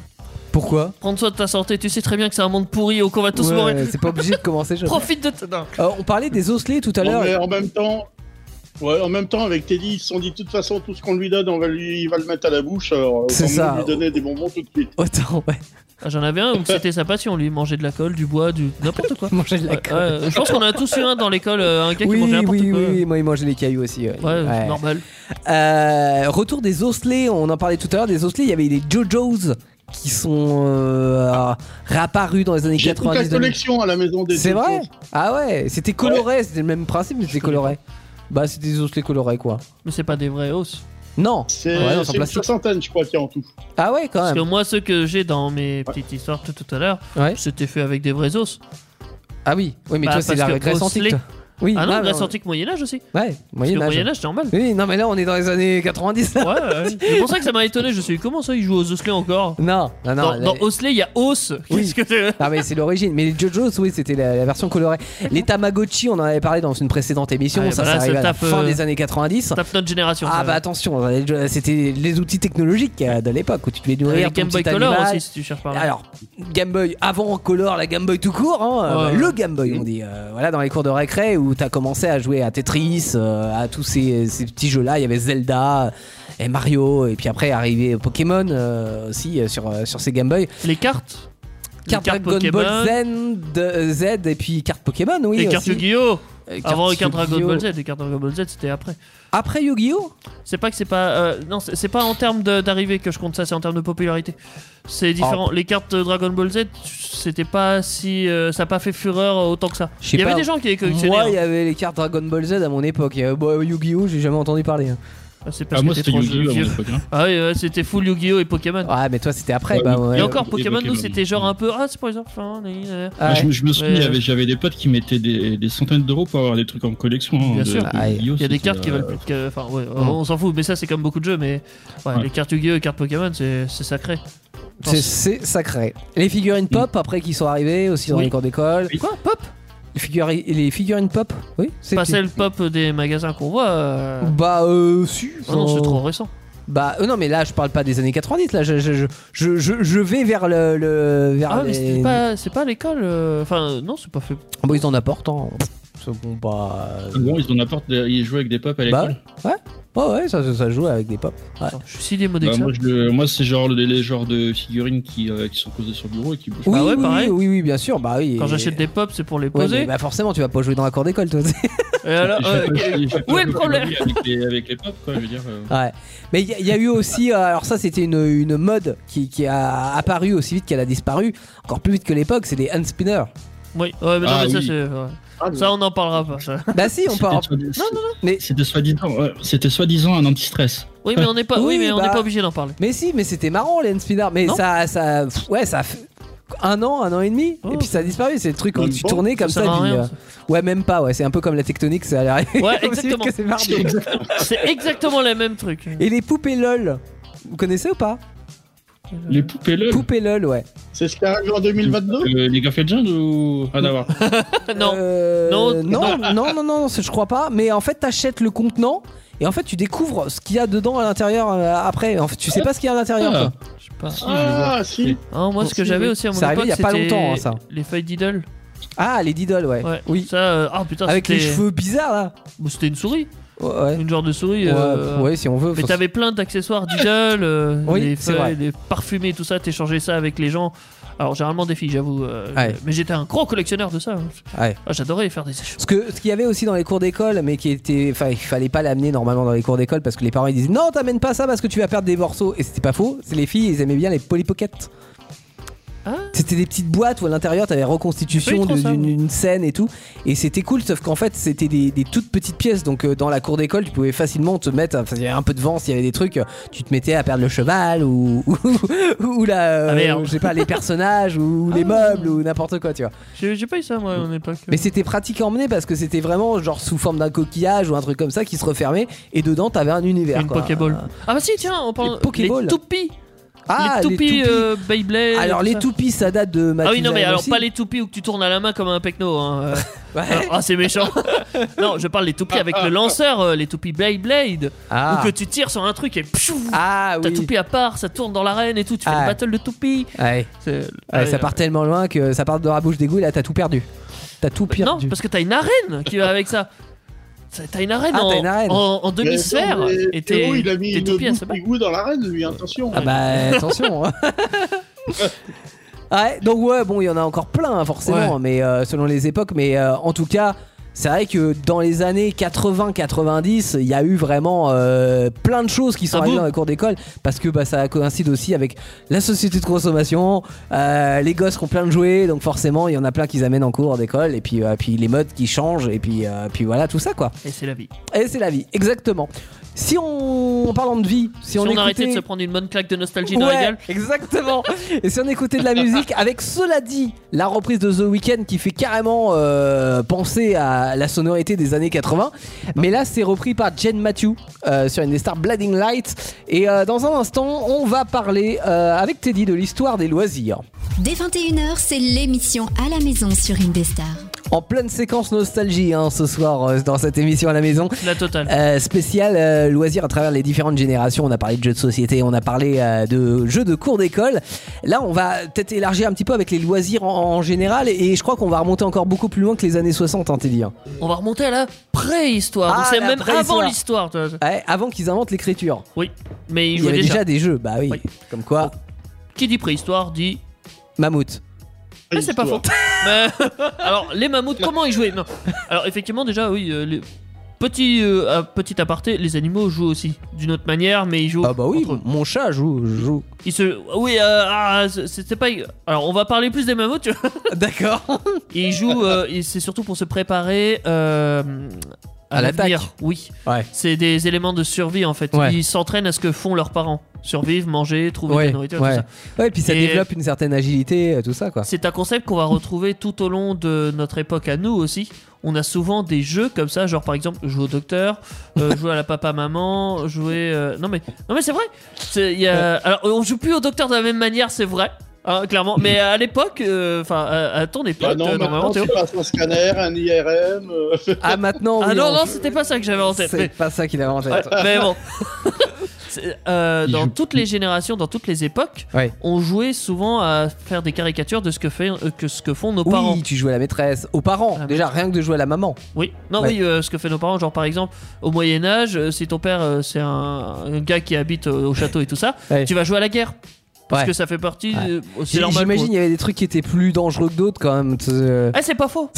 S2: Pourquoi
S3: Prendre soin de ta santé, tu sais très bien que c'est un monde pourri au qu'on va tous
S2: Ouais,
S3: mourir.
S2: C'est pas obligé de commencer. je-
S3: Profite de. ta- non.
S2: Euh, on parlait des osselets tout à
S5: Non,
S2: l'heure.
S5: mais en même temps. Ouais, en même temps, avec Teddy, ils se sont dit, de toute façon, tout ce qu'on lui donne, on va lui, il va le mettre à la bouche, alors
S2: C'est
S5: autant mieux
S2: ça.
S5: lui donner des bonbons tout de suite.
S2: Autant, ouais,
S3: Ah, J'en avais un où c'était sa passion, lui. Manger de la colle, du bois, du. N'importe quoi.
S2: manger de la
S3: Ouais,
S2: colle.
S3: ouais, je pense qu'on a tous eu un dans l'école, euh, un gars qui
S2: Oui,
S3: mangeait n'importe
S2: oui,
S3: quoi.
S2: oui, moi il mangeait les cailloux aussi. ouais.
S3: Ouais,
S2: Ouais.
S3: normal.
S2: Euh, retour des osselets, on en parlait tout à l'heure, des osselets, il y avait les Jojos qui sont euh, à- réapparus dans les années
S5: J'ai toute la
S2: 90. 2000.
S5: collection à la maison des
S2: C'est
S5: Tontos.
S2: vrai Ah ouais, c'était coloré, c'était le même principe, mais c'était coloré. Bah, c'était des os les colorés quoi.
S3: Mais c'est pas des vrais os.
S2: Non
S5: C'est
S2: Ouais, non, c'est en
S5: c'est une
S2: plastique.
S5: soixantaine, je crois, qu'il y a en tout.
S2: Ah ouais, quand
S3: Parce que
S2: même.
S3: moi, ceux que j'ai dans mes petites histoires tout, tout à l'heure,
S2: Ouais.
S3: c'était fait avec des vrais os.
S2: Ah oui, oui, mais
S3: Bah,
S2: toi, c'est
S3: parce
S2: la
S3: que
S2: Grèce
S3: osselet-
S2: antique. toi. Oui,
S3: Ah non, Grèce
S2: ouais,
S3: antique Moyen-Âge aussi.
S2: Ouais,
S3: Parce que
S2: Moyen-Âge.
S3: Moyen-Âge, c'est normal.
S2: Oui, non, mais là, on est dans les années 90.
S3: Ouais, ouais. C'est pour ça que ça m'a étonné. Je me suis dit, comment ça, ils jouent aux osselets encore
S2: Non, non, non.
S3: Dans,
S2: les-
S3: dans Osley, il y a os.
S2: Oui.
S3: Qu'est-ce que c'est
S2: Ah mais c'est l'origine. Mais les JoJo's, oui, c'était la, la version colorée. Les Tamagotchi, on en avait parlé dans une précédente émission.
S3: Ouais,
S2: ça,
S3: bah
S2: ça
S3: là,
S2: arrive
S3: ça
S2: à la
S3: tape,
S2: fin
S3: euh,
S2: des années 90.
S3: Tape notre génération.
S2: Ah
S3: ça.
S2: bah attention, les- c'était les outils technologiques euh, de l'époque où tu devais
S3: Avec
S2: nourrir ton
S3: Game Boy
S2: petit
S3: Color
S2: animal.
S3: aussi, si tu cherches pas.
S2: Alors, Game Boy avant en color, la Game Boy tout court, hein, euh,
S3: Ouais.
S2: le Game Boy, on dit. euh, voilà, dans les cours de récré où t'as commencé à jouer à Tetris, euh, à tous ces, ces petits jeux-là. Il y avait Zelda et Mario, et puis après arrivé Pokémon euh, aussi euh, sur, euh, sur ces Game Boy.
S3: Les cartes Les
S2: Carte
S3: cartes
S2: Dragon
S3: Pokémon,
S2: Ball Zen, de- euh, Z, et puis carte Pokémon, oui.
S3: les cartes
S2: aussi.
S3: Yu-Gi-Oh!
S2: Euh, carte
S3: Avant les cartes
S2: Yu-Gi-Oh.
S3: Dragon Ball Z, les cartes Dragon Ball Z c'était après.
S2: Après Yu-Gi-Oh
S3: C'est pas que c'est pas. euh, non, c'est c'est pas en termes de- d'arrivée que je compte ça, c'est en termes de popularité. C'est différent.
S2: Ah.
S3: Les cartes euh, Dragon Ball Z, c'était pas si. euh, ça a pas fait fureur autant que ça.
S2: Je sais
S3: Il y avait
S2: pas.
S3: des gens qui les collectionnaient.
S2: Moi, il y
S3: hein.
S2: avait les cartes Dragon Ball Z à mon époque. Et, euh, bah, Yu-Gi-Oh, j'ai jamais entendu parler. hein.
S3: Ah, C'est parce
S4: Ah, moi,
S3: que t'es
S4: c'était
S3: trop
S4: Yu-Gi-Oh! à
S3: vieux.
S4: mon époque, hein.
S3: Ah oui, ouais, c'était full Yu-Gi-Oh et Pokémon.
S2: Ah, mais toi, c'était après.
S4: Ouais,
S2: bah,
S4: oui.
S2: ouais.
S3: et encore
S4: et
S3: Pokémon, nous
S4: Pokémon.
S3: c'était genre un peu. Ah, c'est pour les enfants. nan, nan, nan.
S2: Ah,
S4: Moi, je, me- je me souviens,
S3: Ouais.
S4: j'avais- j'avais des potes qui mettaient des, des centaines d'euros pour avoir des trucs en collection. hein,
S3: Bien
S4: de-
S3: sûr.
S4: de
S2: Ah,
S4: Yu-Gi-Oh,
S3: Il y a des
S4: c'était,
S3: cartes qui
S4: euh,
S3: valent plus que. Enfin, ouais, on on s'en fout, mais ça c'est comme beaucoup de jeux, mais. ouais,
S4: Ouais.
S3: les cartes Yu-Gi-Oh et cartes Pokémon, c'est c'est sacré.
S2: c'est- c'est sacré. Les figurines pop, après qui sont arrivées aussi dans
S3: Oui.
S2: les cours d'école.
S4: Oui.
S3: Quoi Pop
S2: Les, figuri- les figurines pop, oui. c'est-
S3: Pas celle pop des magasins qu'on voit. euh,
S2: Bah, euh, si.
S3: ah non,
S2: enfin,
S3: c'est trop récent.
S2: Bah, euh, non, mais là, je parle pas des années 90. Là, je, je, je, je- je- je vais vers le. le- vers
S3: Ah, mais
S2: les-
S3: c'était pas- c'est pas, à l'école. euh, Enfin, non, c'est pas fait.
S2: Ah Bon, ils en apportent, hein. C'est Bon, bah. euh,
S4: Bon, ils en apportent, des- ils jouaient avec des pops à
S2: Bah,
S4: l'école.
S2: ouais, ouais, ça, ça- ça joue avec des pop. Ouais.
S3: Attends, Je suis si démodé
S4: Bah,
S3: que ça.
S4: moi, je le- moi, c'est genre les, les genres de figurines qui, euh, qui sont posées sur le bureau et qui bougent.
S2: Oui,
S3: ouais,
S2: oui,
S3: pareil.
S2: oui, oui, bien sûr. Bah oui.
S3: Quand
S2: et-
S3: j'achète des pop, c'est pour les
S2: Ouais,
S3: poser.
S2: mais bah forcément, tu vas pas jouer dans la cour d'école, toi.
S3: Et alors,
S4: Et je
S3: euh,
S4: sais pas si- je sais pas
S3: où est
S4: si
S3: le
S4: vous
S3: problème Ah,
S4: avez avec les, avec les pops, quoi, je veux dire. euh.
S2: ouais. Mais il y, a- il y a eu aussi. euh, alors, ça, c'était une, une mode qui, qui a apparu aussi vite qu'elle a disparu. Encore plus vite que l'époque, c'est des hand spinners.
S3: Oui, ouais, mais non,
S4: Ah,
S3: mais ça,
S4: oui.
S3: c'est- ouais.
S5: Ah, mais-
S3: ça, on n'en parlera pas. ça.
S2: bah, si, on peut. en-
S4: C'était soi-
S2: mais-
S4: C'était soi-disant ouais, c'était soi-disant un anti-stress.
S3: Oui, mais on n'est pas, oui,
S2: Oui,
S3: mais on n'est
S2: bah.
S3: pas obligé d'en parler.
S2: Mais si, mais c'était marrant, les hand spinners. Mais
S3: Non.
S2: ça. ça pff, ouais, ça. fait Un an, un an et demi,
S3: Oh.
S2: et puis ça a disparu. C'est le truc où
S5: Bon,
S2: tu tournais comme ça.
S3: sert à
S2: puis,
S3: rien,
S2: euh, ouais, même pas. Ouais, c'est un peu comme la tectonique, ça a l'air.
S3: Ouais,
S2: aussi vite
S3: Ah, exactement.
S2: que c'est parti.
S3: C'est exactement le même truc.
S2: Et les poupées lol, vous connaissez ou pas
S4: Les poupées là,
S2: Poupées lol, ouais.
S5: C'est ce qui arrive en 2022
S4: euh, les Garfield ou rien à voir.
S3: Non.
S2: Euh,
S3: Non,
S2: non, non, non, non, non, c'est- je crois pas. Mais en fait, t'achètes le contenant et en fait, tu découvres ce qu'il y a dedans à l'intérieur euh, après. En fait, tu sais pas ce qu'il y a à l'intérieur.
S4: Ah.
S2: toi.
S3: Je sais pas.
S4: Si, je vois.
S5: Ah, si.
S3: Hein, moi, ce que
S4: Si,
S3: j'avais
S4: oui.
S3: aussi à mon
S2: C'est arrivé
S3: époque,
S2: il y a pas
S3: c'était
S2: longtemps, hein, ça.
S3: Les feuilles d'idole.
S2: Ah, les didoles, ouais.
S3: Ouais.
S2: Oui.
S3: Ça, euh, ah putain,
S2: Avec les
S3: c'était-
S2: cheveux bizarres là.
S3: Bon, C'était une souris,
S2: Ouais.
S3: une genre de souris.
S2: Ouais,
S3: euh,
S2: ouais, si on veut.
S3: Mais
S2: faut-
S3: t'avais plein d'accessoires d'idole, euh,
S2: Oui,
S3: les
S2: c'est vrai.
S3: feuilles, les parfumés, tout ça, t'échangeais ça avec les gens. Alors généralement des filles, j'avoue. euh,
S2: Ouais.
S3: Mais j'étais un gros collectionneur de ça.
S2: Ouais.
S3: Ah, J'adorais faire des échanges.
S2: Ce que ce qu'il y avait aussi dans les cours d'école, mais qui était, enfin, il fallait pas l'amener normalement dans les cours d'école parce que les parents ils disaient non, t'amènes pas ça parce que tu vas perdre des morceaux. Et c'était pas faux. C'est les filles, ils aimaient bien les polypockets.
S3: Ah.
S2: C'était des petites boîtes où à l'intérieur t'avais
S3: J'ai
S2: reconstitution
S3: pas eu trop
S2: de-
S3: ça,
S2: d'une
S3: moi.
S2: une scène et tout. Et c'était cool, sauf qu'en fait c'était des, des toutes petites pièces. Donc euh, dans la cour d'école, tu pouvais facilement te mettre, enfin, il y avait un peu de vent, s'il y avait des trucs, euh, tu te mettais à perdre le cheval ou, ou, ou la, euh,
S3: Ah, merde.
S2: je sais pas, les personnages ou les
S3: Ah.
S2: meubles ou n'importe quoi, tu vois.
S3: J'ai j'ai pas eu ça moi à mon époque.
S2: Mais c'était pratique à emmener parce que c'était vraiment genre sous forme d'un coquillage ou un truc comme ça qui se refermait et dedans t'avais un univers.
S3: une
S2: quoi. euh,
S3: Pokéball. Ah bah si tiens, on parle
S2: Les Pokéball.
S3: les toupies.
S2: Ah,
S3: les toupies, euh, Beyblade.
S2: alors
S3: tout
S2: les
S3: ça.
S2: toupies ça date de
S3: Ah oui non mais
S2: Mathusalem
S3: alors
S2: aussi.
S3: pas les toupies où que tu tournes à la main comme un pecno. hein, euh. Ah
S2: Ouais.
S3: ah, c'est méchant. non je parle les toupies avec le lanceur, euh, les toupies Beyblade
S2: Ah.
S3: où que tu tires sur un truc et pfiou,
S2: Ah
S3: T'as
S2: oui.
S3: Toupie à part, ça tourne dans l'arène et tout, tu fais
S2: Ah.
S3: une battle de Toupie.
S2: Ouais. Ouais,
S3: C'est-
S2: ça part tellement loin que ça part dans la bouche d'égout et là t'as tout perdu. T'as tout perdu.
S3: Non, parce que t'as une arène qui va avec ça. Ça- T'as une arène,
S2: Ah,
S3: en,
S2: t'as une arène.
S3: en- en
S5: Mais
S3: demi-sphère
S5: attends, mais
S3: et
S5: Théo,
S3: t'es
S5: il a mis
S3: t'es
S5: une
S3: Toupie à
S5: goutte
S3: se battre.
S5: d'égout dans l'arène, lui, attention.
S2: Ah bah attention. hein. ouais, donc ouais, bon, il y en a encore plein hein, forcément, mais euh, selon les époques, mais euh, en tout cas, c'est vrai que dans les années 80-90, il y a eu vraiment euh, plein de choses qui sont
S3: Ah
S2: arrivées
S3: bon
S2: dans les cours d'école parce que bah, ça coïncide aussi avec la société de consommation, euh, les gosses qui ont plein de jouets, donc forcément il y en a plein qu'ils amènent en cours d'école et puis, euh, puis les modes qui changent et puis, euh, puis voilà tout ça quoi.
S3: Et c'est la vie.
S2: Et c'est la vie, exactement. Si on en parlant de vie, si,
S3: Si on,
S2: écoutait...
S3: arrêtait de se prendre une bonne claque de nostalgie dans la
S2: Ouais,
S3: gueule.
S2: exactement. Et si on écoutait de la musique, avec cela dit, la reprise de The Weeknd qui fait carrément euh, penser à la sonorité des années 80, mais là c'est repris par Jen Matthew euh, sur une des stars Blading Lights. Et euh, dans un instant, on va parler euh, avec Teddy de l'histoire des loisirs.
S1: Dès 21h, c'est l'émission à la maison sur Indestar.
S2: En pleine séquence nostalgie hein, ce soir euh, dans cette émission à la maison.
S3: La totale.
S2: Euh, spécial euh, loisirs à travers les différentes générations. On a parlé de jeux de société, on a parlé euh, de jeux de cours d'école. Là, on va peut-être élargir un petit peu avec les loisirs en, en général et je crois qu'on va remonter encore beaucoup plus loin que les années 60, hein, Teddy. hein.
S3: On va remonter à la préhistoire.
S2: Ah,
S3: Donc c'est
S2: la
S3: même avant
S2: préhistoire.
S3: l'histoire. tu vois.
S2: Ouais, avant qu'ils inventent l'écriture.
S3: Oui. Mais il
S2: Il y
S3: jouait
S2: avait
S3: déjà.
S2: déjà des jeux, bah oui.
S3: Oui.
S2: Comme quoi,
S3: Qui dit préhistoire dit.
S2: mammouth.
S3: Ah, c'est pas faux. Mais- Alors, les mammouths, comment ils jouaient Non. Alors, effectivement, déjà, oui. euh, les- Petit, euh, à- petit aparté, les animaux jouent aussi d'une autre manière, mais ils jouent.
S2: Ah bah oui,
S3: entre eux.
S2: mon chat joue. joue.
S3: Ils se. Oui, euh, ah, c'est- c'était pas. Alors, on va parler plus des mammouths. tu vois.
S2: D'accord.
S3: Ils jouent. euh, et c'est surtout pour se préparer. euh,
S2: À l'attaque.
S3: l'avenir. Oui.
S2: Ouais.
S3: C'est des éléments de survie en fait.
S2: Ouais.
S3: Ils s'entraînent à ce que font leurs parents. Survivre, manger, trouver de la
S2: Ouais,
S3: nourriture, tout
S2: ouais.
S3: ça.
S2: Ouais, puis ça
S3: Et-
S2: développe une certaine agilité, euh, tout ça quoi.
S3: C'est un concept qu'on va retrouver tout au long de notre époque à nous aussi. On a souvent des jeux comme ça, genre par exemple jouer au docteur, euh, jouer à la papa-maman, jouer... euh, Non mais, non mais c'est vrai C'est- il y a- Alors on joue plus au docteur de la même manière, c'est vrai, hein, clairement. Mais à l'époque, euh, enfin à, à ton époque,
S5: Ah non,
S3: euh,
S5: maintenant,
S3: normalement Théo...
S5: tu passes un scanner, un IRM. euh,
S2: Ah maintenant,
S3: Ah
S2: oui,
S3: non,
S2: on-
S3: non, c'était pas ça que j'avais en tête. mais-
S2: c'est pas ça qu'il avait en tête.
S3: Ouais, mais bon. C'est, euh,
S4: Il
S3: dans
S4: joue
S3: toutes les générations, dans toutes les époques,
S2: Ouais.
S3: on jouait souvent à faire des caricatures de ce que, fait, euh, que ce que font nos
S2: Oui,
S3: parents.
S2: tu jouais à la maîtresse, aux parents.
S3: Ah,
S2: Déjà, rien que de jouer à la maman.
S3: Oui, non,
S2: Ouais.
S3: oui, euh, ce que fait nos parents. Genre, par exemple, au Moyen-Âge, si ton père, euh, c'est un, un gars qui habite euh, au château et tout ça,
S2: Ouais.
S3: tu vas jouer à la guerre. Parce
S2: Ouais.
S3: que ça fait partie.
S2: Ouais.
S3: euh, c'est
S2: J-
S3: normal.
S2: J'imagine
S3: pour-
S2: il y avait des trucs qui étaient plus dangereux que d'autres quand même. Euh,
S3: Ah, c'est pas faux!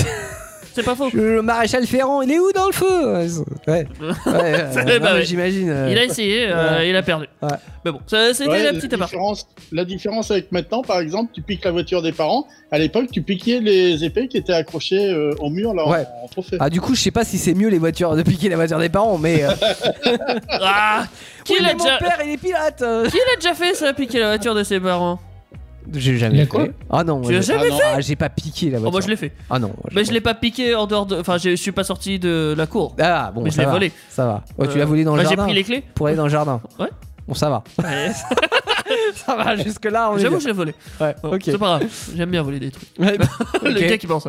S3: C'est pas faux!
S2: Le maréchal Ferrand, il est où dans le feu Ouais, ouais, euh,
S3: Ça,
S2: non, mais
S3: bah ouais.
S2: J'imagine. euh,
S3: Il a essayé, euh, il a perdu.
S2: Ouais.
S3: Mais bon, ça- c'était
S5: ouais, euh,
S3: la petite
S5: la,
S3: aparté.
S5: différence, la différence avec maintenant, par exemple, tu piques la voiture des parents. À l'époque, tu piquais les épées qui étaient accrochées euh, au mur là, en-
S2: Ouais.
S5: en trophée.
S2: Ah, du coup, je sais pas si c'est mieux les voitures de piquer la voiture des parents, mais. euh,
S3: Ah! Qui
S2: oui,
S3: l'a
S2: mais mon
S3: déjà...
S2: père, il est pilote euh.
S3: qui l'a déjà fait ça, piquer la voiture de ses parents?
S2: J'ai
S4: Il a
S2: jamais fait.
S4: quoi
S2: Ah non,
S3: Tu l'as
S2: j'ai-
S3: jamais
S2: ah, non, ah, J'ai pas piqué la
S3: Oh,
S2: voiture.
S3: moi je l'ai fait.
S2: Ah non. moi, j'ai
S3: Mais je
S2: pas-
S3: l'ai pas piqué en dehors de. Enfin, je je suis pas sorti de la cour.
S2: Ah bon,
S3: mais je
S2: ça
S3: l'ai
S2: va,
S3: volé.
S2: Ça va. Ouais, tu l'as
S3: Euh,
S2: volé dans le
S3: bah, J'ai
S2: jardin.
S3: pris les clés.
S2: Pour aller dans le jardin.
S3: Ouais.
S2: Bon, ça va.
S3: Ouais.
S2: ça va, jusque-là, on est.
S3: J'avoue,
S2: bien.
S3: je l'ai volé.
S2: Ouais,
S3: Bon,
S2: ok.
S3: C'est pas grave. J'aime bien voler des trucs.
S2: Ouais, bah,
S3: Le
S2: ok.
S3: gars qui pense.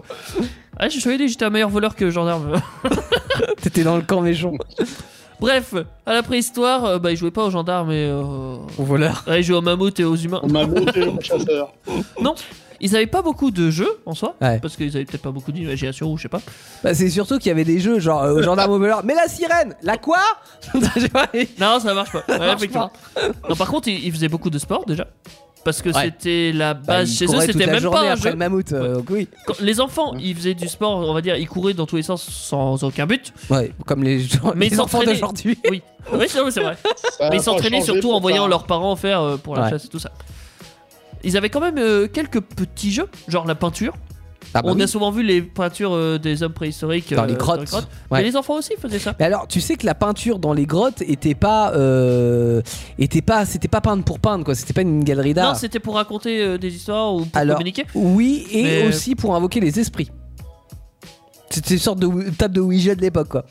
S3: Ah, je suis j'étais un meilleur voleur que gendarme.
S2: T'étais dans le camp méchant.
S3: Bref, à la préhistoire, euh, bah, ils jouaient pas aux gendarmes et. euh,
S2: Au voleur.
S3: ouais, ils jouaient aux mammouths et aux humains.
S5: On m'a monté au chasseur.
S3: Ils avaient pas beaucoup de jeux en soi.
S2: Ouais.
S3: Parce qu'ils avaient peut-être pas beaucoup d'imagination ou je sais pas.
S2: Bah, c'est surtout qu'il y avait des jeux genre euh, au gendarme au voleur. Mais la sirène La quoi Bah, Je sais pas, il-
S3: Non, ça marche pas. Ouais,
S2: marche
S3: effectivement. Non, par contre, ils, ils faisaient beaucoup de sport déjà. Parce que
S2: Ouais.
S3: c'était la
S2: Bah,
S3: base
S2: il
S3: chez eux,
S2: courait toute
S3: c'était
S2: la
S3: même
S2: journée
S3: pas un
S2: après
S3: jeu.
S2: le mammouth. euh, donc oui.
S3: Quand les enfants, ils faisaient du sport, on va dire, ils couraient dans tous les sens sans aucun but.
S2: Ouais, comme les, gens-
S3: Mais
S2: les
S3: ils
S2: enfants
S3: s'entraînaient.
S2: d'aujourd'hui.
S3: Oui, oui c'est vrai, c'est vrai.
S5: Ça a
S3: Mais ils
S5: pas
S3: s'entraînaient
S5: changé
S3: surtout
S5: pour
S3: en voyant
S5: ça.
S3: leurs parents faire euh, pour la
S2: Ouais.
S3: chasse et tout ça. Ils avaient quand même euh, quelques petits jeux, genre la peinture.
S2: Ah, bah
S3: on
S2: oui.
S3: a souvent vu les peintures euh, des hommes préhistoriques
S2: Dans
S3: euh,
S2: les grottes.
S3: Mais
S2: Ouais.
S3: les enfants aussi faisaient ça.
S2: Mais alors, tu sais que la peinture dans les grottes était pas. euh, était pas c'était pas peindre pour peindre, quoi. C'était pas une galerie
S3: Non,
S2: d'art.
S3: c'était pour raconter euh, des histoires ou pour
S2: Alors-
S3: communiquer.
S2: oui, et
S3: Mais- euh,
S2: aussi pour invoquer les esprits. C'était une sorte de ou- table de Ouija de l'époque, quoi.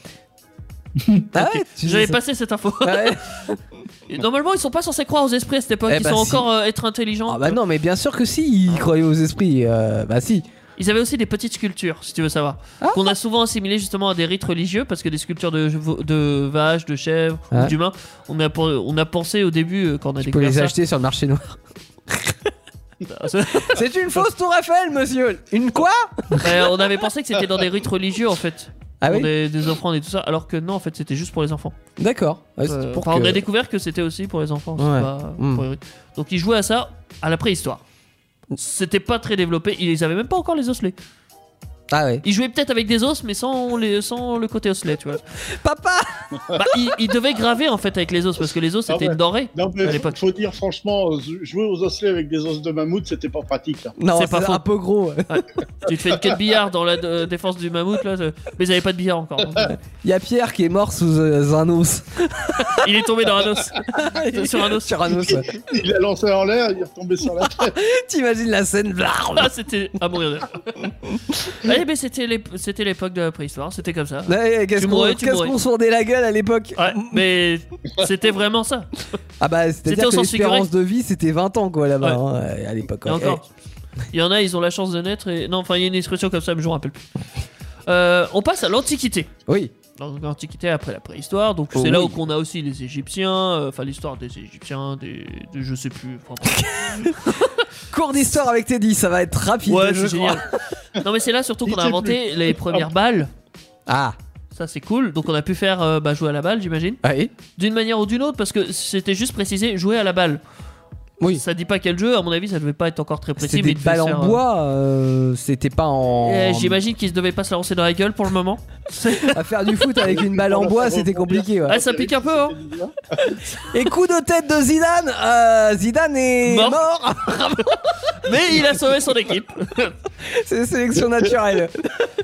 S2: ah ouais tu-
S3: J'avais passé cette info.
S2: Ah ouais.
S3: Et Normalement, ils sont pas censés croire aux esprits à cette époque.
S2: Eh
S3: ils
S2: bah
S3: sont
S2: si.
S3: encore euh, être intelligents.
S2: Ah bah non, mais bien sûr que si, ils croyaient aux esprits. euh, bah si.
S3: Ils avaient aussi des petites sculptures, si tu veux savoir,
S2: Ah.
S3: qu'on a souvent assimilées justement à des rites religieux, parce que des sculptures de, de vaches, de chèvres, ou
S2: Ouais.
S3: d'humains, on a, on a pensé au début euh, quand on a
S2: Tu peux
S3: découvert
S2: les
S3: ça.
S2: acheter sur le marché noir.
S3: ça-
S2: C'est une fausse tour Eiffel, monsieur. Une quoi
S3: Euh, on avait pensé que c'était dans des rites religieux en fait,
S2: Ah
S3: pour
S2: oui,
S3: des, des offrandes et tout ça, alors que non, en fait, c'était juste pour les enfants.
S2: d'accord. Ouais,
S3: Euh,
S2: c'est pour
S3: enfin, On
S2: que-
S3: a découvert que c'était aussi pour les enfants. c'est
S2: Ouais.
S3: pas
S2: Mm.
S3: pour les rites. Donc ils jouaient à
S2: Hmm.
S3: ça à la préhistoire. C'était pas très développé, ils avaient même pas encore les osselets.
S2: Ah ouais.
S3: Il jouait peut-être avec des os, mais sans, les, sans le côté osselet, tu vois.
S2: Papa
S3: Bah, il, il devait graver en fait avec les os, parce que les os
S5: Ah
S3: c'était
S5: ouais.
S3: une denrée.
S5: Non, mais
S3: À
S5: faut,
S3: l'époque.
S5: faut dire franchement, euh, jouer aux osselets avec des os de mammouth, c'était pas pratique. Là.
S2: Non,
S3: C'est pas
S2: c'est
S3: faux.
S2: un peu gros.
S3: Tu te fais une queue de billard dans la euh, défense du mammouth, là. c'est- Mais ils avaient pas de billard encore. donc, euh,
S2: Il y a Pierre qui est mort sous euh, un os.
S3: Il est tombé dans un os. Sur un os.
S2: Sur un os. ouais.
S5: Il a lancé en l'air, il est retombé sur la tête.
S2: T'imagines la scène blarbe.
S3: Ah, c'était à mourir de rire. Eh ben, c'était l'ép- c'était l'époque de la préhistoire, c'était comme ça.
S2: Ouais, Qu'est-ce
S3: Tu
S2: qu'on
S3: mourrais, tu
S2: qu'est-ce
S3: mourrais.
S2: qu'on se rendait la gueule à l'époque
S3: Ouais, mais c'était vraiment ça.
S2: Ah bah, c'est-à-dire
S3: au
S2: que
S3: sens figuré.
S2: l'espérance de vie, c'était 20 ans, quoi, là-bas, hein, à l'époque.
S3: Et
S2: ouais.
S3: encore. Il y en a, ils ont la chance de naître. Et... Non, enfin, il y a une expression comme ça, mais je me rappelle plus. Euh, on passe à l'Antiquité.
S2: Oui.
S3: Dans l'Antiquité, après la préhistoire, donc
S2: Oh
S3: c'est là
S2: oui.
S3: où qu'on a aussi les Égyptiens, euh, enfin l'histoire des Égyptiens, des, des- je sais plus. enfin, bref.
S2: Cours d'histoire avec Teddy, ça va être rapide.
S3: ouais,
S2: je
S3: c'est
S2: crois.
S3: génial. non, mais c'est là surtout qu'on a
S5: Il sait
S3: inventé les premières balles.
S2: Ah,
S3: Ça, c'est cool. Donc on a pu faire euh, bah, jouer à la balle, j'imagine.
S2: oui.
S3: D'une manière ou d'une autre, parce que c'était juste précisé jouer à la balle.
S2: Oui.
S3: Ça dit pas quel jeu, à mon avis, ça devait pas être encore très précis.
S2: C'était
S3: mais
S2: des
S3: il devait
S2: balles
S3: faire,
S2: en
S3: euh,
S2: bois, Oh. euh, c'était pas en.
S3: euh, J'imagine qu'ils ne devaient pas se la lancer dans la gueule pour le moment. C'est-
S2: À faire du foot avec une balle en bois, c'était compliqué. ouais.
S3: Ah, ça pique un peu, hein
S2: Et coup de tête de Zidane euh, Zidane est
S3: Mort.
S2: mort,
S3: Mais il a sauvé son équipe.
S2: C'est sélection naturelle.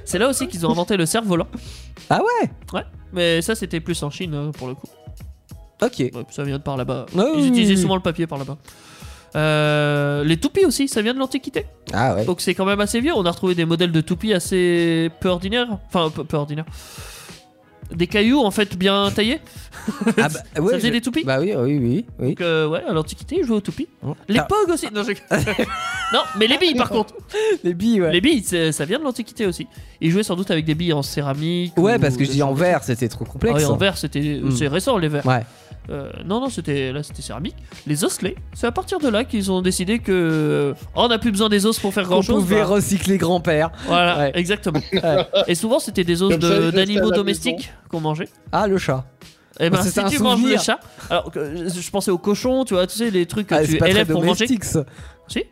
S3: C'est là aussi qu'ils ont inventé le cerf-volant.
S2: Ah ouais
S3: Ouais. Mais ça, c'était plus en Chine, hein, pour le coup.
S2: Ok.
S3: Ouais, Ça vient de par là-bas.
S2: Ah oui,
S3: Ils
S2: oui,
S3: utilisaient
S2: oui.
S3: souvent le papier par là-bas. Euh, les toupies aussi, ça vient de l'Antiquité.
S2: Ah ouais.
S3: Donc c'est quand même assez vieux. On a retrouvé des modèles de toupies assez peu ordinaires. Enfin, peu, peu ordinaires. Des cailloux en fait bien taillés.
S2: Ah bah, ouais,
S3: ça faisait
S2: je-
S3: des toupies.
S2: Bah oui, oui, oui. oui.
S3: Donc euh, ouais, à l'Antiquité, ils jouaient aux toupies.
S2: Hum.
S3: Les
S2: Ah,
S3: pogs aussi. Non, je- non, mais les billes par contre.
S2: les billes, ouais.
S3: Les billes, c'est- ça vient de l'Antiquité aussi. Ils jouaient sans doute avec des billes en céramique.
S2: Ouais,
S3: ou
S2: parce que je
S3: des
S2: dis en
S3: sortes de
S2: verre, c'était trop
S3: Ah
S2: complexe.
S3: oui, en
S2: hein.
S3: verre, c'était
S2: Hmm.
S3: c'est récent les verres.
S2: Ouais.
S3: Euh, non, non, c'était là, c'était céramique. Les osselets, c'est à partir de là qu'ils ont décidé que euh, on n'a plus besoin des os pour faire grand
S2: On
S3: chose.
S2: pouvait recycler grand-père.
S3: voilà,
S2: Ouais.
S3: exactement.
S2: Ouais.
S3: Et souvent, c'était des os
S5: Comme ça, ils
S3: de-
S5: restaient à
S3: d'animaux
S5: la
S3: domestiques qu'on mangeait.
S2: Ah, le chat.
S3: Et ben,
S2: c'est
S3: si
S2: un
S3: tu manges le
S2: souvenir.
S3: chat, alors que euh, je, je pensais aux cochons, tu vois, tu sais, les trucs que
S2: Ah,
S3: tu
S2: c'est pas très
S3: élèves pour manger.
S2: domestique, ça.
S3: Si.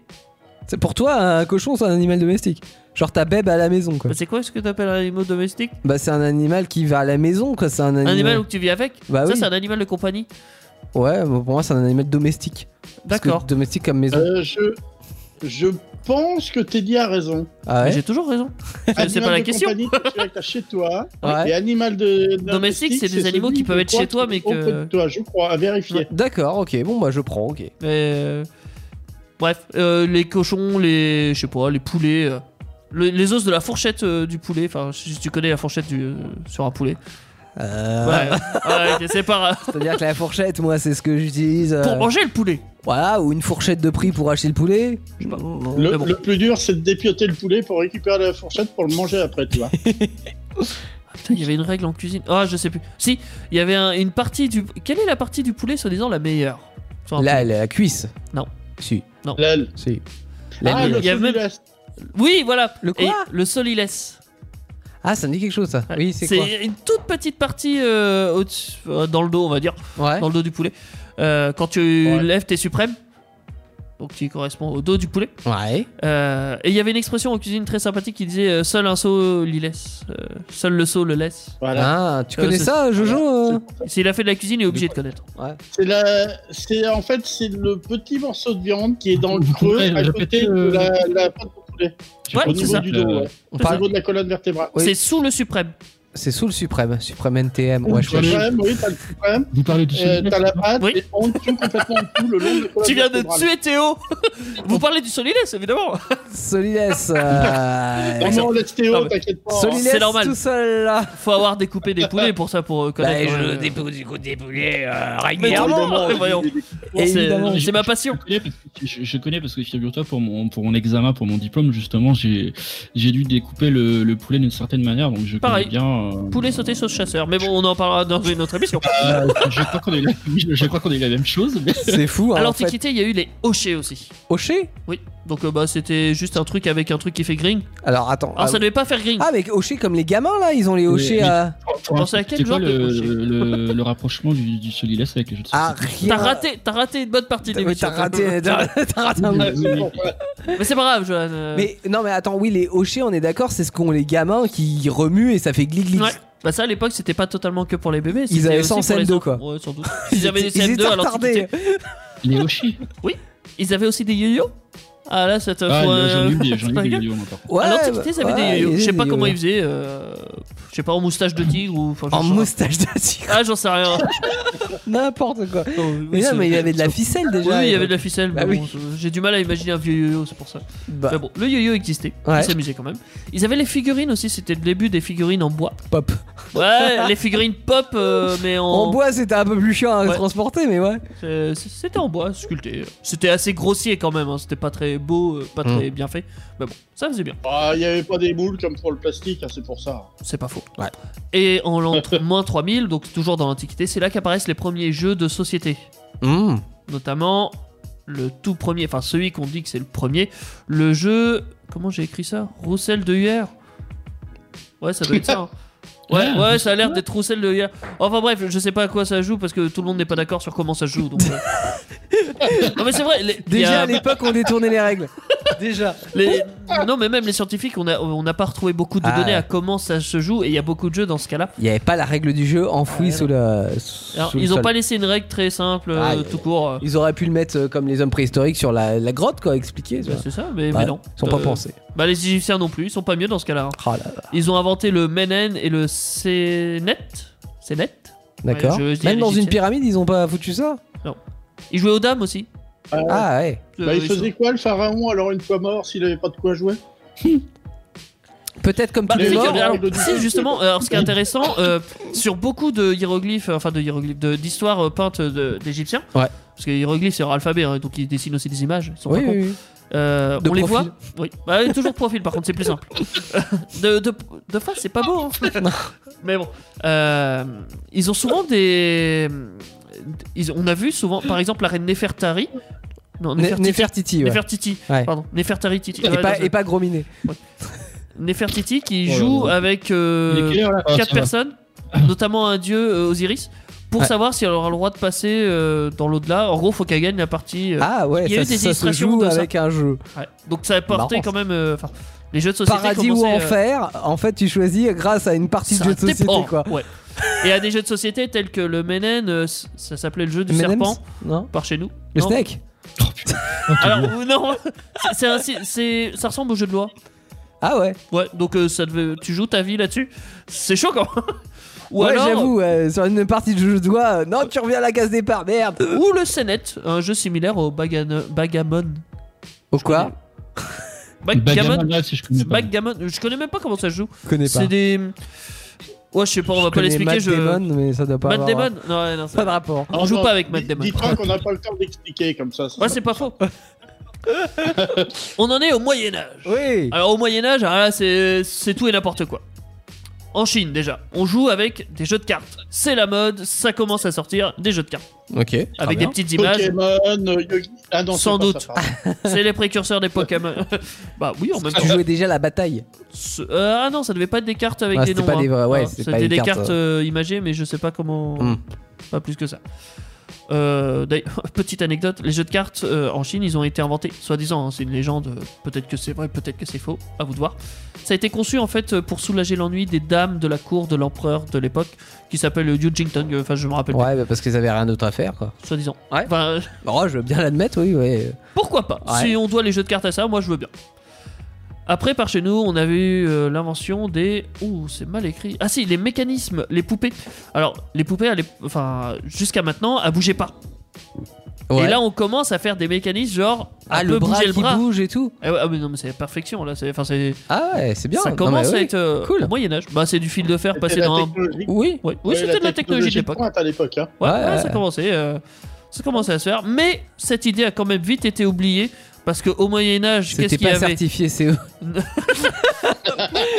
S2: C'est pour toi, un cochon, c'est un animal domestique. Genre ta bête à la maison, quoi.
S3: Bah, c'est quoi ce que t'appelles un animal domestique
S2: Bah, c'est un animal qui va à la maison, quoi. C'est un
S3: Un
S2: animal.
S3: animal où tu vis avec
S2: Bah
S3: Ça,
S2: oui.
S3: c'est un animal de compagnie.
S2: Ouais, bah, pour moi, c'est un animal domestique. Parce que
S3: D'accord.
S2: Domestique comme maison.
S5: Euh, je, je pense que Teddy a raison.
S2: ah
S3: Mais
S2: ouais.
S3: J'ai toujours raison. C'est- C'est
S5: Animal
S3: pas la
S5: de
S3: question.
S5: compagnie que tu as chez toi.
S2: Ouais.
S5: Et animal de
S3: Domestique, c'est des animaux
S5: celui
S3: qui peuvent
S5: de
S3: être
S5: toi
S3: chez toi,
S5: qui
S3: mais
S5: est auprès
S3: que-
S5: de toi, je crois, à vérifier.
S2: D'accord, ok. Bon, bah, je prends, ok.
S3: Mais, euh, Bref, euh, les cochons, les. Je sais pas, les poulets. euh, le- les os de la fourchette euh, du poulet. Enfin, si tu connais la fourchette du, euh, sur un poulet.
S2: Euh,
S3: Ouais, ouais, ok, c'est pas.
S2: C'est-à-dire que la fourchette, moi, c'est ce que j'utilise. euh,
S3: Pour manger le poulet.
S2: Voilà, ou une fourchette de prix pour acheter le poulet.
S3: Je sais pas.
S5: Le,
S3: Mais bon.
S5: le plus dur, c'est de dépioter le poulet pour récupérer la fourchette pour le manger après, tu vois.
S3: Ah, putain, il y avait une règle en cuisine. Ah, je sais plus. Si, il y avait un- une partie du. Quelle est la partie du poulet, soi-disant, la meilleure Sur un
S2: Là, la, la cuisse.
S3: Non.
S2: Si,
S5: L'aile.
S2: si. La
S5: Ah,
S2: nuit.
S5: le
S3: il y a même-
S5: solilès.
S3: poulet. Oui, voilà.
S2: Le quoi
S3: Et Le solilès.
S2: Ah, ça me dit quelque chose, ça.
S3: Ouais.
S2: Oui, c'est quoi
S3: une toute petite partie euh, au-dessus- euh, dans le dos, on va dire.
S2: Ouais.
S3: dans le dos du poulet. Euh, quand tu
S5: Ouais.
S3: lèves tes suprêmes, donc qui correspond au dos du poulet.
S2: Ouais.
S3: Euh, et il y avait une expression en cuisine très sympathique qui disait euh, Seul un seau l'y laisse. Euh, seul le seau le laisse.
S5: Voilà.
S2: Ah, tu
S3: Euh,
S2: connais
S3: c'est-
S2: ça, Jojo euh
S3: S'il a fait de la cuisine, il est obligé de connaître.
S5: C'est la... c'est- En fait, c'est le petit morceau de viande qui est dans le creux
S4: Ouais,
S5: à
S4: je
S5: côté
S4: répète,
S5: de
S4: euh,
S5: la, la pâte de poulet.
S3: Ouais,
S5: Au
S3: c'est
S5: niveau
S3: ça. Euh,
S5: du dos, ouais.
S2: On
S5: Au
S2: parle-
S5: niveau de la colonne vertébrale.
S2: Oui.
S3: C'est sous le suprême.
S2: C'est sous le suprême, suprême NTM. Ouais, je
S5: T'as le
S2: connais.
S5: problème, oui, t'as le problème.
S4: Vous parlez du
S5: Euh,
S4: solilès,
S5: t'as la
S4: c'est ça
S5: pâte
S3: Oui.
S5: et en dessous, complètement en dessous, le long de la colonne
S3: Tu viens de
S5: vertébrale.
S3: tuer Théo Vous parlez du solilès, évidemment.
S2: Solilès.
S5: Non,
S2: euh,
S5: non, laisse Théo,
S3: Non, mais-
S5: t'inquiète pas.
S3: Solide.
S2: Solilès
S3: Oh, C'est normal.
S2: tout seul là.
S3: Faut avoir découpé des poulets pour ça, pour euh,
S2: Bah,
S3: connaître.
S2: je
S3: euh,
S2: dépose du coup des poulets euh,
S3: Mais tout le monde,
S5: Évidemment,
S3: mais voyons.
S5: j'ai-
S3: C'est-
S2: Évidemment.
S3: C'est ma passion.
S4: Je connais parce que- Je, je connais parce que figure-toi pour mon pour mon examen pour mon diplôme justement j'ai j'ai dû découper le, le poulet d'une certaine manière donc je
S3: Pareil.
S4: connais bien. euh,
S3: Poulet sauté sauce chasseur. Mais bon, on en parlera dans une autre émission.
S4: euh, je crois qu'on est la- je crois qu'on est la même chose mais
S2: C'est fou, hein,
S3: À
S2: en fait.
S3: l'Antiquité, il y a eu les hochets aussi.
S2: Hocher
S3: Oui. Donc euh, bah c'était juste un truc avec un truc qui fait green.
S2: Alors attends.
S3: Alors
S2: ah,
S3: ça devait pas faire green.
S2: ah, mais hochés comme les gamins là, ils ont les hochés
S4: Oui.
S2: à.
S3: Vous pensez à quel
S4: C'est quoi
S3: genre de
S4: le,
S3: cocher
S4: le, le rapprochement du, du Soliless avec les jeux de
S2: Ah,
S4: société
S2: rien.
S3: T'as raté, t'as raté une bonne partie de
S2: Mais
S3: l'émission. Ah,
S2: t'as raté, t'as t'as raté un
S4: Oui,
S2: match.
S4: oui, oui.
S3: Mais c'est pas grave, Johan. euh,
S2: Mais non, mais attends, oui, les hochets, on est d'accord, c'est ce qu'ont les gamins qui remuent et ça fait glic glic.
S3: Ouais. Bah ça à l'époque c'était pas totalement que pour les bébés.
S2: Ils
S3: c'était
S2: avaient
S3: aussi
S2: ça en
S3: pour les
S2: CM2,
S3: enfants.
S2: quoi.
S3: Ouais, sans doute. Ils avaient des
S2: étaient- ils
S3: CM2
S2: étaient
S3: à l'antiquité.
S2: retardés.
S4: Les Hoshi
S3: Ils avaient aussi des yo-yo Ah là cette
S4: Ah,
S3: fois,
S4: j'en ai
S3: euh,
S4: eu des, j'en ai
S3: c'est pas
S4: eu des
S3: grave.
S4: vidéos, moi, par contre.
S2: Ouais,
S3: à l'antiquité ils avaient
S2: ouais,
S3: des yo-yo. Je sais
S2: avaient
S3: pas
S2: des
S3: comment
S2: yo-yo.
S3: ils faisaient. euh, Je sais pas en moustache de tigre ou. enfin, je
S2: En
S3: sais pas.
S2: moustache de tigre,
S3: Ah j'en sais rien.
S2: n'importe quoi.
S3: Non, oui,
S2: Mais non,
S3: c'est-
S2: mais il y avait de la ficelle
S3: Oui,
S2: déjà.
S3: il y
S2: et-
S3: avait de la ficelle.
S2: Bah
S3: mais
S2: oui.
S3: bon, je- J'ai du mal à imaginer un vieux yo-yo, c'est pour ça.
S2: Bah,
S3: Mais bon, le yo-yo existait.
S2: Ouais.
S3: Ils s'amusaient quand même. Ils avaient les figurines aussi, c'était le début des figurines en bois.
S2: pop.
S3: Ouais, les figurines pop, euh, mais en.
S2: En bois, c'était un peu plus chiant à
S3: Ouais.
S2: transporter, mais ouais.
S3: Euh, c- C'était en bois, sculpté. C'était assez grossier quand même, hein, c'était pas très beau, euh, pas
S2: Mm.
S3: très bien fait. Mais bon, ça faisait bien,
S5: Ah, il n'y avait pas des boules comme pour le plastique, hein, c'est pour ça.
S3: c'est pas faux.
S2: Ouais.
S3: Et en l'an tr- moins 3000, donc toujours dans l'Antiquité, c'est là qu'apparaissent les premiers jeux de société. Mmh. Notamment le tout premier, enfin celui qu'on dit que c'est le premier, le jeu. Comment j'ai écrit ça Roussel de Huer Ouais, ça doit être ça. hein. Ouais, ouais, ça a l'air d'être Roussel de Huer. Enfin bref, je sais pas à quoi ça joue parce que tout le monde n'est pas d'accord sur comment ça se joue. Donc, euh. non mais c'est vrai. les- il y
S2: Déjà
S3: a-
S2: à l'époque, on détournait les règles. Déjà.
S3: Les- Non, mais même les scientifiques, on a- on n'a pas retrouvé beaucoup de
S2: Ah.
S3: données à comment ça se joue, et il y a beaucoup de jeux dans ce cas-là.
S2: Il n'y avait pas la règle du jeu enfouie
S3: Ouais,
S2: sous le.
S3: Alors,
S2: sous le
S3: ils ont
S2: sol.
S3: pas laissé une règle très simple, euh,
S2: Ah, y a-
S3: tout court. euh,
S2: Ils auraient pu le mettre euh, comme les hommes préhistoriques sur la, la grotte, quoi, expliquer. tu
S3: bah,
S2: vois.
S3: c'est ça, mais,
S2: Bah,
S3: mais non.
S2: Ils sont pas
S3: Euh,
S2: pensés.
S3: Bah, les Égyptiens non plus, ils sont pas mieux dans ce cas-là. hein.
S2: Oh là là.
S3: Ils ont inventé le Menen et le Senet. Senet
S2: D'accord.
S3: je dis à
S2: Même dans une
S3: l'Égyptienne.
S2: pyramide, ils ont pas foutu ça
S3: Ils jouaient aux dames aussi.
S2: Ah ouais.
S3: Euh,
S5: bah, il
S3: ils
S5: faisait quoi le pharaon alors une fois mort s'il avait pas de quoi jouer
S2: Peut-être comme
S3: Bah,
S2: tous les
S3: c'est
S5: les
S3: que-
S2: morts.
S5: morts,
S3: alors,
S5: on le dit
S3: si,
S5: pas.
S3: justement, alors, ce qui est intéressant, euh, sur beaucoup de hiéroglyphes, euh, enfin de hiéroglyphes, de- d'histoires euh, peintes de- d'Égyptiens,
S2: Ouais.
S3: parce que les hiéroglyphes c'est leur alphabet, hein, donc ils dessinent aussi des images, ils sont
S2: Oui,
S3: pas cons.
S2: oui, oui.
S3: Euh, on
S2: De
S3: les voit
S2: profil.
S3: Oui. Bah, euh, toujours de profil, par contre, c'est plus simple. de, de, de face, c'est pas beau. hein. Mais bon. Euh, ils ont souvent des. ils- on a vu souvent, par exemple, la reine Nefertari. Non,
S2: Ne-
S3: Nefertiti.
S2: Nefertiti, ouais.
S3: Nefertiti,
S2: Ouais.
S3: pardon. Nefertari Titi.
S2: Et,
S3: Ouais,
S2: pas,
S3: non,
S2: et pas gros miné.
S3: Euh, Nefertiti qui
S4: Oh là
S3: joue
S4: là.
S3: avec euh,
S4: Il est quelle heure, là Ah,
S3: quatre
S4: ça va.
S3: personnes, notamment un dieu euh, Osiris, pour
S2: Ouais.
S3: savoir si elle aura le droit de passer euh, dans l'au-delà. En gros, faut qu'elle gagne la partie. euh,
S2: Ah ouais,
S3: il y a
S2: ça,
S3: eu des
S2: ça se
S3: illustrations
S2: joue
S3: de ça.
S2: avec un jeu.
S3: ouais. Donc ça a porté
S2: Ah. Marrant,
S3: quand même. euh, enfin, les jeux de société
S2: Paradis ou
S3: commençaient, euh,
S2: enfer, en fait, tu choisis grâce à une partie de
S3: Ça
S2: jeu de société,
S3: dépend,
S2: quoi.
S3: ouais. Et à des jeux de société tels que le Menen, euh, s- ça s'appelait le jeu du
S2: M&M's?
S3: serpent
S2: Non
S3: par chez nous.
S2: Le
S3: Non. Oh,
S2: snake
S3: Alors euh, non, c'est- c'est un- c'est- c'est- ça ressemble au jeu de loi.
S2: Ah ouais.
S3: Ouais, donc euh, ça devait- tu joues ta vie là-dessus. C'est chaud quand même. Ou
S2: ouais,
S3: alors
S2: j'avoue, euh, sur une partie de jeu de doigts, euh, non, tu reviens à la case départ, merde.
S3: ou le Senet, un jeu similaire au Bagane- Bagamon.
S2: Ou quoi
S3: Bagamon,
S4: Bagamon, là, si je connais pas.
S3: Backgammon, je connais même pas comment ça se joue.
S2: Je connais pas.
S3: C'est des Ouais, je sais pas, on va
S2: Je
S3: pas
S2: connais
S3: l'expliquer,
S2: Matt
S3: je
S2: Damon, mais ça doit pas
S3: Matt
S2: avoir-
S3: Damon Non, ouais, non, ça-
S2: Pas de rapport.
S3: on joue
S5: non,
S3: pas avec
S5: dis-
S3: Matt Damon.
S5: Dis-toi qu'on n'a pas le temps d'expliquer comme ça. ça
S3: Ouais,
S5: va.
S3: c'est pas faux. On en est au Moyen Âge.
S2: Oui.
S3: Alors au Moyen Âge, alors là, c'est c'est tout et n'importe quoi. En Chine déjà, on joue avec des jeux de cartes. C'est la mode, ça commence à sortir des jeux de cartes
S2: Ok.
S3: avec des petites images.
S5: Pokémon, euh, Yogi. Ah non, c'est
S3: Sans
S5: pas
S3: doute.
S5: ça, pardon.
S3: C'est les précurseurs des Pokémon. bah oui, en même temps.
S2: Tu jouais déjà la bataille.
S3: Ce- euh, ah non, ça devait pas être des cartes avec
S2: Ah,
S3: des
S2: c'était
S3: noms.
S2: pas des
S3: hein.
S2: vrais- ouais,
S3: Ah,
S2: c'était
S3: c'était
S2: pas
S3: des,
S2: des
S3: cartes,
S2: cartes,
S3: euh, imagées, mais je sais pas comment.
S2: Hmm.
S3: Pas plus que ça. Euh, d'ailleurs, petite anecdote, les jeux de cartes euh, en Chine, ils ont été inventés, soi-disant, hein, c'est une légende, euh, peut-être que c'est vrai, peut-être que c'est faux, à vous de voir. Ça a été conçu en fait euh, pour soulager l'ennui des dames de la cour de l'empereur de l'époque, qui s'appelle euh, Yu Jingtong, euh, enfin je me rappelle
S2: Ouais, bah, parce qu'ils avaient rien d'autre à faire, quoi.
S3: plus, soi-disant.
S2: Ouais.
S3: Enfin, euh,
S2: Oh, je veux bien l'admettre, oui, ouais.
S3: pourquoi pas
S2: Ouais.
S3: Si on doit les jeux de cartes à ça, moi je veux bien. Après, par chez nous, on avait eu euh, l'invention des. Ouh, c'est mal écrit. Ah si, les mécanismes, les poupées. Alors, les poupées, elles- enfin, jusqu'à maintenant, elles bougeaient pas.
S2: Ouais.
S3: Et là, on commence à faire des mécanismes genre.
S2: ah,
S3: on
S2: le
S3: peut
S2: bras
S3: bouger
S2: qui
S3: le bras.
S2: bouge et tout.
S3: Ah, ouais, ah, mais non, mais c'est la perfection là. C'est, enfin, c'est,
S2: Ah ouais, c'est bien.
S3: ça
S2: Non,
S3: commence
S2: mais
S3: à
S2: oui.
S3: être euh,
S2: cool.
S3: au Moyen-Âge. Bah, c'est du fil de fer
S5: C'était
S3: passé
S5: la
S3: dans un.
S5: technologie-
S2: Oui.
S3: Ouais. hein. Oui, c'était de la technologie de l'époque.
S5: pointe à l'époque. hein.
S3: Ouais,
S2: Ouais,
S3: ouais,
S2: ouais.
S3: ça commençait. euh, ça commençait à se faire. Mais cette idée a quand même vite été oubliée. Parce qu'au Moyen-Âge, qu'est-ce
S2: C'était
S3: qu'il y
S2: pas
S3: avait
S2: certifié CO. E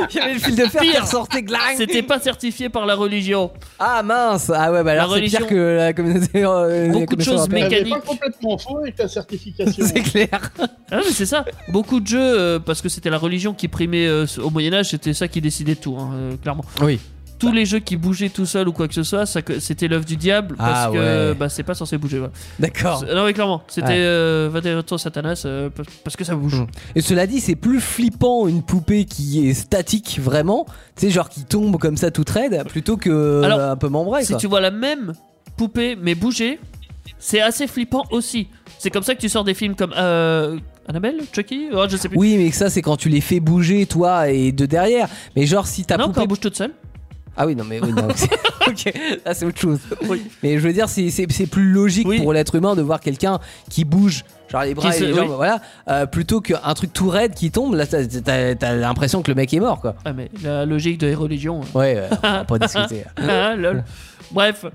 S2: Il y avait le fil de fer qui
S3: Pire.
S2: ressortait gling.
S3: C'était pas certifié par la religion.
S2: Ah mince Ah ouais, bah alors c'est
S3: religion.
S2: pire que la communauté. euh, la
S3: Beaucoup
S2: communauté
S3: de choses
S2: européenne.
S5: T'avais
S3: Mécanique.
S5: pas complètement faux avec ta certification.
S2: C'est clair.
S3: Ah, mais c'est ça. Beaucoup de jeux, euh, parce que c'était la religion qui primait euh, au Moyen Âge, c'était ça qui décidait tout, hein, euh, clairement.
S2: Oui.
S3: Tous les jeux qui bougeaient tout seul ou quoi que ce soit, ça que- c'était l'œuvre du diable parce
S2: Ah ouais.
S3: que bah, c'est pas censé bouger. voilà.
S2: D'accord.
S3: Non mais clairement, c'était
S2: Ouais.
S3: euh, va derrière toi Satanas euh, parce- parce que ça bouge.
S2: Mm. Et cela dit, c'est plus flippant une poupée qui est statique vraiment, tu sais, genre qui tombe comme ça toute raide, plutôt que
S3: Alors,
S2: euh, un peu membrée.
S3: si
S2: quoi.
S3: tu vois la même poupée mais bouger, c'est assez flippant aussi. C'est comme ça que tu sors des films comme euh, Annabelle, Chucky, oh, je sais plus.
S2: Oui, mais ça, c'est quand tu les fais bouger, toi, et de derrière. Mais genre, si ta
S3: non, quand
S2: poupée.
S3: elle bouge toute seule.
S2: Ah oui, non, mais oui, non. c'est- ok, là, c'est autre chose.
S3: Oui.
S2: Mais je veux dire, c'est- c'est c'est plus logique
S3: Oui.
S2: pour l'être humain de voir quelqu'un qui bouge, genre les bras
S3: Qui
S2: et
S3: se-
S2: les jambes,
S3: oui.
S2: voilà, euh, plutôt qu'un truc tout raide qui tombe. Là, t'as- t'as t'as l'impression que le mec est mort, quoi.
S3: Ah mais la logique de religion.
S2: Ouais, ouais, on va pas discuter.
S3: Ah, lol. Bref,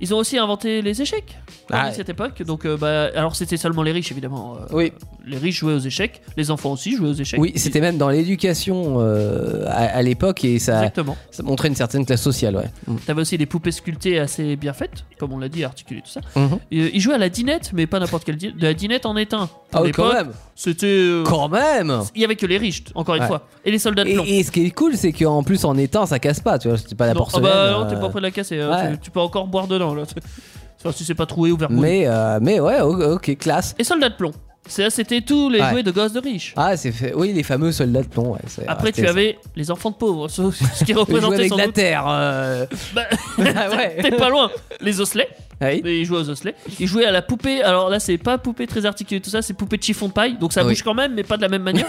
S3: ils ont aussi inventé les échecs
S2: Ah,
S3: à cette époque. Donc, euh, bah, alors c'était seulement les riches évidemment. Euh,
S2: Oui.
S3: Les riches jouaient aux échecs, les enfants aussi jouaient aux échecs.
S2: Oui, c'était même dans l'éducation euh, à, à l'époque et ça,
S3: Exactement.
S2: ça montrait une certaine classe sociale, ouais.
S3: T'avais aussi des poupées sculptées assez bien faites, comme on l'a dit, articulées tout ça.
S2: Mhm.
S3: Et, euh, ils jouaient à la dinette, mais pas n'importe quelle dinette, de la dinette en étain.
S2: Ah
S3: Pour
S2: oui, quand
S3: l'époque,
S2: même
S3: C'était. euh,
S2: Quand même
S3: Il y avait que les riches, encore une
S2: Ouais.
S3: fois, et les soldats de plomb.
S2: et, et ce qui est cool, c'est qu'en plus en étain, ça casse pas, tu vois, c'était pas la
S3: Non, ah
S2: porcelaine.
S3: bah non,
S2: euh,
S3: t'es pas prêt de la casser. euh,
S2: ouais.
S3: tu, tu peux encore boire dedans. Là. Enfin, si c'est pas troué ou vermouillé.
S2: mais, euh, mais ouais, o- ok, classe.
S3: Et soldats de plomb. C'est- C'était tous les
S2: Ouais.
S3: jouets de gosses de riches.
S2: Ah, c'est fait- oui, les fameux soldats de plomb. ouais, c'est-
S3: Après,
S2: c'était
S3: tu
S2: ça.
S3: avais les enfants de pauvres, ce, ce qui
S2: Ils jouaient
S3: représentait
S2: avec
S3: sans
S2: la
S3: doute.
S2: terre. euh,
S3: Bah,
S2: ah ouais. Ah
S3: T'es pas loin. Les osselets,
S2: Oui.
S3: ils jouaient aux osselets. Ils jouaient à la poupée. Alors là, c'est pas poupée très articulée, tout ça, c'est poupée de chiffon de paille. Donc ça
S2: Oui.
S3: bouge quand même, mais pas de la même manière.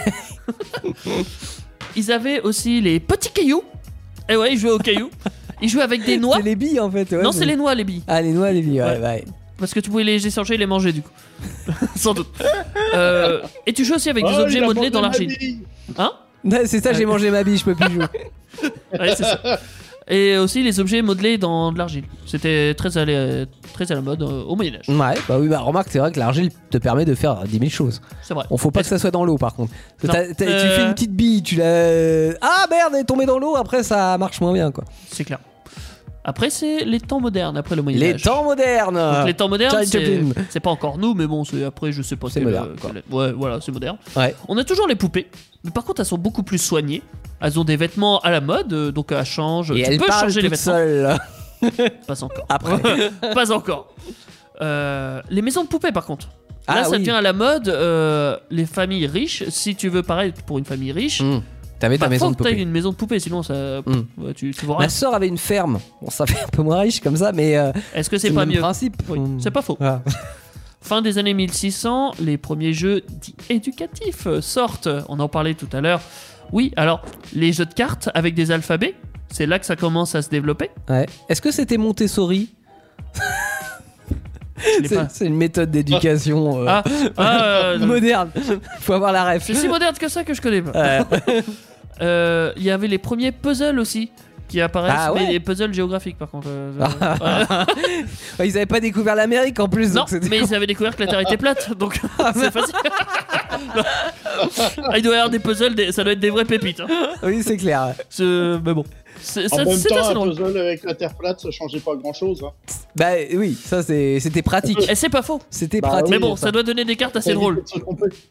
S3: ils avaient aussi les petits cailloux. Et ouais, ils jouaient aux cailloux. Ils jouaient avec des noix.
S2: C'est les billes en fait. ouais,
S3: non, c'est les noix, les billes.
S2: Ah, les noix, les billes, ouais,
S3: Ouais.
S2: ouais.
S3: Parce que tu pouvais les échanger et les manger, du coup. Sans doute. Euh, et tu jouais aussi avec des
S5: Oh,
S3: objets
S5: il a
S3: modelés dans
S5: abandonné
S3: l'argile.
S5: la bille.
S3: Hein
S2: Non, C'est ça, j'ai
S3: Ouais.
S2: mangé ma bille, je peux plus jouer.
S3: Ouais, c'est ça. Et aussi les objets modelés dans de l'argile. C'était très à, la, très à la mode euh, au Moyen-Âge.
S2: Ouais, bah oui, bah remarque, c'est vrai que l'argile te permet de faire 10 000 choses.
S3: C'est vrai.
S2: On faut pas que ça soit dans l'eau par contre.
S3: Non.
S2: T'as- t'as- Tu
S3: Euh.
S2: fais une petite bille, tu la. Ah merde, elle est tombée dans l'eau, après ça marche moins bien quoi.
S3: C'est clair. Après, c'est les temps modernes, après le Moyen-Âge.
S2: Les temps modernes
S3: les temps modernes,
S2: Charlie
S3: c'est
S2: Chaplin.
S3: c'est pas encore nous, mais bon, c'est après, je sais pas.
S2: C'est
S3: quel,
S2: moderne,
S3: euh,
S2: quoi.
S3: quel- Ouais, voilà, c'est moderne.
S2: Ouais.
S3: On a toujours les poupées, mais par contre, elles sont beaucoup plus soignées. Elles ont des vêtements à la mode, euh, donc elles changent.
S2: Et
S3: tu
S2: elle
S3: peux
S2: parle
S3: changer les
S2: toute
S3: vêtements.
S2: seule
S3: Pas encore.
S2: après.
S3: pas encore. Euh, les maisons de poupées, par contre. Là,
S2: Ah
S3: ça
S2: oui.
S3: devient à la mode. euh, les familles riches, si tu veux pareil pour une famille riche,
S2: Hmm. T'avais ta
S3: bah,
S2: maison
S3: faut
S2: de
S3: que t'aies
S2: poupée.
S3: une maison de poupée, sinon ça,
S2: Mm.
S3: ouais, tu, tu vois
S2: Ma
S3: rien.
S2: soeur avait une ferme. Bon, ça fait un peu moins riche comme ça, mais euh,
S3: Est-ce que
S2: c'est
S3: c'est
S2: le
S3: pas
S2: même
S3: mieux
S2: principe.
S3: Oui,
S2: Hmm.
S3: C'est pas faux.
S2: Ah.
S3: Fin des années 1600, les premiers jeux dits éducatifs euh, sortent. On en parlait tout à l'heure. Oui, alors les jeux de cartes avec des alphabets, c'est là que ça commence à se développer.
S2: Ouais. Est-ce que c'était Montessori
S3: Je l'ai
S2: C'est
S3: pas.
S2: c'est une méthode d'éducation euh,
S3: Ah, ah, euh, non.
S2: moderne. Faut avoir la ref.
S3: c'est si moderne que ça que je connais pas.
S2: Ouais.
S3: Euh, il y avait les premiers puzzles aussi qui apparaissent,
S2: Ah ouais
S3: mais les puzzles géographiques par contre. euh,
S2: Ils avaient pas découvert l'Amérique en plus.
S3: non,
S2: donc c'était-
S3: mais ils avaient découvert que la Terre était plate, donc c'est facile. Ah, il doit y avoir des puzzles, des- ça doit être des vraies pépites. hein.
S2: Oui, c'est clair.
S3: C'est- Mais bon, c'est
S5: En
S3: ça-
S5: même
S3: c'est assez
S5: temps, un
S3: drôle.
S5: puzzle avec la terre plate, ça changeait pas hein. grand chose.
S2: Bah oui, ça c'est- c'était pratique.
S3: Et Eh, c'est pas faux.
S2: C'était
S5: Bah,
S2: pratique.
S3: Mais bon,
S2: pour
S3: ça doit donner des cartes assez drôles.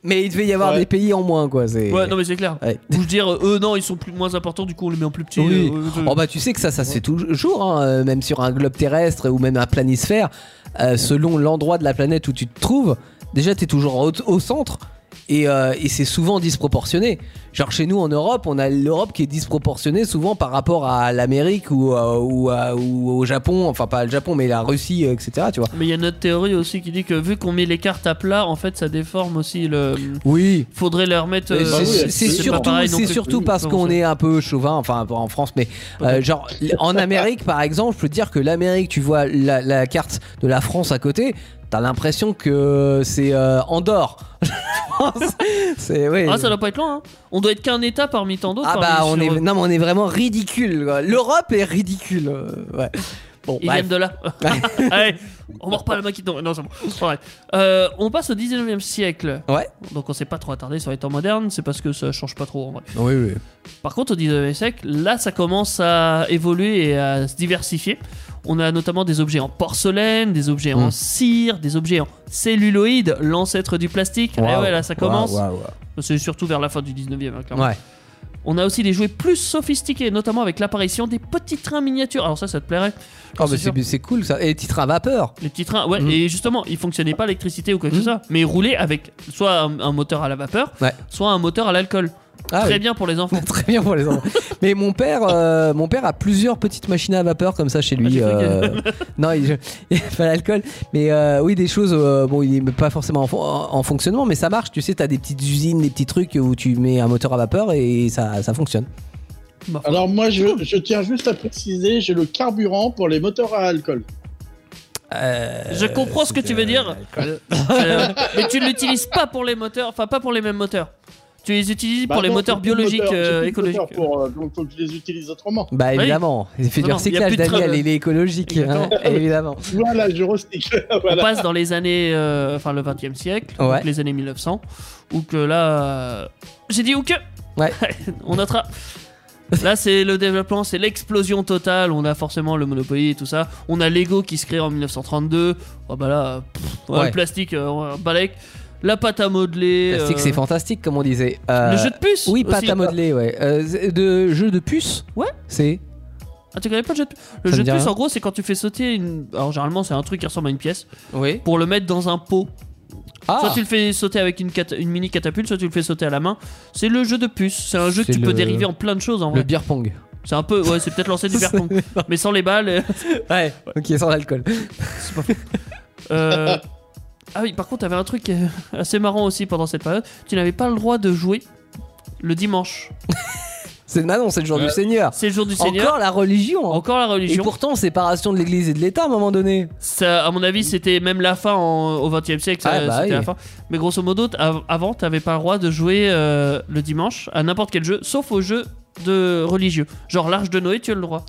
S2: Mais il devait y avoir
S5: Ouais.
S2: des pays en moins, quoi. C'est.
S3: Ouais, non mais c'est clair.
S2: Ouais.
S3: Ou je dire, euh, eux non, ils sont plus moins importants, du coup on les met en plus petit.
S2: Oui.
S3: euh, euh,
S2: Oh bah tu sais que ça, ça se fait toujours, hein, euh, même sur un globe terrestre ou même un planisphère, euh, selon l'endroit de la planète où tu te trouves, déjà t'es toujours au, au centre et, euh, et c'est souvent disproportionné. Genre chez nous en Europe, on a l'Europe qui est disproportionnée souvent par rapport à l'Amérique ou, euh, ou, à- ou au Japon, enfin pas le Japon mais la Russie, euh, etc. Tu vois.
S3: Mais il y a notre théorie aussi qui dit que vu qu'on met les cartes à plat, en fait ça déforme aussi le.
S2: Oui,
S3: Faudrait les remettre.
S2: Mais
S3: euh,
S5: bah oui,
S2: c'est- C'est
S5: absolument.
S3: pas
S2: surtout,
S3: pareil non
S2: c'est
S3: plus.
S2: surtout
S3: Oui,
S2: parce
S3: non,
S2: qu'on
S3: c'est-
S2: est un peu chauvin, enfin pas en France, mais euh,
S3: Peut-être.
S2: genre en Amérique par exemple, je peux te dire que l'Amérique, tu vois la, la carte de la France à côté, t'as l'impression que c'est euh, Andorre. c'est ouais.
S3: Ah, ça doit pas être loin. Hein. On doit être qu'un état parmi tant d'autres.
S2: Ah
S3: parmi-
S2: bah on
S3: sur-
S2: est non mais on est vraiment ridicule. quoi. L'Europe est ridicule. euh, ouais. Bon,
S3: Ils
S2: bref.
S3: viennent de là. Allez, on mord pas la main qui tombe. Non, c'est bon. Bref. Euh, on passe au 19e siècle.
S2: Ouais.
S3: Donc on s'est pas trop attardé sur les temps modernes, c'est parce que ça change pas trop en vrai.
S2: Oui, oui.
S3: Par contre, au 19e siècle, là, ça commence à évoluer et à se diversifier. On a notamment des objets en porcelaine, des objets en
S2: Mm.
S3: cire, des objets en celluloïde, l'ancêtre du plastique. Eh
S2: Waouh,
S3: ouais, là, ça commence. Bah,
S2: waouh, waouh,
S3: C'est surtout vers la fin du 19e, hein,
S2: waouh.
S3: clairement.
S2: Ouais.
S3: On a aussi des jouets plus sophistiqués, notamment avec l'apparition des petits trains miniatures. Alors ça, ça te plairait
S2: Oh, mais
S3: c'est
S2: c'est c'est cool ça. Et titre à vapeur.
S3: Les petits trains, ouais,
S2: Mm.
S3: et justement, ils fonctionnaient pas à l'électricité ou quoi que ce soit, mais ils roulaient avec soit un, un moteur à la vapeur,
S2: Mhm. Ouais.
S3: soit un moteur à l'alcool.
S2: Ah,
S3: Très
S2: oui.
S3: bien pour les enfants.
S2: Très bien pour les enfants. Mais mon père, euh, mon père a plusieurs petites machines à vapeur comme ça chez lui.
S3: Ah, j'ai
S2: euh, non, il, il fait pas l'alcool, mais euh, oui des choses. euh, bon, il est pas forcément en, fon- en fonctionnement, mais ça marche. Tu sais, t'as des petites usines, des petits trucs où tu mets un moteur à vapeur et ça, ça fonctionne.
S3: Ma foi.
S5: Alors moi, je, je tiens juste à préciser, j'ai le carburant pour les moteurs à alcool.
S2: Euh,
S3: je comprends ce que tu veux dire, euh, mais tu ne l'utilises pas pour les moteurs, enfin pas pour les mêmes moteurs. Tu les utilises
S5: Bah
S3: pour les
S5: non,
S3: moteurs
S5: j'ai plus de
S3: biologiques,
S5: moteurs, j'ai
S3: euh,
S5: plus de
S3: écologiques.
S5: moteurs pour, euh, donc faut que je les utilise autrement.
S2: Bah
S3: Oui.
S2: évidemment, il fait du
S3: Non, non, y a
S2: recyclage,
S3: plus de
S2: Daniel,
S3: travail.
S2: il est écologique, hein, évidemment.
S5: Voilà, je recycle.
S3: On
S5: Voilà.
S3: passe dans les années, euh, enfin le 20e siècle, donc
S2: Ouais.
S3: les années 1900, où que là, euh, j'ai dit où que,
S2: Ouais.
S3: on attrape. Là, c'est le développement, c'est l'explosion totale. On a forcément le Monopoly et tout ça. On a Lego qui se crée en 1932. Oh bah là, euh, pff, ouais,
S2: Ouais.
S3: le plastique, euh, un balai. La pâte à modeler.
S2: C'est que c'est
S3: euh,
S2: fantastique, comme on disait.
S3: Le
S2: Euh,
S3: jeu de puce
S2: Oui,
S3: pas
S2: pâte à modeler, ouais. Euh, c'est- de jeu de puce
S3: Ouais.
S2: C'est.
S3: Ah, tu connais pas le jeu de puce Le
S2: Ça
S3: jeu
S2: me
S3: de
S2: dit
S3: puce,
S2: rien.
S3: en gros, c'est quand tu fais sauter une. Alors, généralement, c'est un truc qui ressemble à une pièce.
S2: Oui.
S3: Pour le mettre dans un pot. Soit
S2: Ah
S3: tu le fais sauter avec une, cata- une mini catapulte, soit tu le fais sauter à la main. C'est le jeu de puce. C'est un jeu que
S2: C'est
S3: tu peux
S2: le-
S3: dériver en plein de choses en
S2: Le
S3: vrai.
S2: beer pong.
S3: C'est un peu. Ouais, c'est peut-être lancer du verpong. mais sans les balles. euh,
S2: Ouais, ok, sans alcool.
S3: c'est pas fou. Euh, Ah oui, par contre, t'avais un truc euh, assez marrant aussi pendant cette période. Tu n'avais pas le droit de jouer le dimanche.
S2: C'est Manon, c'est le jour
S4: Ouais.
S2: du Seigneur.
S3: C'est le jour Euh, du Seigneur.
S2: Encore la religion. hein.
S3: Encore la
S2: Et
S3: religion.
S2: pourtant, séparation de l'église et de l'État à un moment donné.
S3: Ça, à mon avis, c'était même la fin en- au XXe siècle. ça,
S2: Ah, bah oui.
S3: c'était la fin. Mais grosso modo, t- av- avant, t'avais pas le droit de jouer euh, le dimanche à n'importe quel jeu, sauf aux jeux de religieux. Genre l'arche de Noé, tu as le droit.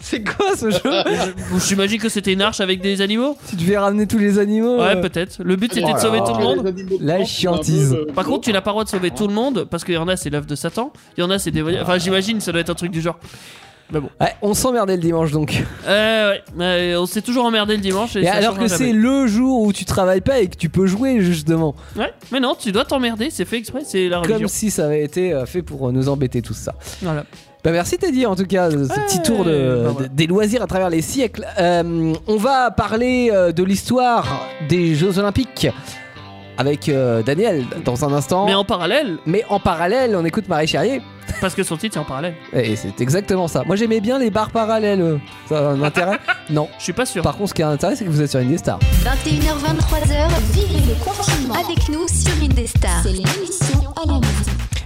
S2: C'est quoi ce jeu
S3: Je- J'imagine que c'était une arche avec des animaux.
S2: Tu devais ramener tous les animaux.
S3: Ouais,
S2: euh.
S3: peut-être. Le but c'était
S2: Oh
S3: de
S2: là
S3: sauver
S2: là.
S3: tout le monde.
S2: La chiantise.
S5: euh,
S3: Par contre, tu n'as pas le droit de sauver tout le monde parce qu'il y en a, c'est l'œuvre de Satan. Il y en a, c'est des. Enfin, j'imagine, ça doit être un truc du genre.
S2: Ouais, on s'emmerdait le dimanche donc.
S3: Euh, ouais, mais on s'est toujours emmerdé le dimanche. Et,
S2: Et
S3: ça
S2: alors que
S3: changera
S2: c'est
S3: jamais.
S2: le jour où tu travailles pas et que tu peux jouer justement.
S3: Ouais, mais non, tu dois t'emmerder, c'est fait exprès, c'est la religion.
S2: Comme si ça avait été euh, fait pour euh, nous embêter tout ça.
S3: Voilà.
S2: Bah merci Teddy en tout cas de ce
S3: Ouais,
S2: petit tour de,
S3: bah voilà.
S2: de- des loisirs à travers les siècles. Euh, on va parler euh, de l'histoire des Jeux Olympiques avec euh, Daniel dans un instant.
S3: Mais en parallèle,
S2: Mais en parallèle, on écoute Marie Charrier.
S3: parce que son titre est en parallèle.
S2: Et c'est exactement ça. Moi j'aimais bien les barres parallèles. euh. Ça a un intérêt Non.
S3: Je suis pas sûr.
S2: Par contre, ce qui a un intérêt, c'est que vous êtes sur Indestar.
S1: 21h, 23h, vivez le confinement avec nous sur Indestar. C'est l'émission à la maison.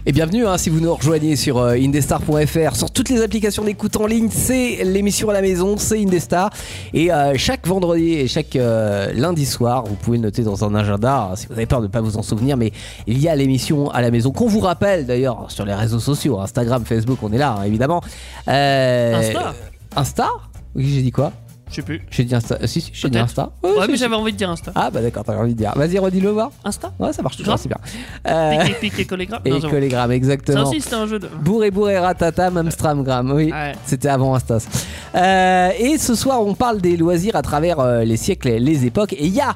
S2: Et bienvenue hein, si vous nous rejoignez sur euh, indestar.fr, sur toutes les applications d'écoute en ligne, c'est l'émission à la maison, c'est Indestar. Et euh, chaque vendredi et chaque euh, lundi soir, vous pouvez le noter dans un agenda, hein, si vous avez peur de ne pas vous en souvenir, mais il y a l'émission à la maison qu'on vous rappelle d'ailleurs sur les réseaux sociaux, hein, Instagram, Facebook, on est là hein, évidemment. Euh,
S3: Insta
S2: Insta Oui, j'ai dit quoi
S3: Je sais plus.
S2: J'ai dit Insta. euh, si, si, j'ai dit
S3: Peut-être.
S2: Insta. Oui,
S3: Ouais,
S2: si,
S3: mais
S2: si.
S3: j'avais envie de dire Insta.
S2: Ah bah d'accord, t'as envie de dire. Vas-y, redis-le voir.
S3: Insta
S2: Ouais, ça marche toujours,
S3: Grave.
S2: c'est bien. Euh,
S3: Pique, pique, pique, collégramme.
S2: et collégramme,
S3: Ça
S2: exactement.
S3: aussi, c'était un jeu de.
S2: Bourré, bourré, ratata, mamstramgram, oui.
S3: Ouais.
S2: C'était avant Astas. Euh, et ce soir, on parle des loisirs à travers euh, les siècles et les époques. Et il y a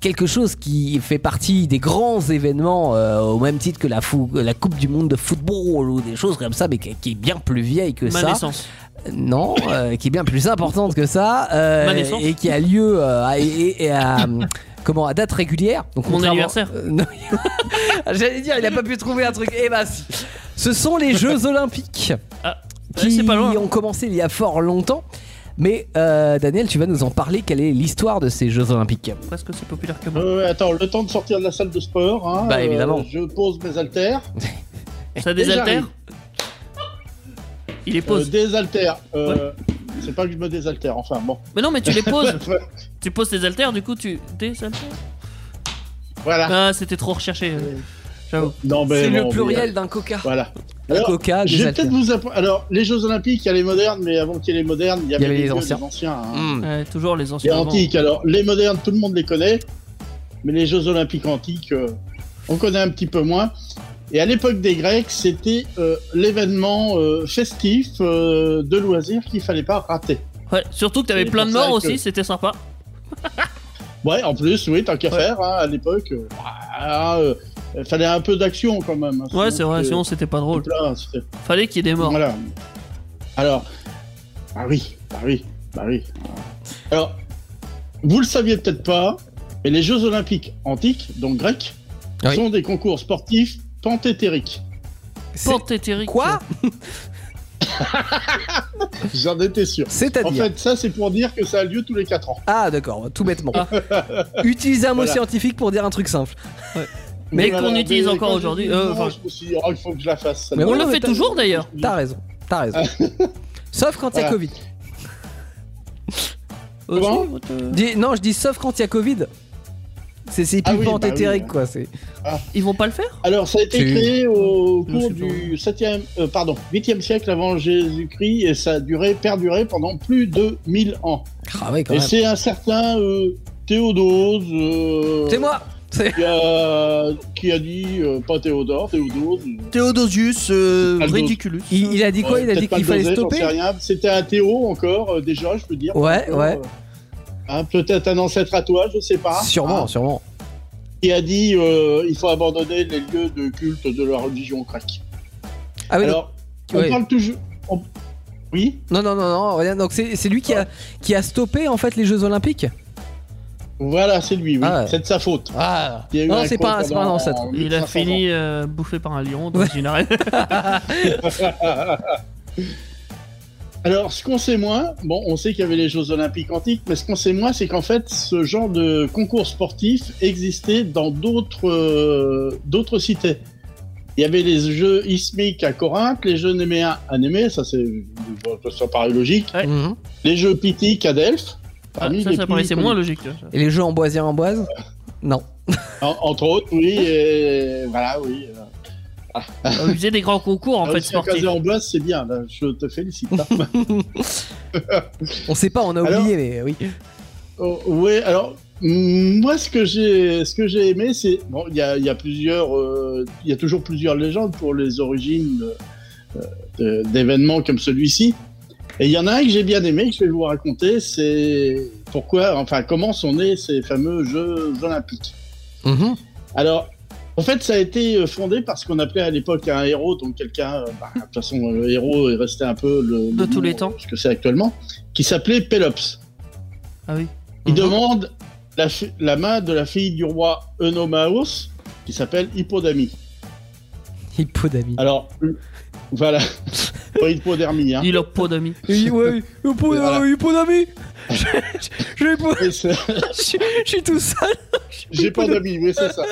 S2: quelque chose qui fait partie des grands événements, euh, au même titre que la, fou- la Coupe du Monde de football ou des choses comme ça, mais qui, qui est bien plus vieille que
S3: Ma
S2: ça.
S3: naissance.
S2: Non, euh, qui est bien plus importante que ça. euh,
S3: Ma naissance.
S2: et qui a lieu euh, à, et- et à, comment, à date régulière. Donc,
S3: Mon
S2: contrairement-
S3: anniversaire.
S2: Euh, non. J'allais dire, il a pas pu trouver un truc. Eh ben, si. Ce sont les Jeux Olympiques
S3: Ah, ouais,
S2: qui
S3: c'est pas loin.
S2: ont commencé il y a fort longtemps. Mais euh, Daniel, tu vas nous en parler. Quelle est l'histoire de ces Jeux Olympiques
S3: Parce que c'est populaire que moi.
S5: Euh, attends, le temps de sortir de la salle de sport. hein,
S2: Bah, évidemment.
S5: je pose mes haltères.
S3: Ça désaltère
S5: j'arrive.
S3: Il les
S5: Euh,
S3: pose.
S5: des haltères. Euh, C'est pas que je me désaltère, enfin bon.
S3: Mais non, mais tu les poses.
S5: Ouais.
S3: tu poses tes haltères, du coup, tu désaltères.
S5: Voilà.
S3: Ah, c'était trop recherché. euh, J'avoue.
S5: Non, mais
S2: C'est
S5: bon,
S2: le
S5: mais,
S2: pluriel
S5: euh,
S2: d'un coca.
S5: Voilà.
S2: la
S5: Alors,
S2: coca,
S5: Je
S2: Ah, des
S5: vais peut-être
S2: altères.
S5: vous apprendre. Alors, les Jeux Olympiques, il y a les modernes, mais avant qu'il y ait les modernes, il y avait,
S2: avait les
S5: vieux,
S2: anciens.
S5: hein.
S2: Mm.
S3: Ouais, toujours les
S5: Les
S3: anciens. avant.
S5: antiques, alors, les modernes, tout le monde les connaît, mais les Jeux Olympiques antiques, euh, on connaît un petit peu moins. Et à l'époque des Grecs, c'était euh, l'événement euh, festif euh, de loisirs qu'il fallait pas rater.
S3: Ouais, surtout que t'avais
S5: C'est
S3: plein de
S5: pour ça
S3: morts
S5: que-
S3: aussi, c'était sympa.
S5: Ouais, en plus, oui, tant qu'à faire, hein, à l'époque, euh, ah, euh, fallait un peu d'action quand même. hein,
S3: Ouais,
S5: sinon
S3: c'est vrai,
S5: c'était-
S3: sinon c'était pas drôle.
S5: c'était plat, c'était-
S3: Fallait qu'il y ait des morts.
S5: Voilà. Alors, bah oui, bah oui, bah oui. Alors, vous le saviez peut-être pas, mais les Jeux Olympiques antiques, donc grecs,
S2: Oui.
S5: sont des concours sportifs panthétériques.
S2: C'est-
S3: Panthétérique.
S2: Quoi
S5: J'en étais sûr. En
S2: C'est-à-dire
S5: fait, ça, c'est pour dire que ça a lieu tous les 4 ans.
S2: Ah d'accord, tout bêtement.
S3: Ah.
S2: Utilise un mot
S5: Voilà.
S2: scientifique pour dire un truc simple.
S3: Mais
S5: voilà,
S3: qu'on utilise
S5: mais
S3: encore
S5: quand j'ai
S3: aujourd'hui,
S5: dit
S3: euh,
S5: non,
S3: enfin-
S5: je me suis dit, oh, il faut que je la fasse. ça.
S2: Mais
S3: On
S2: Ouais,
S3: le
S2: ouais,
S3: fait
S2: t'as-
S3: toujours d'ailleurs.
S2: T'as raison, t'as raison. sauf quand il y a
S5: Ah. Voilà.
S2: Covid.
S5: Comment
S3: Aussi, euh,
S2: Dis- non, je dis sauf quand il y a Covid. C'est c'est
S5: Ah
S2: plus
S5: oui, bah oui,
S2: panthétérique
S5: ouais.
S2: quoi. C'est
S3: Ils vont pas le faire
S5: Alors, ça a été
S2: Tu-
S5: créé au cours
S3: c'est
S5: du 7e, euh, pardon, 8e siècle avant Jésus-Christ et ça a duré, perduré pendant plus de 1000 ans.
S2: ah ouais quand
S5: Et
S2: même.
S5: c'est un certain euh, Théodose. euh,
S2: C'est moi. C'est-
S5: Qui a, qui a dit, euh, pas Théodore, Théodose. euh,
S3: Théodosius,
S5: Aldo.
S3: Ridiculus.
S2: Il, il a dit quoi
S5: ouais,
S2: euh, Il a dit
S5: peut-être pas
S2: qu'il
S5: le
S2: fallait
S5: doser, j'en sais
S2: stopper.
S5: rien. C'était un Théo encore, euh, déjà, je peux dire.
S2: Ouais,
S5: Euh,
S2: ouais.
S5: hein, Peut-être un ancêtre à toi, je sais pas.
S2: Sûrement,
S5: Hein,
S2: sûrement.
S5: qui a dit, euh, il faut abandonner les lieux de culte de la religion grecque.
S2: Ah oui.
S5: Alors, on
S2: ouais.
S5: parle toujours. on- Oui
S2: Non non non non. Rien. Donc c'est c'est lui qui a qui a stoppé en fait les Jeux Olympiques.
S5: Voilà, c'est lui, oui.
S2: Ah ouais.
S5: C'est de sa faute.
S2: Ah.
S5: Il y a eu
S2: Non
S5: un
S2: c'est
S5: coup
S2: pas un- c'est pas un
S5: pendant
S2: ancêtre.
S3: Il a
S5: 1500
S3: fini euh, bouffé par un lion dans une arène.
S5: Alors, ce qu'on sait moins, bon, on sait qu'il y avait les Jeux Olympiques antiques, mais ce qu'on sait moins, c'est qu'en fait, ce genre de concours sportif existait dans d'autres euh, d'autres cités. Il y avait les Jeux ismiques à Corinthe, les Jeux néméens à Némée, ça c'est bon, ça, ça paraît logique,
S3: Ouais.
S2: Mhm.
S5: les Jeux pythiques à Delphes,
S3: Ah,
S5: parmi
S3: ça,
S5: les
S3: ça
S5: plus
S3: paraissait
S5: connus.
S3: moins logique. tu vois.
S2: Et les Jeux amboisiens amboise Non.
S5: En- entre autres, oui, et voilà, oui. euh.
S3: On faisait des grands concours en
S5: Ah,
S3: fait
S5: aussi, un
S3: sportifs.
S5: casé en bois, c'est bien, là, je te félicite. hein.
S2: On sait pas, on a
S5: Alors-
S2: oublié mais oui.
S5: Oh, ouais, alors mm, moi ce que j'ai ce que j'ai aimé c'est bon il y a, il y a plusieurs euh, il y a toujours plusieurs légendes pour les origines euh, de- d'événements comme celui-ci et il y en a un que j'ai bien aimé que je vais vous raconter c'est pourquoi enfin comment sont nés ces fameux jeux olympiques.
S2: Mhm.
S5: Alors en fait, ça a été euh, fondé par ce qu'on appelait à l'époque un héros, donc quelqu'un, euh, bah, de toute façon, le héros est resté un peu le,
S3: De
S5: le
S3: tous les
S5: nom,
S3: temps.
S5: ce que c'est actuellement, qui s'appelait Pélops.
S3: Ah oui.
S5: Il
S2: Mhm.
S5: demande la, fi- la main de la fille du roi Eunomaos, qui s'appelle Hippodamie.
S2: Hippodamie.
S5: Alors, euh, voilà. Pas Hippodamie, hein.
S3: Il a pas d'amis.
S2: Oui, ouais, hippo-
S5: Voilà.
S2: euh, hippodamie. Je- je- je- hippo-
S5: Et c'est-
S2: Je je suis tout seul.
S5: J'ai pas d'amis, oui, c'est ça.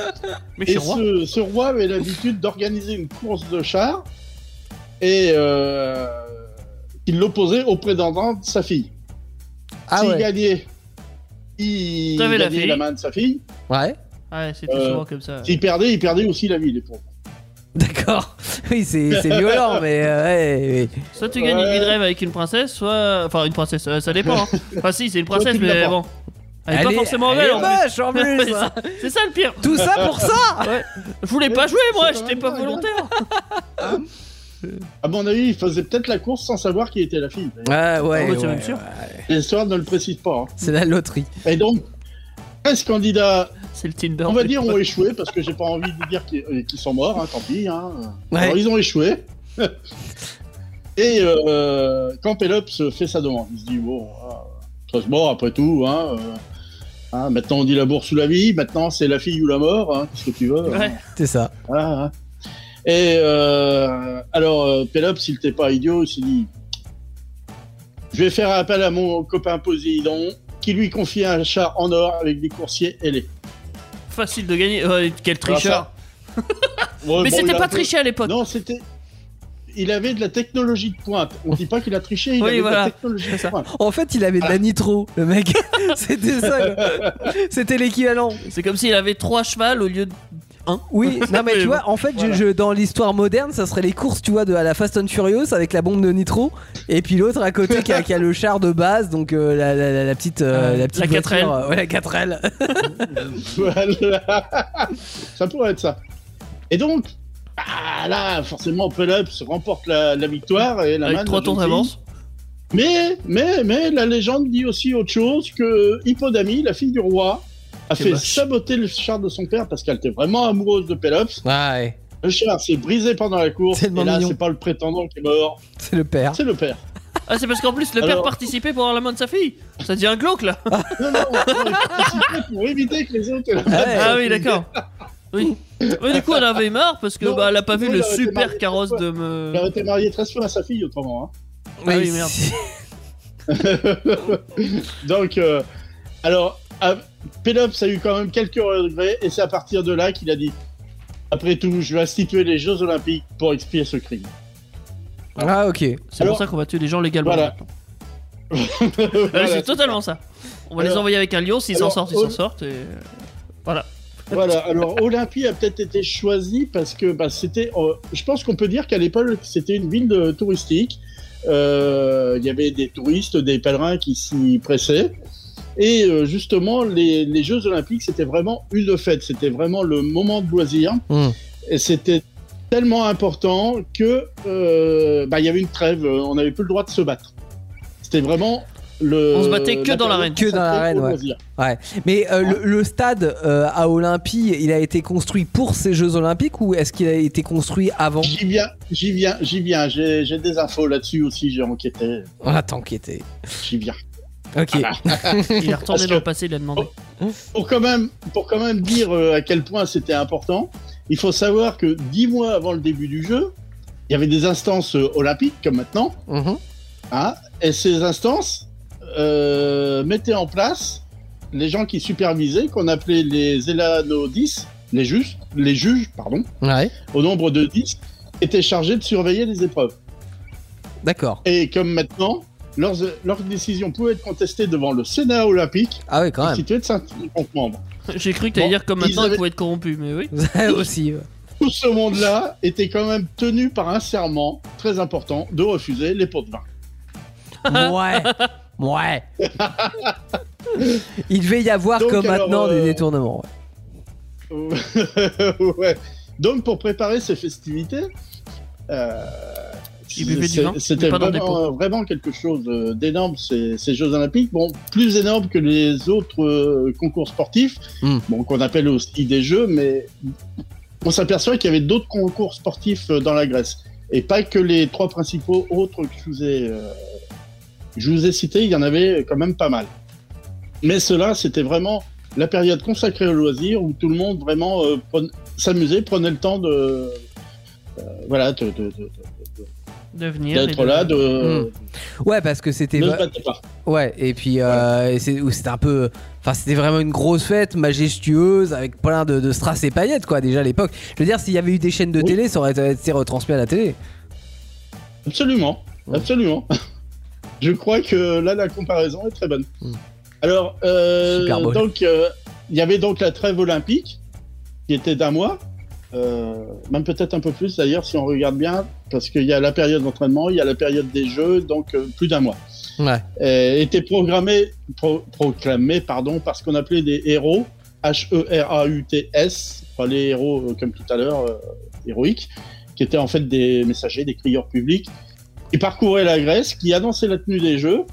S3: Mais je suis
S5: Et
S3: roi.
S5: ce, ce roi avait l'habitude d'organiser une course de chars et euh, il l'opposait au prétendant de sa fille.
S2: Ah
S5: S'il
S2: ouais.
S5: gagnait, il
S3: T'avais la
S5: gagnait
S3: fille.
S5: la main de sa fille.
S2: Ouais.
S3: Ouais, c'était
S5: Euh,
S3: souvent comme ça.
S5: S'il perdait, il perdait aussi la vie, les pauvres.
S2: D'accord. Oui, c'est c'est violent, mais euh, ouais, ouais.
S3: Soit tu gagnes
S5: Ouais.
S3: une rêve avec une princesse, soit. Enfin, une princesse, euh, ça dépend. hein. Enfin, si, c'est une
S5: Soit tu
S3: princesse,
S5: l'as
S3: mais
S5: pas.
S3: bon. Elle est pas
S2: est-
S3: forcément
S2: elle est
S3: belle en plus.
S2: moche, en plus. hein.
S3: C'est ça le pire.
S2: Tout ça pour ça.
S3: Je voulais
S5: Mais
S3: pas jouer, moi,
S5: c'est
S3: j'étais
S5: quand
S3: pas
S5: même pas
S3: volontaire.
S5: À mon avis, il faisait peut-être la course sans savoir qui était la fille. d'ailleurs.
S2: Ouais, ouais.
S3: bah, c'est
S2: ouais,
S3: même sûr.
S2: ouais.
S5: L'histoire ne le précise pas. hein.
S2: C'est la loterie.
S5: Et donc, 13 candidats,
S3: C'est le Tinder.
S5: on va dire, ont échoué, parce que j'ai pas envie de dire qu'ils euh, qu'ils sont morts, hein, tant pis. Hein.
S2: Ouais.
S5: Alors, ils ont échoué. Et euh, quand Pélops fait sa demande, il se dit, bon, ah, 13 morts après tout. Hein, euh, hein, maintenant, on dit la bourse ou la vie, maintenant, c'est la fille ou la mort, hein, qu'est-ce que tu veux. hein.
S3: Ouais.
S2: C'est ça.
S5: Ah, ah. Et euh, alors, euh, Pélops, s'il n'était pas idiot, il s'est dit Je vais faire appel à mon copain Poséidon, qui lui confie un chat en or avec des coursiers ailés.
S3: Facile de gagner. Ouais, quel
S5: Alors
S3: tricheur.
S5: ça- Ouais,
S3: Mais
S5: bon, il
S3: c'était
S5: a
S3: pas
S5: un peu-
S3: triché à l'époque.
S5: Non, c'était. Il avait de la technologie de pointe. On dit pas qu'il a triché, il
S3: Oui,
S5: avait
S3: voilà.
S5: de la technologie de pointe.
S2: En fait, il avait de la nitro, le mec. C'était ça. quoi. C'était l'équivalent.
S3: C'est comme s'il avait trois chevals au lieu de 1.
S2: Oui, non mais
S3: Mais
S2: tu
S3: bon,
S2: vois, en fait, je-
S5: voilà.
S2: je, dans l'histoire moderne, ça serait les courses, tu vois, de à la Fast and Furious avec la bombe de nitro, et puis l'autre à côté qui a, qui a le char de base, donc euh, la, la- la- la petite, euh,
S3: Euh,
S2: la petite
S3: la
S2: voiture,
S3: 4L.
S2: euh, ouais, la 4L.
S5: Voilà. ça pourrait être ça. Et donc, ah, là, forcément, Pull Ups remporte la, la victoire et la manne
S3: Avec
S5: de
S3: 3 tours
S5: Gentil.
S3: d'avance.
S5: Mais, mais, mais la légende dit aussi autre chose que Hippodamie, la fille du roi, a
S3: C'est
S5: fait
S3: moche.
S5: saboter le char de son père parce qu'elle était vraiment amoureuse de Pelops.
S2: Ouais,
S5: Le char s'est brisé pendant la course. Et
S2: Tellement
S5: là,
S2: mignon.
S5: c'est pas le prétendant qui est mort,
S2: c'est le père.
S5: c'est le père.
S3: Ah, c'est parce qu'en plus, le père
S5: Alors-
S3: participait pour avoir la main de sa fille. Ça devient glauque là.
S5: Non, non, non, il participait pour éviter que les autres aient la
S2: Ah ouais.
S3: Ah oui, d'accord. Oui. Mais du coup, elle avait marre parce que
S5: Non,
S3: bah, elle a pas vu le
S5: sinon, il aurait été
S3: super
S5: marié
S3: carrosse
S5: trois
S3: de me.
S5: Il aurait été marié très souvent à sa fille autrement. hein.
S3: Ah
S2: Mais
S3: oui, merde.
S2: c'est-
S5: Donc, euh, alors, à- Pelops a eu quand même quelques regrets, et c'est à partir de là qu'il a dit Après tout, je vais instituer les Jeux Olympiques pour expier ce crime.
S2: Ah ok.
S3: C'est pour
S5: Alors-
S3: ça qu'on va tuer les gens légalement.
S5: Voilà.
S3: maintenant. Ah oui,
S5: Voilà.
S3: C'est totalement ça. On va les
S5: Alors-
S3: envoyer avec un lion, s'ils s'en
S5: Alors, oh,
S3: sortent, ils s'en
S5: au-
S3: sortent. Et...
S5: Voilà, alors Olympie a peut-être été choisie parce que bah, c'était. euh, je pense qu'on peut dire qu'à l'époque, c'était une ville de- touristique. Euh, Il y avait des touristes, des pèlerins qui s'y pressaient. Et euh, justement, les, les Jeux Olympiques, c'était vraiment une fête. C'était vraiment le moment de loisir.
S2: Hmm.
S5: Et c'était tellement important que euh, bah, il y avait une trêve. euh, On n'avait plus le droit de se battre. C'était vraiment le.
S3: On se battait que dans
S5: période
S3: l'arène.
S2: Que dans l'arène,
S5: consacrée au
S2: ouais.
S5: loisir.
S2: Mais euh, le, le stade euh, à Olympie, il a été construit pour ces Jeux Olympiques ou est-ce qu'il a été construit avant
S5: J'y viens, j'y viens, j'y viens. J'ai j'ai des infos là-dessus aussi, j'ai enquêté.
S2: On va t'enquêter.
S5: J'y viens.
S2: Ok.
S3: Ah Il est retourné
S5: Parce
S3: dans le
S5: que-
S3: passé, il a demandé.
S5: Pour quand même, pour quand même dire euh, à quel point c'était important, il faut savoir que dix mois avant le début du jeu, il y avait des instances euh, olympiques, comme maintenant,
S3: bah.
S2: Mhm.
S5: hein, et ces instances euh, mettaient en place les gens qui supervisaient, qu'on appelait les Elano 10, les juges, les juges, pardon,
S2: Ouais.
S5: au nombre de 10, étaient chargés de surveiller les épreuves.
S2: D'accord.
S5: Et comme maintenant, leurs, leurs décisions pouvaient être contestées devant le Sénat olympique,
S2: Ah oui, quand même.
S5: constitué de 50 membres.
S3: J'ai cru que t'allais
S5: oh, Bon,
S3: dire comme
S5: ils
S3: maintenant, il
S5: avaient-
S3: pouvait être corrompu, mais oui.
S2: aussi. ouais.
S5: Tout ce monde-là était quand même tenu par un serment très important de refuser les pots de vin.
S2: Ouais. Ouais. Il devait y avoir,
S5: Donc,
S2: comme
S5: alors,
S2: maintenant,
S5: euh,
S2: des détournements. ouais.
S5: ouais. Donc pour préparer ces festivités, euh,
S3: Ils buvaient du
S5: c'est-
S3: vin, mais
S5: c'était
S3: pas dans des
S5: vraiment, vraiment quelque chose euh, d'énorme ces, ces Jeux Olympiques, bon plus énorme que les autres euh, concours sportifs,
S3: Hmm.
S2: Mm.
S5: bon qu'on appelle aussi des Jeux, mais on s'aperçoit qu'il y avait d'autres concours sportifs euh, dans la Grèce et pas que les trois principaux autres que je vous ai, euh, que je vous ai cités, il y en avait quand même pas mal. Mais cela, c'était vraiment la période consacrée au loisir où tout le monde vraiment euh, prenait- s'amusait, prenait le temps de euh, voilà de- de- de-
S3: Devenir.
S5: d'être là, de
S2: Mm. Ouais, parce que c'était.
S5: ne se battez pas.
S2: Ouais, et puis euh, et c'est- ou c'était un peu. Enfin, c'était vraiment une grosse fête majestueuse avec plein de, de strass et paillettes, quoi, déjà à l'époque. Je veux dire, s'il y avait eu des chaînes de
S5: Oui.
S2: télé, ça aurait été été retransmis à la télé.
S5: Absolument,
S2: Mm.
S5: absolument. Je crois que là la comparaison est très bonne.
S2: Mm.
S5: Alors euh,
S2: Super Bowl.
S5: donc euh, il y avait donc la trêve olympique qui était d'un mois. euh, même peut-être un peu plus d'ailleurs si on regarde bien parce qu'il y a la période d'entraînement il y a la période des jeux donc euh, plus d'un mois
S2: Ouais.
S5: euh, étaient programmés, pro- proclamés pardon, par ce qu'on appelait des héros, E H-E-R-A-U-T-S, enfin, les héros euh, comme tout à l'heure, euh, héroïques, qui étaient en fait des messagers, des crieurs publics, qui parcouraient la Grèce, qui annonçaient la tenue des Jeux.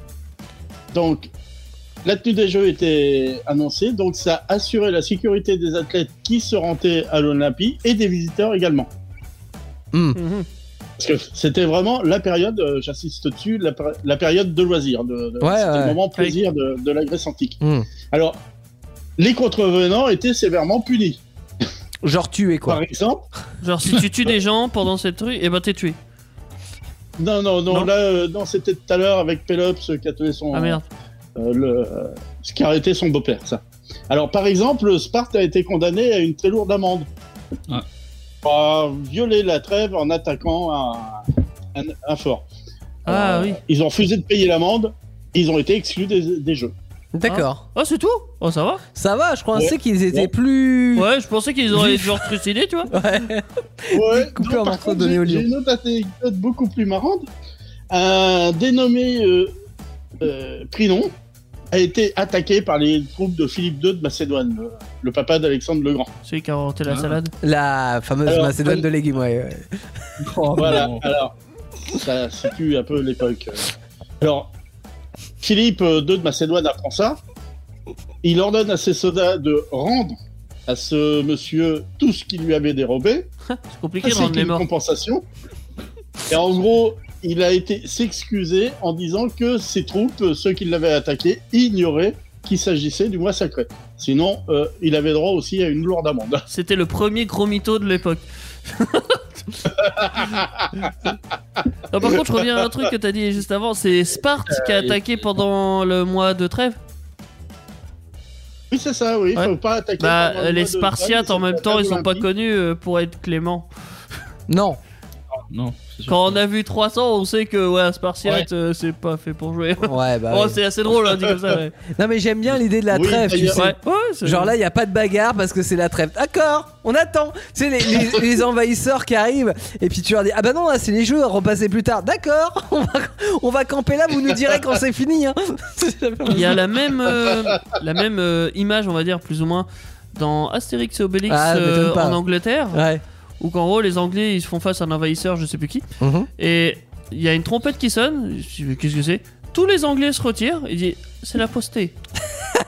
S5: Donc, la tenue des Jeux était annoncée, donc ça assurait la sécurité des athlètes qui se rendaient à l'Olympie et des visiteurs également.
S3: Mhm.
S5: Parce que c'était vraiment la période, euh, j'insiste dessus, la, pé- la période de loisirs. De, de-
S2: Ouais,
S5: c'était
S2: ouais.
S5: le moment plaisir de, de la Grèce antique.
S2: Mm.
S5: Alors, les contrevenants étaient sévèrement punis.
S2: Genre tuer, quoi.
S5: Par exemple,
S3: Genre, si tu tues des gens pendant cette rue, et bah t'es tué.
S5: non, non, non,
S3: Non.
S5: là, euh, non, c'était tout à l'heure avec Pélops euh, qui a tué son.
S3: Ah merde.
S5: euh, le, euh, ce qui a arrêté son beau-père, ça. Alors, par exemple, Sparte a été condamné à une très lourde amende.
S4: Ouais.
S3: Ah.
S5: Pour avoir violé la trêve en attaquant un, un, un fort.
S3: Ah
S5: Euh,
S3: oui.
S5: Ils ont refusé de payer l'amende, ils ont été exclus des, des jeux.
S2: D'accord.
S3: Ah, c'est tout Oh, ça va
S2: Hein Ça va, je pensais
S5: Ouais.
S2: qu'ils étaient
S5: Ouais.
S2: plus.
S3: Ouais, je pensais qu'ils auraient dû recruciner, tu vois.
S2: Ouais.
S5: Ouais,
S2: Coupé
S5: non,
S2: en
S5: par
S2: morceaux,
S5: contre,
S2: donné
S5: j'ai-
S2: au lion.
S5: J'ai une autre anecdote beaucoup plus marrante. Un dénommé euh, euh, Prinon a été attaqué par les troupes de Philippe II de Macédoine, le, le papa d'Alexandre le Grand.
S3: Celui qui a inventé la
S4: Ah.
S3: salade.
S2: La fameuse
S5: Alors,
S2: Macédoine
S5: oui.
S2: de légumes, ouais. ouais. Oh,
S5: Voilà,
S4: non.
S5: alors, ça situe un peu l'époque. euh. Alors, Philippe euh, II de Macédoine apprend ça. Il ordonne à ses soldats de rendre à ce monsieur tout ce qu'il lui avait dérobé.
S3: C'est compliqué de
S5: Ah, C'est
S3: rendre les
S5: une
S3: morts.
S5: compensation. Et en gros, il a été s'excuser en disant que ses troupes, ceux qui l'avaient attaqué, ignoraient qu'il s'agissait du mois sacré. Sinon, euh, il avait droit aussi à une lourde amende.
S3: C'était le premier gros mytho de l'époque. Ah, non, par contre, je reviens à un truc que t'as dit juste avant. C'est Sparte qui
S5: Euh,
S3: a attaqué pendant le mois de trêve.
S5: Oui, c'est ça, oui.
S3: Ouais.
S5: Faut pas attaquer. pendant le
S3: Bah,
S5: mois
S3: les
S5: de
S3: Spartiates,
S5: Pâques,
S3: en même temps, ils sont pas
S5: olympiques.
S3: connus euh, pour être cléments.
S2: Non.
S4: Non, c'est sûr.
S3: Quand on a vu 300, on sait que, ouais, un Spartiate, euh, c'est pas fait pour jouer.
S2: Ouais, bah.
S3: Oh,
S2: ouais.
S3: c'est assez drôle, hein, dit comme ça. Ouais,
S2: Non, mais j'aime bien l'idée de la
S5: Oui,
S2: trêve, tu
S5: d'ailleurs.
S2: sais.
S3: ouais, ouais, c'est-
S2: Genre là, il n'y a pas de bagarre parce que c'est la trêve. D'accord, on attend. Tu sais, les, les- les envahisseurs qui arrivent. Et puis tu leur dis Ah bah non, là, c'est les jeux, repassez plus tard. D'accord, on va, on va camper là, vous nous direz quand c'est fini. Hein.
S3: Il y a la même, euh, la même euh, image, on va dire, plus ou moins, dans Astérix et Obélix
S2: Ah, m'étonne
S3: euh,
S2: pas.
S3: en Angleterre,
S2: Ouais.
S3: où qu'en gros, les Anglais, ils se font face à un envahisseur, je sais plus qui, et il y a une trompette qui sonne, je dis, qu'est-ce que c'est Tous les Anglais se retirent, il dit, c'est la postée.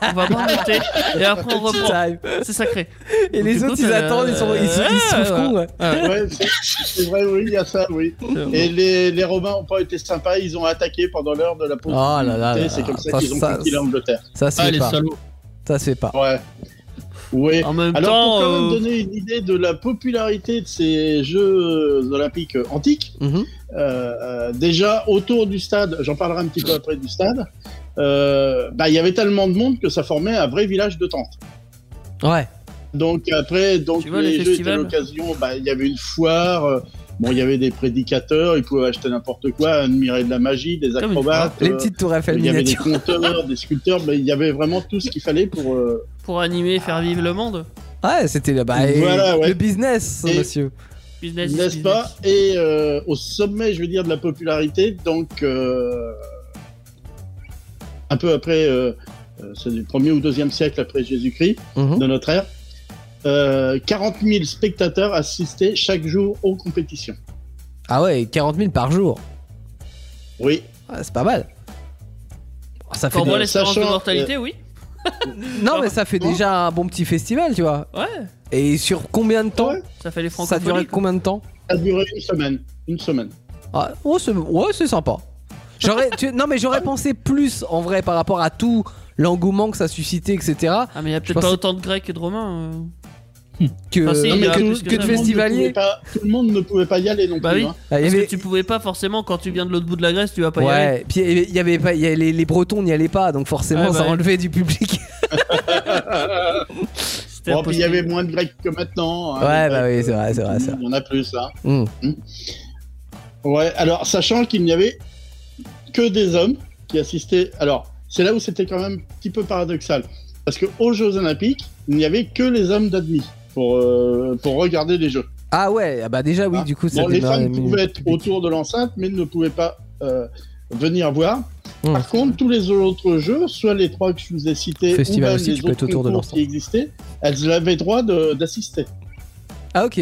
S3: On va boire le thé, et après on reprend.
S2: Ça arrive.
S3: C'est sacré.
S2: Et
S3: Donc,
S2: les
S3: du
S2: autres,
S3: coup,
S2: ils
S3: t'as-
S2: attendent, ils sont, ils, sont- ils se
S3: Ouais,
S2: trouvent
S3: ouais.
S2: cons, ouais.
S5: Ouais, c'est- c'est vrai, oui, il y a ça, oui. Et les, les Romains ont pas été sympas, ils ont attaqué pendant l'heure de la pause.
S2: Oh là là là
S5: c'est comme ça
S2: là.
S5: qu'ils ont
S2: Ça-
S5: conquis l'Angleterre.
S2: Ça se
S4: Ah,
S2: fait
S4: les
S2: pas.
S4: salauds.
S2: Ça se fait pas.
S5: Ouais. Oui.
S3: En même
S5: Alors,
S3: temps,
S5: pour quand même
S3: euh,
S5: donner une idée de la popularité de ces Jeux olympiques antiques,
S2: Mhm.
S5: euh, euh, déjà autour du stade, j'en parlerai un petit peu après du stade, euh, bah, il y avait tellement de monde que ça formait un vrai village de tentes.
S2: Ouais.
S5: Donc après, donc
S3: Tu vois, les
S5: les, jeux étaient
S3: festivals.
S5: l'occasion, bah, il y avait une foire, euh, bon, il y avait des prédicateurs, ils pouvaient acheter n'importe quoi, admirer de la magie, des
S3: Comme une
S5: acrobates.
S2: Les
S5: euh,
S2: petites tours Eiffel
S5: il y avait des
S2: miniatures.
S5: conteurs, des sculpteurs, bah, il y avait vraiment tout ce qu'il fallait pour... euh,
S3: pour animer, et faire vivre le monde,
S2: Ouais, c'était le, bah, et-
S5: Voilà, ouais.
S2: le business,
S5: Et-
S2: monsieur.
S3: business,
S5: N'est-ce
S3: business.
S5: pas Et euh, au sommet, je veux dire, de la popularité, donc euh, un peu après, euh, euh, c'est du premier ou deuxième siècle après Jésus-Christ
S2: Mhm.
S5: de notre ère, euh, 40 000 spectateurs assistaient chaque jour aux compétitions.
S2: Ah ouais, 40 000 par jour.
S5: Oui.
S2: Ouais, c'est pas mal. Oh, Ça fait
S3: Quand on
S2: des-
S3: voit
S5: des-
S3: l'espérance de
S5: sachant, euh,
S3: mortalité, oui.
S5: Ah.
S2: Non, mais ça fait déjà un bon petit festival, tu vois.
S3: Ouais,
S2: Et sur combien de temps
S5: Ouais,
S3: ça fait les
S2: Ça a duré
S3: francophonies. quoi.
S2: combien de temps
S5: ça a duré une semaine. Une semaine.
S2: Ah, oh, c'est ouais, c'est sympa. J'aurais, tu- non, mais j'aurais pensé plus en vrai par rapport à tout l'engouement que ça suscitait, etc.
S3: Ah, mais il y a
S2: Je
S3: peut-être
S2: pense
S3: pas
S2: que-
S3: autant de Grecs que de Romains. euh.
S2: Que,
S3: Enfin, Ah, si,
S2: non,
S3: il y
S2: mais
S3: a
S2: que-
S3: plus que
S2: que de
S3: ça.
S5: Tout le monde ne pouvait
S2: festivalier.
S5: pas- Tout le monde ne pouvait pas y aller non
S3: Bah
S5: plus.
S3: oui.
S5: hein.
S2: Ah, il y
S3: Parce
S2: avait-
S3: que tu pouvais pas forcément quand tu viens de l'autre bout de la Grèce, tu vas pas y aller.
S2: Ouais, puis il y avait- il y avait pas, il y avait- les, les Bretons n'y allaient pas, donc forcément
S3: Ouais, bah
S2: ça
S3: ouais.
S2: enlevait du public.
S3: C'était
S5: Bon, Oh, puis il
S3: impossible.
S5: y avait moins de Grecs que maintenant. hein,
S2: Ouais,
S5: les
S2: bah
S5: Grecs,
S2: oui, c'est vrai, c'est vrai, c'est
S5: Il y en a plus, hein.
S2: Hmm.
S5: Ouais, alors sachant qu'il n'y avait que des hommes qui assistaient. Alors, c'est là où c'était quand même un petit peu paradoxal. Parce qu'aux Jeux Olympiques, il n'y avait que les hommes d'admis pour, euh, pour regarder les Jeux.
S2: Ah ouais, ah bah déjà oui,
S5: Ah.
S2: du coup ça
S5: Bon, les
S2: démarre
S5: femmes
S2: les
S5: pouvaient
S2: minutes
S5: être
S2: publiques.
S5: autour de l'enceinte, mais ne pouvaient pas euh, venir voir.
S2: Hmm.
S5: Par contre, tous les autres jeux, soit les trois que je vous ai cités,
S2: Festival
S5: ou même
S2: aussi,
S5: les
S2: tu peux
S5: autres
S2: être autour de
S5: concours
S2: l'enceinte.
S5: qui existaient, elles avaient droit de- d'assister.
S2: Ah ok.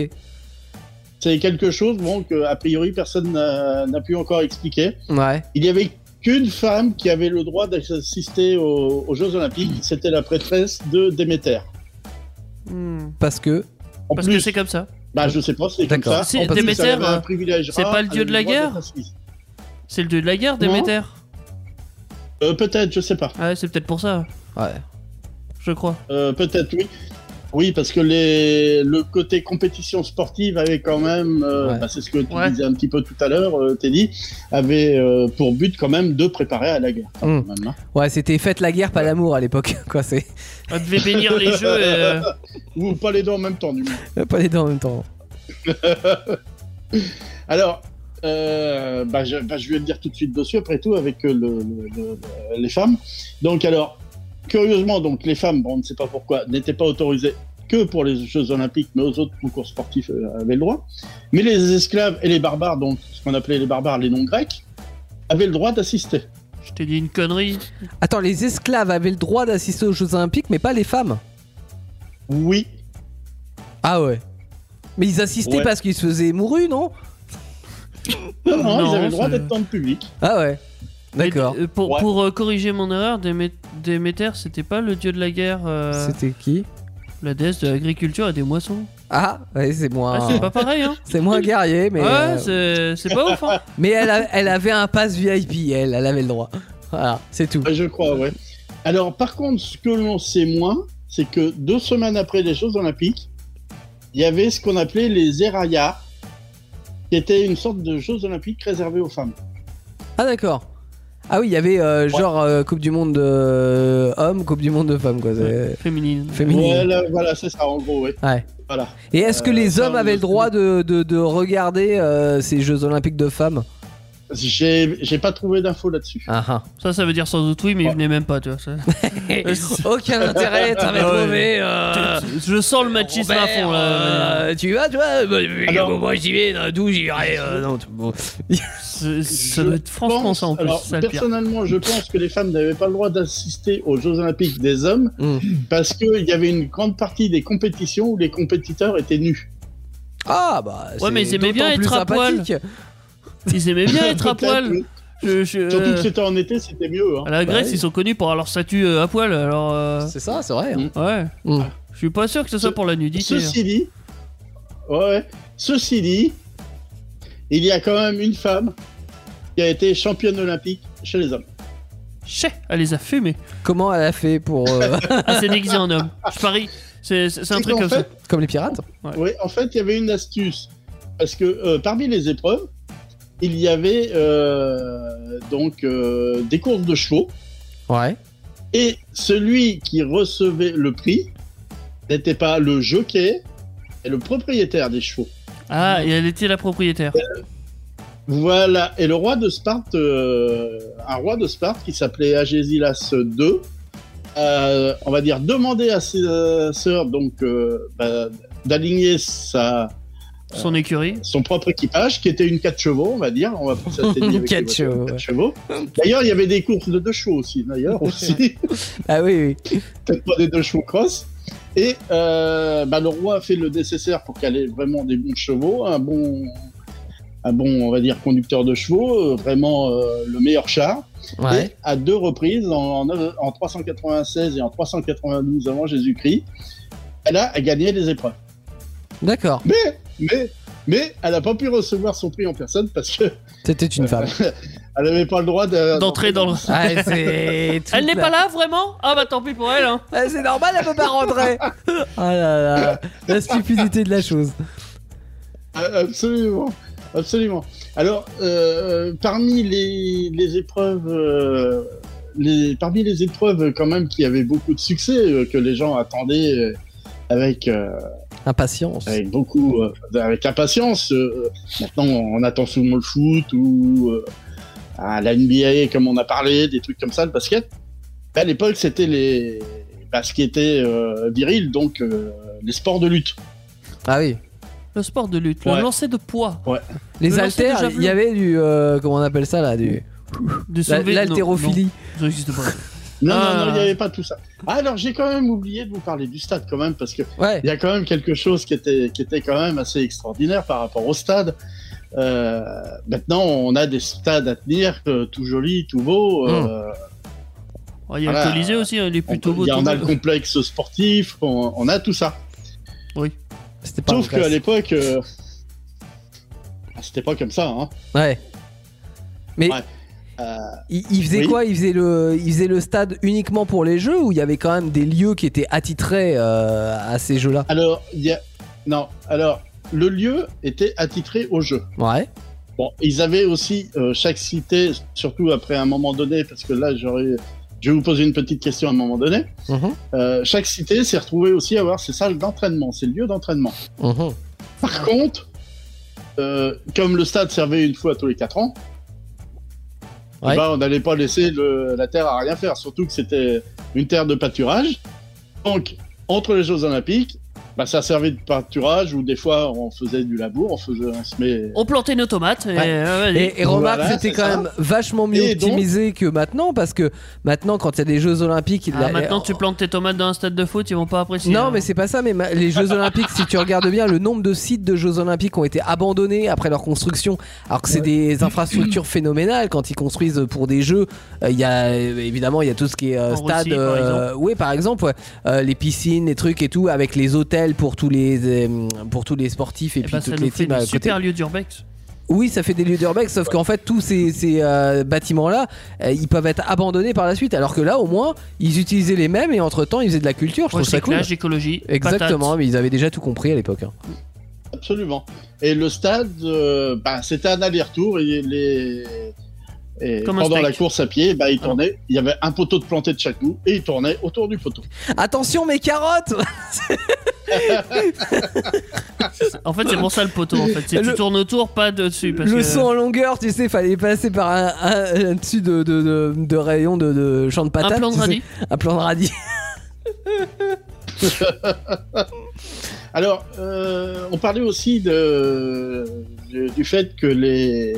S5: C'est quelque chose bon, que, a priori, personne n'a n'a pu encore expliquer.
S2: Ouais.
S5: Il n'y avait qu'une femme qui avait le droit d'assister aux, aux Jeux Olympiques, c'était la prêtresse de Déméter.
S3: Hmm.
S2: Parce que
S5: En
S3: Parce que
S5: plus,
S3: c'est comme ça.
S5: bah, je sais pas, c'est comme
S2: D'accord.
S5: ça.
S3: Si,
S5: En plus,
S3: Déméter,
S5: elle avait
S3: euh,
S5: un privilège
S3: c'est
S5: rare,
S3: pas le
S5: elle
S3: dieu de la
S5: avait le droit
S3: guerre
S5: d'être assise.
S3: C'est le dieu de la guerre, Déméter.
S5: Euh, Peut-être, je sais pas.
S3: Ouais, c'est peut-être pour ça,
S2: ouais.
S3: je crois.
S5: Euh, Peut-être, oui. Oui, parce que les... le côté compétition sportive avait quand même, euh,
S2: Ouais.
S5: bah, c'est ce que tu
S3: Ouais.
S5: disais un petit peu tout à l'heure, euh, Teddy, avait euh, pour but quand même de préparer à la guerre. quand
S2: Hmm.
S5: même, hein.
S2: Ouais, c'était faites la guerre pas l'amour à l'époque quoi, c'est
S3: On Ah, devait bénir les jeux. Et... euh,
S5: Ou pas les deux en même temps, du moins.
S2: pas les deux en même temps.
S5: Alors, euh, bah, je, bah, je vais le dire tout de suite dessus, après tout, avec euh, le- le- le- le- les femmes. Donc, alors, Curieusement, donc, les femmes, bon, on ne sait pas pourquoi, n'étaient pas autorisées que pour les Jeux Olympiques, mais aux autres concours sportifs euh, avaient le droit. Mais les esclaves et les barbares, donc ce qu'on appelait les barbares, les non-grecs, avaient le droit d'assister.
S3: Je t'ai dit une connerie.
S2: Attends, les esclaves avaient le droit d'assister aux Jeux Olympiques, mais pas les femmes.
S5: Oui,
S2: Ah ouais. Mais ils assistaient
S5: Ouais.
S2: parce qu'ils se faisaient mourus, non
S5: non, non,
S3: Non,
S5: Hein, ils avaient le droit
S3: c'est-
S5: d'être dans le public.
S2: Ah ouais. D'accord.
S3: Mais, euh, Pour,
S5: Ouais.
S3: pour, euh, corriger mon erreur, Démé- Déméter, c'était pas le dieu de la guerre, euh,
S2: C'était qui
S3: la déesse de l'agriculture et des moissons.
S2: Ah, ouais, c'est moins.
S3: Ah, c'est pas pareil, hein.
S2: c'est moins guerrier, mais.
S3: ouais,
S2: euh,
S3: c'est- c'est pas ouf, hein.
S2: Mais elle, a- elle avait un pass VIP, elle, elle avait le droit. Voilà, c'est tout.
S5: Ouais, Je crois, ouais. Alors, par contre, ce que l'on sait moins, c'est que deux semaines après les Jeux Olympiques, il y avait ce qu'on appelait les Eraya, qui était une sorte de Jeux Olympiques réservés aux femmes.
S2: Ah d'accord. Ah oui, il y avait euh, genre euh, Coupe du Monde de euh, hommes, Coupe du Monde de femmes, quoi. c'est-
S3: Féminine.
S2: Féminine.
S5: Voilà, voilà c'est ça, en gros, ouais.
S2: Ouais.
S5: Voilà.
S2: Et est-ce que
S5: Euh,
S2: les
S5: ça,
S2: hommes
S5: on
S2: avaient le
S5: le
S2: droit de, de- de regarder euh, ces Jeux Olympiques de femmes
S5: J'ai j'ai pas trouvé d'infos là-dessus.
S2: Ah ah.
S3: Ça, ça veut dire sans doute oui, mais il
S5: Ouais.
S3: venait même pas, tu vois. ça.
S2: Aucun intérêt, ça va être
S3: Ouais.
S2: mauvais.
S5: Ah.
S2: euh,
S3: Je sens le machisme à
S2: Robert,
S3: fond, là.
S2: euh, tu vas, tu vois, bah,
S5: Alors-
S2: moi j'y vais, euh, d'où j'irai. euh, non, tu- bon.
S3: C'est- Ça
S5: Je
S3: doit être franchement
S5: pense-
S3: ça, en plus,
S5: alors,
S3: c'est ça le pire.
S5: personnellement, je pense que les femmes n'avaient pas le droit d'assister aux Jeux Olympiques des hommes
S2: Mm.
S5: parce qu'il y avait une grande partie des compétitions où les compétiteurs étaient nus.
S2: Ah bah.
S3: Ouais, mais ils
S2: d'autant
S3: aimaient bien être
S2: plus
S3: à poil.
S2: sympathique.
S3: Ils aimaient bien être à
S5: Peut-être,
S3: poil.
S5: oui.
S3: Je- je-
S5: Surtout
S3: euh,
S5: que c'était en été, c'était mieux. Hein.
S3: à la Grèce,
S2: oui.
S3: ils sont connus pour avoir leur statut euh, à poil, alors. euh,
S2: C'est ça, c'est vrai. hein.
S3: Ouais.
S2: Mm.
S3: Je suis pas sûr que ce soit
S5: Ce-
S3: pour la nudité.
S5: Ceci dit, ouais, ouais. ceci dit, il y a quand même une femme qui a été championne olympique chez les hommes.
S3: hein. Chais, elle les a fumés.
S2: Comment elle a fait pour. euh,
S3: Ah, c'est déguisé en homme. Je parie. C'est c'est- c'est un
S5: C'est
S3: truc
S5: qu'en
S3: comme
S5: fait,
S3: ça.
S2: Comme les pirates
S5: Oui, en fait, il y avait une astuce. Parce que euh, parmi les épreuves, il y avait euh, donc euh, des courses de chevaux.
S2: Ouais.
S5: Et celui qui recevait le prix n'était pas le jockey, mais le propriétaire des chevaux.
S3: Ah, et elle était la propriétaire.
S5: Euh, Voilà. Et le roi de Sparte, euh, un roi de Sparte qui s'appelait Agésilas II, euh, on va dire, demandait à ses euh, sœurs donc euh, bah, d'aligner sa
S3: Son écurie.
S5: son propre équipage, qui était une 4 chevaux, on va dire. On va penser à cette idée avec
S2: Quatre
S5: les voitures,
S2: chevaux,
S5: quatre
S2: ouais.
S5: chevaux. D'ailleurs, il y avait des courses de deux chevaux aussi, d'ailleurs, aussi.
S2: Ah oui, oui.
S5: Peut-être pas des deux chevaux cross. Et euh, bah, le roi a fait le nécessaire pour qu'elle ait vraiment des bons chevaux, un bon, un bon, on va dire, conducteur de chevaux, euh, vraiment euh, le meilleur char.
S2: Ouais.
S5: Et à deux reprises, en, en, en 396 et en 392 avant Jésus-Christ, elle a gagné les épreuves.
S2: D'accord.
S5: Mais, mais, mais, elle n'a pas pu recevoir son prix en personne parce que
S2: C'était une femme.
S5: Elle n'avait pas le droit de-
S3: D'entrer dans le.
S2: Ah, c'est toute
S3: Elle n'est
S2: la-
S3: pas là vraiment Ah bah tant pis pour elle. Hein.
S2: Ah, c'est normal, elle peut pas rentrer. Ah là là, la stupidité de la chose.
S5: Euh, Absolument, absolument. Alors, euh, parmi les, les épreuves, euh, les, parmi les épreuves quand même qui avaient beaucoup de succès, euh, que les gens attendaient euh, avec euh,
S2: Impatience.
S5: avec beaucoup, euh, avec impatience. euh, maintenant, on attend souvent le foot ou euh, à la NBA, comme on a parlé, des trucs comme ça, le basket. Mais à l'époque, c'était les, bah, ce qui était euh, viril, donc euh, les sports de lutte.
S2: Ah oui.
S3: Le sport de lutte,
S5: Ouais.
S3: le lancer de poids,
S2: Les
S3: Le lancer de
S2: haltères,
S3: javelot.
S2: il y avait du. euh, comment on appelle ça là du...
S3: de
S2: la-
S3: soulever. Non,
S2: L'haltérophilie.
S3: non, ça existe pas.
S5: Non,
S3: Ah.
S5: non, non, il n'y avait pas tout ça. Ah, alors, j'ai quand même oublié de vous parler du stade, quand même, parce que
S2: Ouais.
S5: il y a quand même quelque chose qui était, qui était quand même assez extraordinaire par rapport au stade. Euh, maintenant, on a des stades à tenir, euh, tout jolis, tout beaux. euh,
S3: Oh, Il
S2: Ah
S3: y a
S5: Voilà.
S3: le Colisée aussi, hein, il est
S5: On
S3: plutôt
S5: peut-
S3: beau.
S5: il y a-
S3: Hum. tout
S5: on a
S3: beau.
S5: le complexe sportif, on, on a tout ça.
S2: C'était pas
S5: Sauf
S2: en classe.
S5: qu'à l'époque, euh, ah, c'était pas comme ça. Hein.
S2: Ouais. Mais
S5: Ouais. Euh,
S2: il, il faisait
S5: oui.
S2: quoi il faisait, le, il faisait le stade uniquement pour les jeux ou il y avait quand même des lieux qui étaient attitrés euh, à ces jeux-là
S5: Alors, il y a... non, alors le lieu était attitré au jeu.
S2: Ouais.
S5: Bon, ils avaient aussi euh, chaque cité, surtout après un moment donné, parce que là, j'aurais, je vais vous poser une petite question à un moment donné.
S2: Mhm,
S5: Euh, chaque cité s'est retrouvée aussi à avoir ses salles d'entraînement, ses lieux d'entraînement.
S2: mhm.
S5: Par contre, euh, comme le stade servait une fois tous les quatre ans, eh
S2: Ouais.
S5: ben, on n'allait pas laisser le- la terre à rien faire. Surtout que c'était une terre de pâturage. Donc, entre les Jeux Olympiques, bah, ça servait de pâturage ou des fois on faisait du labour, on faisait, on se met.
S3: On plantait nos tomates. Et,
S2: Ouais.
S3: euh, vas-y.
S2: Et, et remarque,
S5: Voilà,
S2: c'était
S5: c'est
S2: quand
S5: ça.
S2: même vachement mieux
S5: Et donc-
S2: optimisé que maintenant, parce que maintenant, quand il y a des Jeux Olympiques,
S3: Ah,
S2: la-
S3: maintenant, tu plantes tes tomates dans un stade de foot, ils vont pas apprécier.
S2: Non,
S3: hein.
S2: mais c'est pas ça. Mais ma- les Jeux Olympiques, si tu regardes bien, le nombre de sites de Jeux Olympiques ont été abandonnés après leur construction, alors que c'est des infrastructures phénoménales quand ils construisent pour des Jeux. euh, Il y a euh, évidemment, il y a tout ce qui est euh,
S3: En
S2: stade,
S3: Russie, par
S2: euh, ouais, par exemple, ouais, euh, les piscines, les trucs et tout, avec les hôtels pour tous les euh, pour tous les sportifs et,
S3: Eh
S2: puis
S3: ben, ça
S2: toutes
S3: nous
S2: les
S3: fait
S2: teams
S3: des
S2: à côté.
S3: super lieux d'urbex.
S2: Oui, ça fait des lieux d'urbex, sauf qu'en fait, tous ces, ces, euh, bâtiments-là, euh, ils peuvent être abandonnés par la suite. Alors que là, au moins, ils utilisaient les mêmes et entre-temps, ils faisaient de la culture. Je trouve ça cool.
S3: Recyclage, écologie.
S2: Exactement,
S3: patates.
S2: mais ils avaient déjà tout compris à l'époque. hein.
S5: Absolument. Et le stade, euh, bah, c'était un aller-retour. Et les... et
S3: Comme un
S5: pendant
S3: steak. Ah.
S5: la course à pied, bah, il tournait. Il y avait un poteau de planté de chaque bout et il tournait autour du poteau.
S2: Attention, mes carottes
S3: En fait, c'est pour ça le poteau. En fait, si
S2: Le-
S3: tu tournes autour, pas dessus. Parce
S2: Le
S3: que...
S2: son en longueur, tu sais, fallait passer par un, un- un dessus de, de, de, de rayon de, de champ de patates.
S3: un plan de
S2: tu sais.
S3: radis.
S2: Un plan de radis.
S5: Alors, euh, on parlait aussi de, de- du fait que les.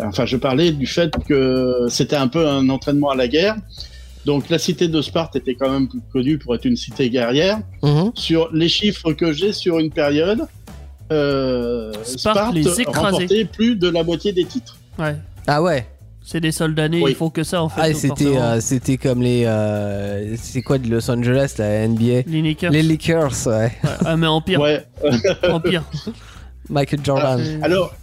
S5: Enfin, je parlais du fait que c'était un peu un entraînement à la guerre. Donc, la cité de Sparte était quand même connue pour être une cité guerrière.
S2: Mhm.
S5: Sur les chiffres que j'ai sur une période, euh,
S3: Sparte
S5: Sparte,
S3: les écrasait.
S5: remportait plus de la moitié des titres.
S3: Ouais.
S2: Ah ouais,
S3: C'est des soldats nés,
S5: Oui.
S3: ils font que ça en fait.
S2: ah, et
S3: donc
S2: c'était
S3: forcément.
S2: euh, c'était comme les. euh, c'est quoi de Los Angeles, la NBA
S3: Les Lakers.
S2: Les Lakers, ouais.
S3: Ouais, ah, mais en pire.
S5: Ouais.
S3: En pire.
S2: Michael Jordan.
S3: C'est-
S5: Alors,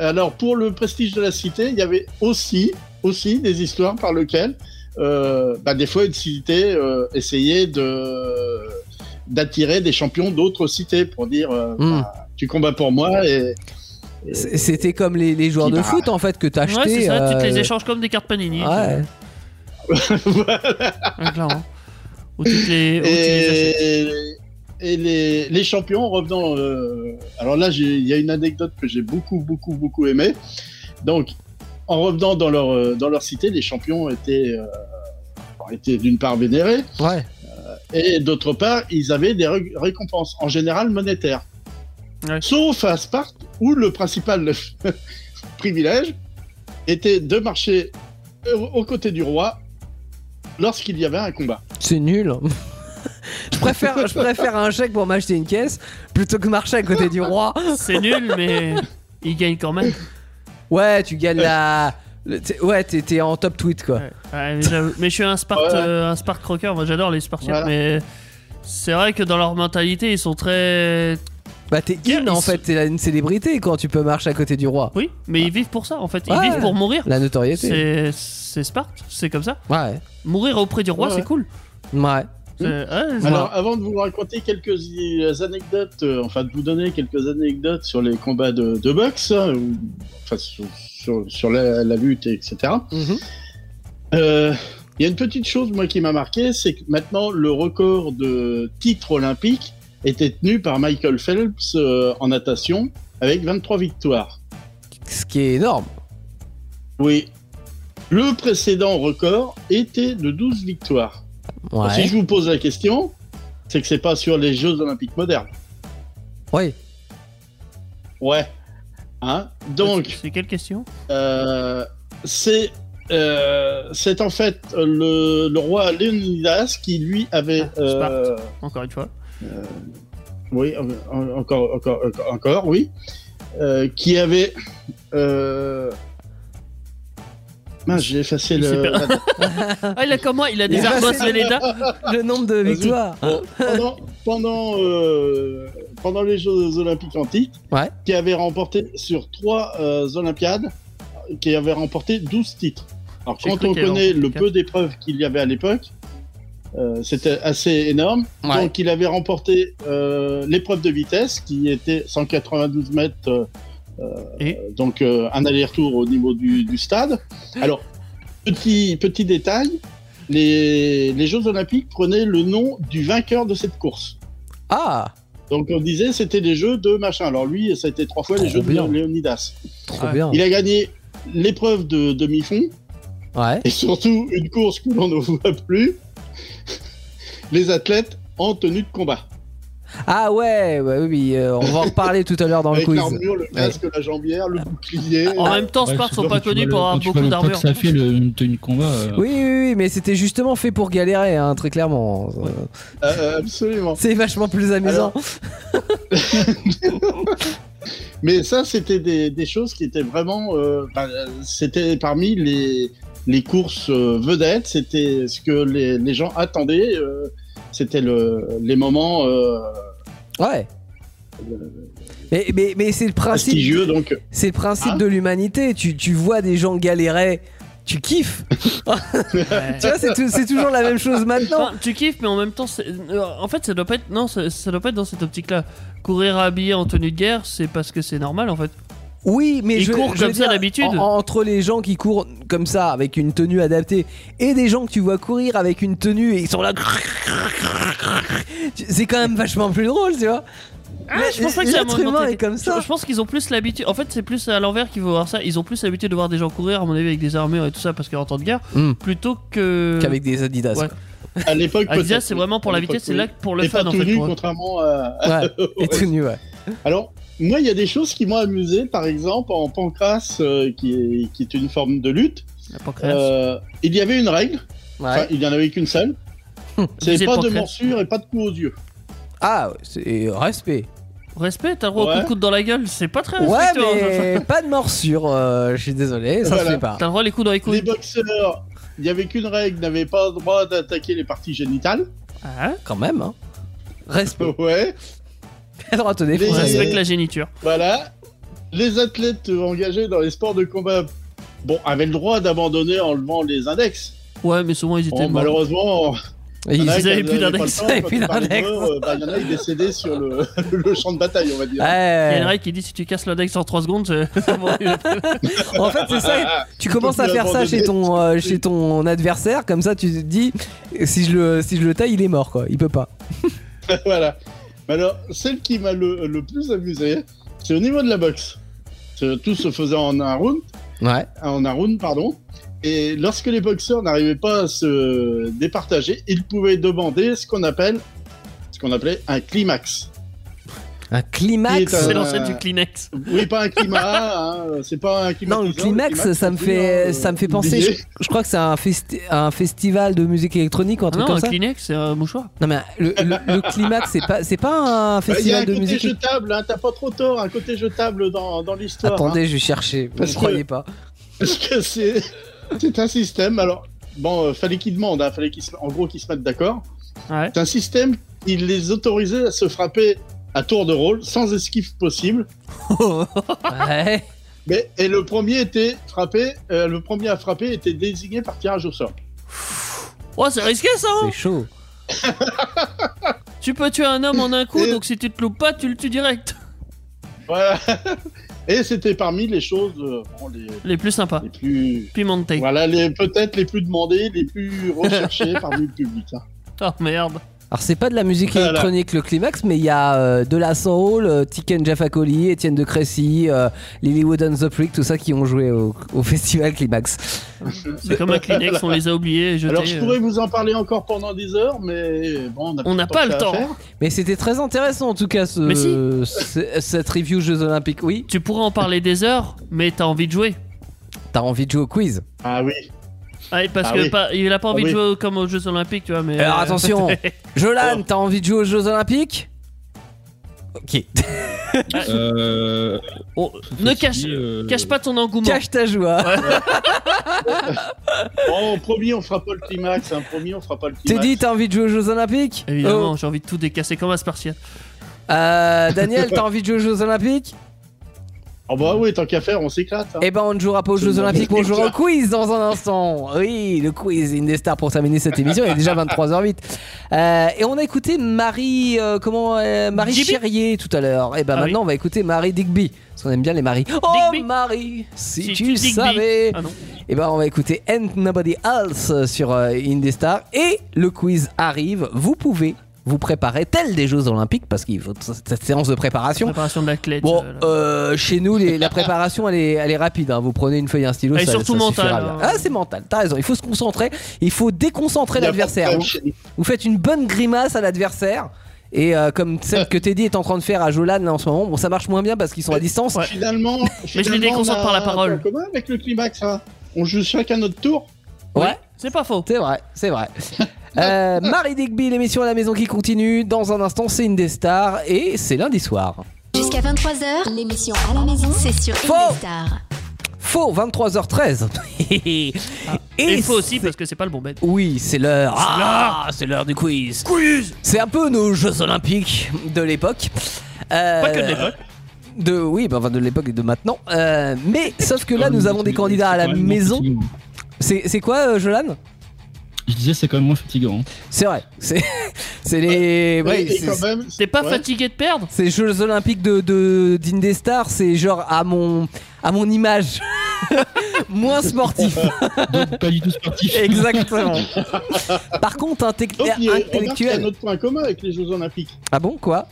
S5: alors pour le prestige de la cité, il y avait aussi, aussi des histoires par lesquelles, euh, bah, des fois, une cité euh, essayait de d'attirer des champions d'autres cités pour dire euh,
S3: Ah,
S2: Hmm.
S5: bah, tu combats pour moi et
S2: C'est- C'était comme les, les joueurs
S5: Qui
S2: de
S5: va-
S2: foot, en fait, que t'as acheté.
S3: Ouais, c'est ça, tu te les
S2: euh,
S3: échanges comme des cartes Panini.
S2: Ouais.
S3: Ouais, Ah, clairement. Ou tu te les, ou tu les achètes.
S5: et, et les, les champions revenant euh, alors là j'ai- il y a une anecdote que j'ai beaucoup beaucoup beaucoup aimé donc en revenant dans leur euh, dans leur cité les champions étaient euh, bon, étaient d'une part vénérés
S2: Ouais.
S5: Et d'autre part, ils avaient des ré- récompenses, en général monétaires.
S3: Ouais.
S5: Sauf à Sparte, où le principal privilège était de marcher au- aux côtés du roi lorsqu'il y avait un combat.
S2: C'est nul. je, préfère, je préfère un chèque pour m'acheter une caisse plutôt que marcher à côté du roi.
S3: C'est nul, mais ils gagnent quand même.
S2: Ouais, tu gagnes la. le- t'es- ouais, t'es t'es en top tweet quoi.
S3: Ouais, mais, j'avoue- mais je suis un Sparte,
S5: Ouais.
S3: euh, un Sparte croqueur. Moi, j'adore les Spartiates,
S5: Voilà.
S3: mais c'est vrai que dans leur mentalité, ils sont très.
S2: Bah, t'es in
S3: Ils
S2: en
S3: sont-
S2: fait, t'es la- une célébrité quand tu peux marcher à côté du roi.
S3: Oui, mais ils vivent pour ça en fait. Ils
S2: Ouais.
S3: vivent pour mourir.
S2: La notoriété.
S3: C'est c'est Sparte, c'est comme ça.
S2: Ouais.
S3: Mourir auprès du roi,
S5: Ouais,
S3: c'est
S5: ouais. Hmm.
S3: cool.
S2: Ouais.
S3: C'est- ouais, c'est-
S5: Alors, avant de vous raconter quelques i- anecdotes, euh, enfin de vous donner quelques anecdotes sur les combats de, de boxe, euh, ou- enfin sur, sur- sur la, la lutte, etc.
S2: Mhm.
S5: Euh, Il y a une petite chose moi qui m'a marqué, c'est que maintenant le record de titres olympiques était tenu par Michael Phelps euh, en natation avec 23 victoires.
S2: Ce qui est énorme.
S5: Oui. Le précédent record était de 12 victoires. Si
S2: Ouais.
S5: je vous pose la question, c'est que c'est pas sur les Jeux olympiques modernes.
S2: Ouais.
S5: Ouais. Hein Donc
S3: c'est quelle question
S5: Euh, c'est euh, c'est en fait euh, le, le roi Léonidas qui lui avait
S3: Ah,
S5: euh,
S3: Sparte. Encore une fois.
S5: oui en- en- encore encore encore, encore, oui euh, qui avait euh... mince j'ai effacé
S3: Il s'est
S5: le
S3: perdu. Ah, il a comme moi, il a des
S2: Il a
S3: ardoises
S2: passé-
S3: Velleda.
S2: Le nombre de
S5: Vas-y.
S2: victoires.
S5: pendant pendant euh, pendant les Jeux olympiques antiques
S2: Ouais.
S5: qui avait remporté sur trois euh, olympiades qui avait remporté 12 titres. Alors
S3: J'ai
S5: quand
S3: cru
S5: on
S3: qu'il avait
S5: connaît
S3: remporté
S5: le
S3: quatre.
S5: peu d'épreuves qu'il y avait à l'époque, euh, c'était assez énorme.
S2: Ouais.
S5: Donc il avait remporté euh, l'épreuve de vitesse qui était 192 mètres, euh,
S3: Et
S5: euh, donc euh, un aller-retour au niveau du, du stade. Alors petit petit détail, les, les Jeux Olympiques prenaient le nom du vainqueur de cette course.
S2: Ah,
S5: Donc on disait c'était les Jeux de machin. Alors lui ça a été trois fois les
S2: Trop
S5: Jeux
S2: Ah, bien. Ah.
S5: de Léonidas.
S2: trop
S3: Ouais.
S2: bien.
S5: Il a gagné l'épreuve de demi-fond.
S2: Ouais.
S5: Et surtout, une course que l'on ne voit plus, les athlètes en tenue de combat.
S2: Ah ouais, ouais, oui, oui, euh, on va en reparler tout à l'heure dans le
S5: Avec
S2: quiz. Ah.
S5: l'armure, le casque, la jambière, le bouclier.
S3: En même temps, Sparte sont pas connus pour avoir beaucoup d'armure.
S4: Ça fait le, une tenue de combat. euh,
S2: Oui, oui, oui, mais c'était justement fait pour galérer, hein, très clairement. Euh,
S5: Euh, absolument.
S2: C'est vachement plus amusant.
S5: Mais ça, c'était des, des choses qui étaient vraiment. euh, bah, c'était parmi les, les courses euh, vedettes, c'était ce que les, les gens attendaient. euh, c'était le, les moments euh,
S2: ouais. Mais, mais, mais c'est le principe,
S5: prestigieux. Donc,
S2: c'est le principe
S5: Ah.
S2: de l'humanité. Tu, tu vois des gens galérer, tu kiffes.
S3: Ouais.
S2: tu vois, c'est, tout- c'est toujours la même chose maintenant.
S3: Enfin, tu kiffes, mais en même temps, c'est- euh, en fait, ça doit pas être, non, ça, ça doit pas être dans cette optique-là. Courir habillé en tenue de guerre, c'est parce que c'est normal, en fait.
S2: Oui, mais
S3: Ils
S2: je,
S3: courent
S2: je veux
S3: comme ça
S2: dire,
S3: d'habitude.
S2: en- en- entre les gens qui courent comme ça avec une tenue adaptée et des gens que tu vois courir avec une tenue et ils sont là. C'est quand même vachement plus drôle, tu vois.
S3: Ah, je pense pas que c'est la
S2: L'être humain
S3: mentalité.
S2: est comme
S3: Je-
S2: ça.
S3: Je pense qu'ils ont plus l'habitude. En fait, c'est plus à l'envers qu'il faut voir ça. Ils ont plus l'habitude de voir des gens courir, à mon avis, avec des armures et tout ça, parce qu'en temps de guerre,
S2: Hmm.
S3: plutôt que.
S2: Qu'avec des Adidas.
S3: Euh, Ouais.
S5: à l'époque.
S3: Adidas,
S5: peut-être,
S3: Ah, c'est vraiment pour
S5: à
S3: la
S5: l'époque,
S3: vitesse, c'est
S5: oui.
S3: là que pour le
S5: Et pas
S3: fun, en
S5: tout
S3: fait.
S5: nu,
S3: pour eux.
S5: contrairement à,
S2: quoi. Ouais. Et
S5: Ouais.
S2: tout nu, ouais.
S5: Alors, moi, il y a des choses qui m'ont amusé. Par exemple, en pancrace, euh, qui, est, qui est une forme de lutte,
S3: La pancréas.
S5: euh, il y avait une règle. Enfin,
S2: Ouais.
S5: il n'y en avait qu'une seule.
S3: Visez
S5: C'est
S3: le
S5: pas de
S3: pancréas.
S5: morsure et pas de coup aux yeux.
S2: Ah, c'est respect.
S3: Respect, t'as le droit
S5: Ouais.
S3: au coup de coude dans la gueule, c'est pas très
S2: Ouais,
S3: respectueux, hein.
S2: mais pas de morsure. euh, je suis désolé, ça se
S5: Voilà.
S2: fait pas.
S3: T'as le droit les coups dans les
S5: Les
S3: couilles.
S5: boxeurs, il n'y avait qu'une règle, n'avaient pas le droit d'attaquer les parties génitales.
S3: Ah,
S2: Quand même, hein. Respect.
S5: Ouais,
S2: T'as le droit de te
S3: on
S5: Ouais.
S2: défendre.
S3: respecte la géniture.
S5: voilà. Les athlètes engagés dans les sports de combat bon, avaient le droit d'abandonner en levant les index.
S3: Ouais, mais souvent ils étaient
S5: Bon,
S3: morts.
S5: malheureusement,
S2: Et
S5: il y en
S2: ils-
S5: a
S3: Vous
S5: qui
S3: avez plus
S5: avaient pas
S3: d'index,
S5: le temps,
S2: vous avez
S5: quand
S2: plus
S5: ils parlaient
S2: d'index.
S5: d'eux, euh, bah, Il y en a qui décédaient sur le, le champ de bataille, on va
S2: Eh, Ah,
S5: dire.
S3: Il y a une
S2: Ouais.
S3: règle qui dit si tu casses l'index en 3 secondes, euh, c'est-
S5: Euh,
S2: En fait, c'est ça. Tu commences
S5: peux
S2: à
S5: plus
S2: faire ça
S5: abandonner.
S2: chez ton, euh, chez ton adversaire, comme ça tu te dis si je le, si je le taille, il est mort quoi. Il peut pas.
S5: voilà. Mais alors, celle qui m'a le, le plus amusé, c'est au niveau de la boxe. C'est- Tout se faisait en un round.
S2: Ouais.
S5: en un round, pardon. Et lorsque les boxeurs n'arrivaient pas à se départager, ils pouvaient demander ce qu'on appelle ce qu'on appelait un climax.
S2: Un
S5: Il est
S2: climax.
S3: c'est
S5: Euh,
S3: l'ancêtre du Kleenex.
S5: Oui, pas un climat, hein, c'est pas un climat.
S2: Non, le climax, ça me
S5: hein.
S2: fait, ça me fait penser. Je, je crois que c'est un, festi- un festival de musique électronique ou un
S3: Ah
S2: truc
S3: non, un
S2: comme ça.
S3: Kleenex, c'est un mouchoir.
S2: Non mais le, le- le climax, c'est pas, c'est pas un
S5: Bah, Il y a
S2: festival
S5: un
S2: de
S5: côté
S2: musique.
S5: jetable, hein, t'as pas trop tort, un côté jetable dans, dans l'histoire. hein,
S2: Attendez, je vais chercher. Vous
S5: Parce
S2: ne
S5: que-
S2: croyez pas.
S5: parce que c'est c'est un système. Alors, bon, euh, fallait qu'ils demandent, hein, fallait qu'ils se- en gros qu'ils se mettent d'accord.
S3: Ouais.
S5: C'est un système qui les autorisait à se frapper à tour de rôle, sans esquive possible.
S2: Ouais.
S5: Mais, et le premier était frappé, euh, le premier à frapper était désigné par tirage au sort.
S3: Oh, c'est risqué ça hein
S2: C'est chaud.
S3: Tu peux tuer un homme en un coup,
S5: Et-
S3: donc si tu te loupes pas, tu le tues direct.
S5: Voilà. Et c'était parmi les choses euh, bon, les,
S3: Les plus sympas.
S5: les plus.
S3: Pimenté.
S5: Voilà, les peut-être les plus demandées, les plus recherchées parmi le public. hein.
S3: Oh merde.
S2: Alors c'est pas de la musique
S5: Voilà.
S2: électronique le climax, mais il y a euh, De La Soul, euh, Tiken Jafakoli, Étienne de Crécy, euh, Lily Wood on the Prick, tout ça qui ont joué au, au festival climax.
S3: C'est comme un Kleenex, on les a oubliés et jetés.
S5: Alors, je
S3: euh.
S5: pourrais vous en parler encore pendant des heures, mais bon,
S3: On
S5: plus
S3: n'a
S5: tant
S3: pas le
S5: que ça à
S3: temps.
S5: faire.
S2: Mais c'était très intéressant en tout cas ce,
S3: Mais si.
S2: ce- cette review Jeux Olympiques. Oui,
S3: Tu pourrais en parler des heures, mais t'as envie de jouer.
S2: t'as envie de jouer au quiz.
S5: Ah oui.
S3: Ah, et parce
S5: Ah
S3: que
S5: oui.
S3: pas- il a pas envie
S5: Ah
S3: de
S5: oui.
S3: jouer comme aux Jeux Olympiques, tu vois. Mais euh,
S2: Alors attention, Jolan, t'as envie de jouer aux Jeux Olympiques Ok.
S4: euh,
S3: Oh, ne
S4: ceci
S3: cache,
S4: dit, euh,
S3: cache pas ton engouement.
S2: Cache ta joie.
S5: Bon, promis, on fera pas le climax. Hein, promis, on fera pas le
S2: T'es
S5: climax.
S2: dit, t'as envie de jouer aux Jeux Olympiques
S3: Évidemment, j'ai envie de tout décasser comme un Spartiate.
S2: Oh. Euh, Daniel, t'as envie de jouer aux Jeux Olympiques
S5: Oh bah oui, tant qu'à faire, on s'éclate. hein.
S2: Eh ben, on ne jouera pas aux Jeux
S5: Absolument.
S2: Olympiques, mais on jouera au quiz dans un instant. Oui, le quiz Indestar pour terminer cette émission. Il est déjà 23h08. Euh, et on a écouté Marie, euh, comment, euh, Marie
S3: Digby
S2: Chérier tout à l'heure. Et ben,
S3: Ah
S2: maintenant, on va écouter Marie Digby. Parce qu'on aime bien les Maries. Oh,
S3: Digby.
S2: Marie, si,
S3: Si
S2: tu,
S3: tu Digby.
S2: savais.
S3: Ah non.
S2: Et ben, on va écouter And Nobody Else sur euh, Indestar. Et le quiz arrive. Vous pouvez vous préparez tel des Jeux Olympiques parce qu'il faut cette séance de préparation.
S3: Préparation de la clé.
S2: Bon, euh, chez nous, les- la préparation, elle est, elle est rapide. hein. Vous prenez une feuille, un stylo,
S3: Elle est
S2: ça,
S3: surtout
S2: ça suffira
S3: mentale,
S2: bien.
S3: hein.
S2: Ah, c'est mental. T'as raison. Il faut se concentrer. Il faut déconcentrer
S5: Il y a
S2: l'adversaire.
S5: pas
S3: hein.
S5: de
S2: Vous,
S5: problème chez
S2: vous faites une bonne grimace à l'adversaire. Et euh, comme celle que Teddy est en train de faire à Jolan là, en ce moment, bon, ça marche moins bien parce qu'ils sont à distance.
S3: Ouais.
S5: Finalement,
S3: Mais je les déconcentre par la parole.
S5: Comment avec le climax hein On joue chacun notre tour.
S2: Ouais.
S3: C'est pas faux.
S2: C'est vrai, c'est vrai. Euh, Marie Digby, l'émission à la maison qui continue. Dans un instant, c'est une des stars et c'est lundi soir.
S1: Jusqu'à 23h, l'émission à la maison, c'est sur
S2: Faux.
S1: Indestar.
S2: Faux, 23h13. et
S3: Ah, Et faut
S2: c'est-
S3: aussi parce que c'est pas le bon bête.
S2: Oui, c'est l'heure. Ah, c'est l'heure du quiz.
S3: Quiz
S2: C'est un peu nos Jeux Olympiques de l'époque. Euh,
S3: Pas que de l'époque.
S2: de- oui, bah, enfin de l'époque et de maintenant. Euh, mais sauf que là, nous avons des candidats à la
S4: C'est quand même
S2: maison.
S4: fatigant.
S2: C'est c'est quoi, euh, Jolan
S4: Je disais, c'est quand même moins fatigant. hein.
S2: C'est vrai. C'est c'est les. ouais,
S5: et, et
S2: c'est-
S5: quand même.
S3: T'es pas
S5: ouais.
S3: fatigué de perdre
S2: Ces Jeux Olympiques de, de d'Indestar, c'est genre à mon à mon image, moins sportif.
S4: Donc, pas du tout sportif.
S2: Exactement. Par contre,
S5: Donc,
S2: intec-
S5: il y a- remarque, il y a un
S2: intellectuel.
S5: autre point commun avec les Jeux Olympiques.
S2: Ah bon quoi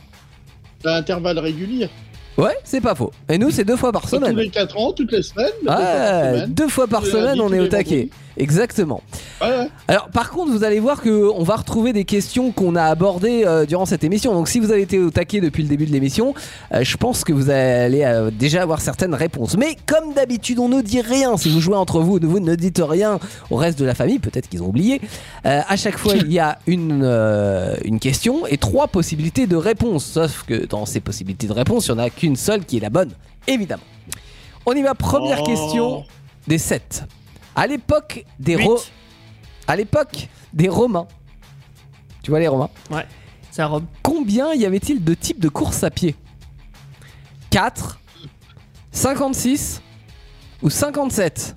S5: À intervalles réguliers.
S2: Ouais, c'est pas faux. Et nous, c'est deux fois par
S5: Tous
S2: semaine.
S5: les 4 ans, toutes les semaines. deux fois par
S2: Ouais,
S5: semaine.
S2: deux fois par
S5: Tous les lundis,
S2: semaine, on
S5: tous
S2: est au
S5: les
S2: taquet.
S5: vendredis.
S2: Exactement.
S5: Ouais, ouais.
S2: Alors par contre vous allez voir que on va retrouver des questions qu'on a abordées euh, durant cette émission. Donc si vous avez été au taquet depuis le début de l'émission, euh, je pense que vous allez euh, déjà avoir certaines réponses. Mais comme d'habitude on ne dit rien. Si vous jouez entre vous, vous ne dites rien au reste de la famille. Peut-être qu'ils ont oublié. Euh, à chaque fois il y a une, euh, une question et trois possibilités de réponse. Sauf que dans ces possibilités de réponse, il n'y en a qu'une seule qui est la bonne, évidemment. On y va, première
S5: Oh.
S2: question des 7. À l'époque des ro-
S3: Huit.
S2: à l'époque des Romains. Tu vois les Romains
S3: C'est à Rome.
S2: Combien y avait-il de types de courses à pied 4 56 ou 57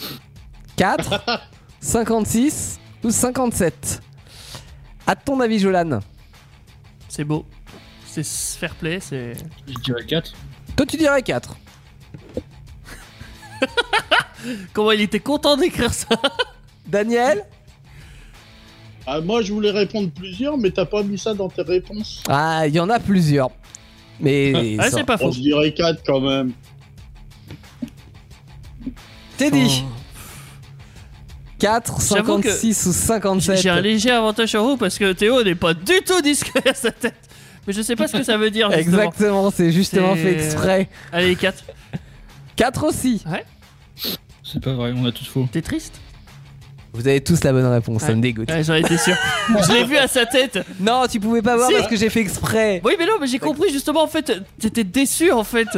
S2: 4 56 ou 57 À ton avis Jolan
S3: C'est beau. C'est s- fair play, c'est.
S4: Je dirais 4.
S2: Toi tu dirais 4.
S3: Comment il était content d'écrire ça
S2: Daniel
S5: Ah, moi, je voulais répondre plusieurs, mais t'as pas mis ça dans tes réponses.
S2: Ah, il y en a plusieurs. Mais
S3: Ah,
S2: ça-
S3: c'est pas
S5: Bon,
S3: faux.
S5: Oh, je dirais 4 quand même.
S2: t'es dit 4
S3: J'avoue que
S2: 56 ou 57
S3: J'ai un léger avantage sur vous parce que Théo n'est pas du tout discret à sa tête. Mais je sais pas ce que ça veut dire. justement.
S2: Exactement, c'est justement
S3: C'est-
S2: fait exprès.
S3: Allez, 4.
S2: 4 aussi.
S4: C'est pas vrai, on a tous faux.
S3: T'es triste
S2: Vous avez tous la bonne réponse, ça me dégoûte.
S3: Ouais, J'en étais sûr. je l'ai vu à sa tête.
S2: Non, tu pouvais pas voir
S3: Si.
S2: parce que j'ai fait exprès.
S3: Oui, mais non, mais j'ai compris justement. En fait, t'étais déçu en fait.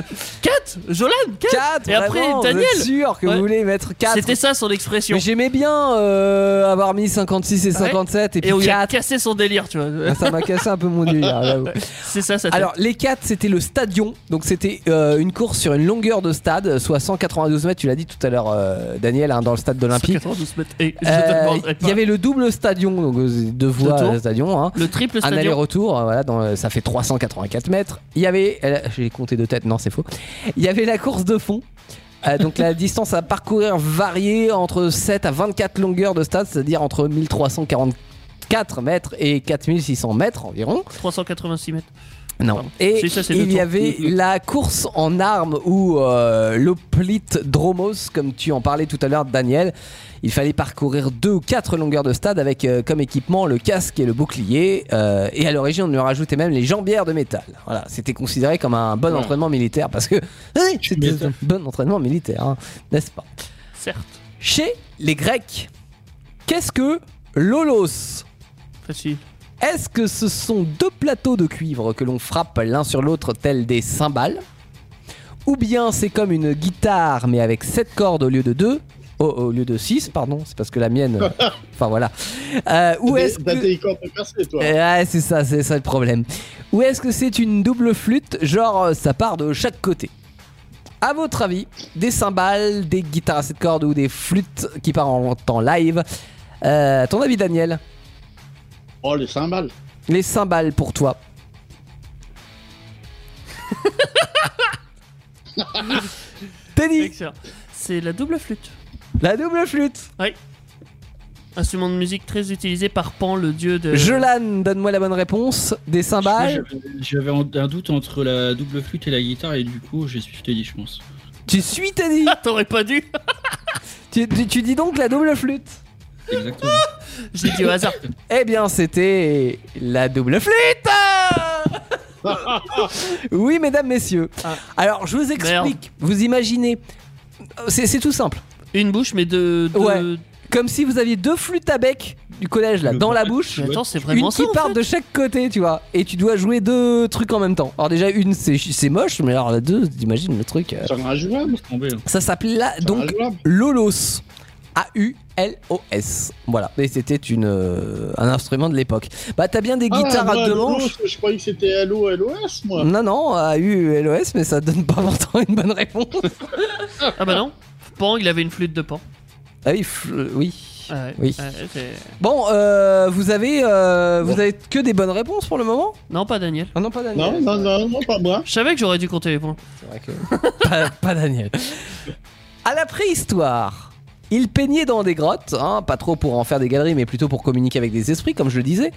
S3: 4 Jolan 4
S2: 4
S3: Et après, Daniel.
S2: Vous êtes sûr que
S3: Ouais.
S2: vous voulez mettre 4
S3: C'était ça son expression.
S2: Mais j'aimais bien euh, avoir mis 56 et 57 et
S3: Et
S2: puis
S3: on lui a
S2: 4.
S3: cassé son délire, tu vois.
S2: Ça m'a cassé un peu mon délire. j'avoue.
S3: C'est ça, sa tête.
S2: Alors les 4 c'était le stadion, donc c'était euh, une course sur une longueur de stade, soit 192 mètres, tu l'as dit tout à l'heure euh, Daniel, hein, dans le stade d'Olympique.
S3: 192 mètres. Et je te
S2: Euh,
S3: demanderai
S2: Il
S3: pas.
S2: y avait le double stadion, donc euh, deux voies
S3: tours.
S2: euh, stadion. Hein.
S3: le triple
S2: un
S3: stadion.
S2: aller-retour, euh, voilà, dans, euh, ça fait 384 mètres. Il y avait, euh, je l'ai compté de tête, non c'est faux. Il y avait la course de fond. Euh, donc la distance à parcourir variait entre 7 à 24 longueurs de stade, c'est-à-dire entre 1344 mètres et 4600 mètres environ.
S3: 386 mètres.
S2: Non.
S3: Pardon.
S2: Et
S3: C'est ça, c'est deux
S2: il y
S3: tours. Mm-hmm.
S2: avait la course en armes ou euh, l'hoplite dromos, comme tu en parlais tout à l'heure, Daniel. Il fallait parcourir deux ou quatre longueurs de stade avec euh, comme équipement le casque et le bouclier. euh, et à l'origine, on lui rajoutait même les jambières de métal. Voilà, c'était considéré comme un bon
S3: Mm.
S5: Ouais.
S2: entraînement militaire parce que Oui, c'était un
S4: m'étonnes.
S2: bon entraînement militaire, hein, n'est-ce pas
S3: Certes.
S2: Chez les Grecs, qu'est-ce que l'olos
S3: Facile.
S2: est-ce que ce sont deux plateaux de cuivre que l'on frappe l'un sur l'autre tels des cymbales Ou bien c'est comme une guitare mais avec sept cordes au lieu de deux au, au lieu de 6, pardon, c'est parce que la mienne. euh, Enfin voilà. Euh, ou
S5: T'as-
S2: est-ce
S5: T'as
S2: que.
S5: des cordes à percer, toi.
S2: Eh ouais, c'est ça, c'est ça le problème. Ou est-ce que c'est une double flûte, genre euh, ça part de chaque côté À votre avis, des cymbales, des guitares à sept cordes ou des flûtes qui partent en temps live euh, Ton avis, Daniel
S5: Oh, les cymbales.
S2: les cymbales pour toi. Teddy,
S3: Excellent. C'est la double flûte.
S2: la double flûte.
S3: Oui. Instrument de musique très utilisé par Pan, le dieu de. Ah,
S2: Jolan, donne-moi la bonne réponse. Des cymbales.
S4: J'avais- J'avais un un doute entre la double flûte et la guitare, et du coup, j'ai suivi dit, je pense.
S2: Tu suis, t'as dit
S3: Ah, t'aurais pas dû
S2: tu, tu- tu dis donc la double flûte.
S4: Exactement.
S3: J'ai dit au hasard.
S2: Eh bien, c'était la double flûte Oui, mesdames, messieurs.
S3: Ah.
S2: Alors, je vous explique.
S3: Merde.
S2: Vous imaginez. C'est c'est tout simple.
S3: Une bouche, mais de. de-
S2: Ouais. Comme si vous aviez deux flûtes à bec du collège, là,
S4: Le
S2: dans la
S4: bordel.
S2: bouche.
S3: Mais attends, c'est
S2: Une
S3: vraiment ça.
S2: qui
S3: en
S2: part
S3: fait
S2: de chaque côté, tu vois. Et tu dois jouer deux trucs en même temps. Alors, déjà, une, c'est c'est moche, mais alors la deux, t'imagines le truc. euh.
S5: C'est injouable.
S4: Laisse tomber, hein.
S2: Ça s'appelle là,
S5: c'est
S2: donc,
S5: injouable.
S2: Lolos. A-U-L-O-S. Voilà. Et c'était une, euh, un instrument de l'époque. Bah, t'as bien des
S5: Ah,
S2: guitares
S5: moi,
S2: à deux
S5: l'autre,
S2: manches. Mm.
S5: Je croyais que c'était Allo LOS, moi.
S2: Non, non, A-U-L-O-S, mais ça donne pas pourtant une bonne réponse.
S3: Ah bah non. Pan, il avait une flûte de Pan.
S2: Ah oui, f- euh, oui.
S3: Ah ouais.
S2: Oui.
S3: Ah ouais, c'est-
S2: Bon, euh, vous avez, euh, vous
S5: Bon.
S2: avez que des bonnes réponses pour le moment
S3: non, pas Daniel.
S2: Ah non, pas Daniel.
S5: Non, non, non, non, pas moi.
S3: Je savais que j'aurais dû compter les points.
S2: C'est vrai que- pas, pas Daniel. À la préhistoire, ils peignaient dans des grottes, hein, pas trop pour en faire des galeries, mais plutôt pour communiquer avec des esprits, comme je le disais.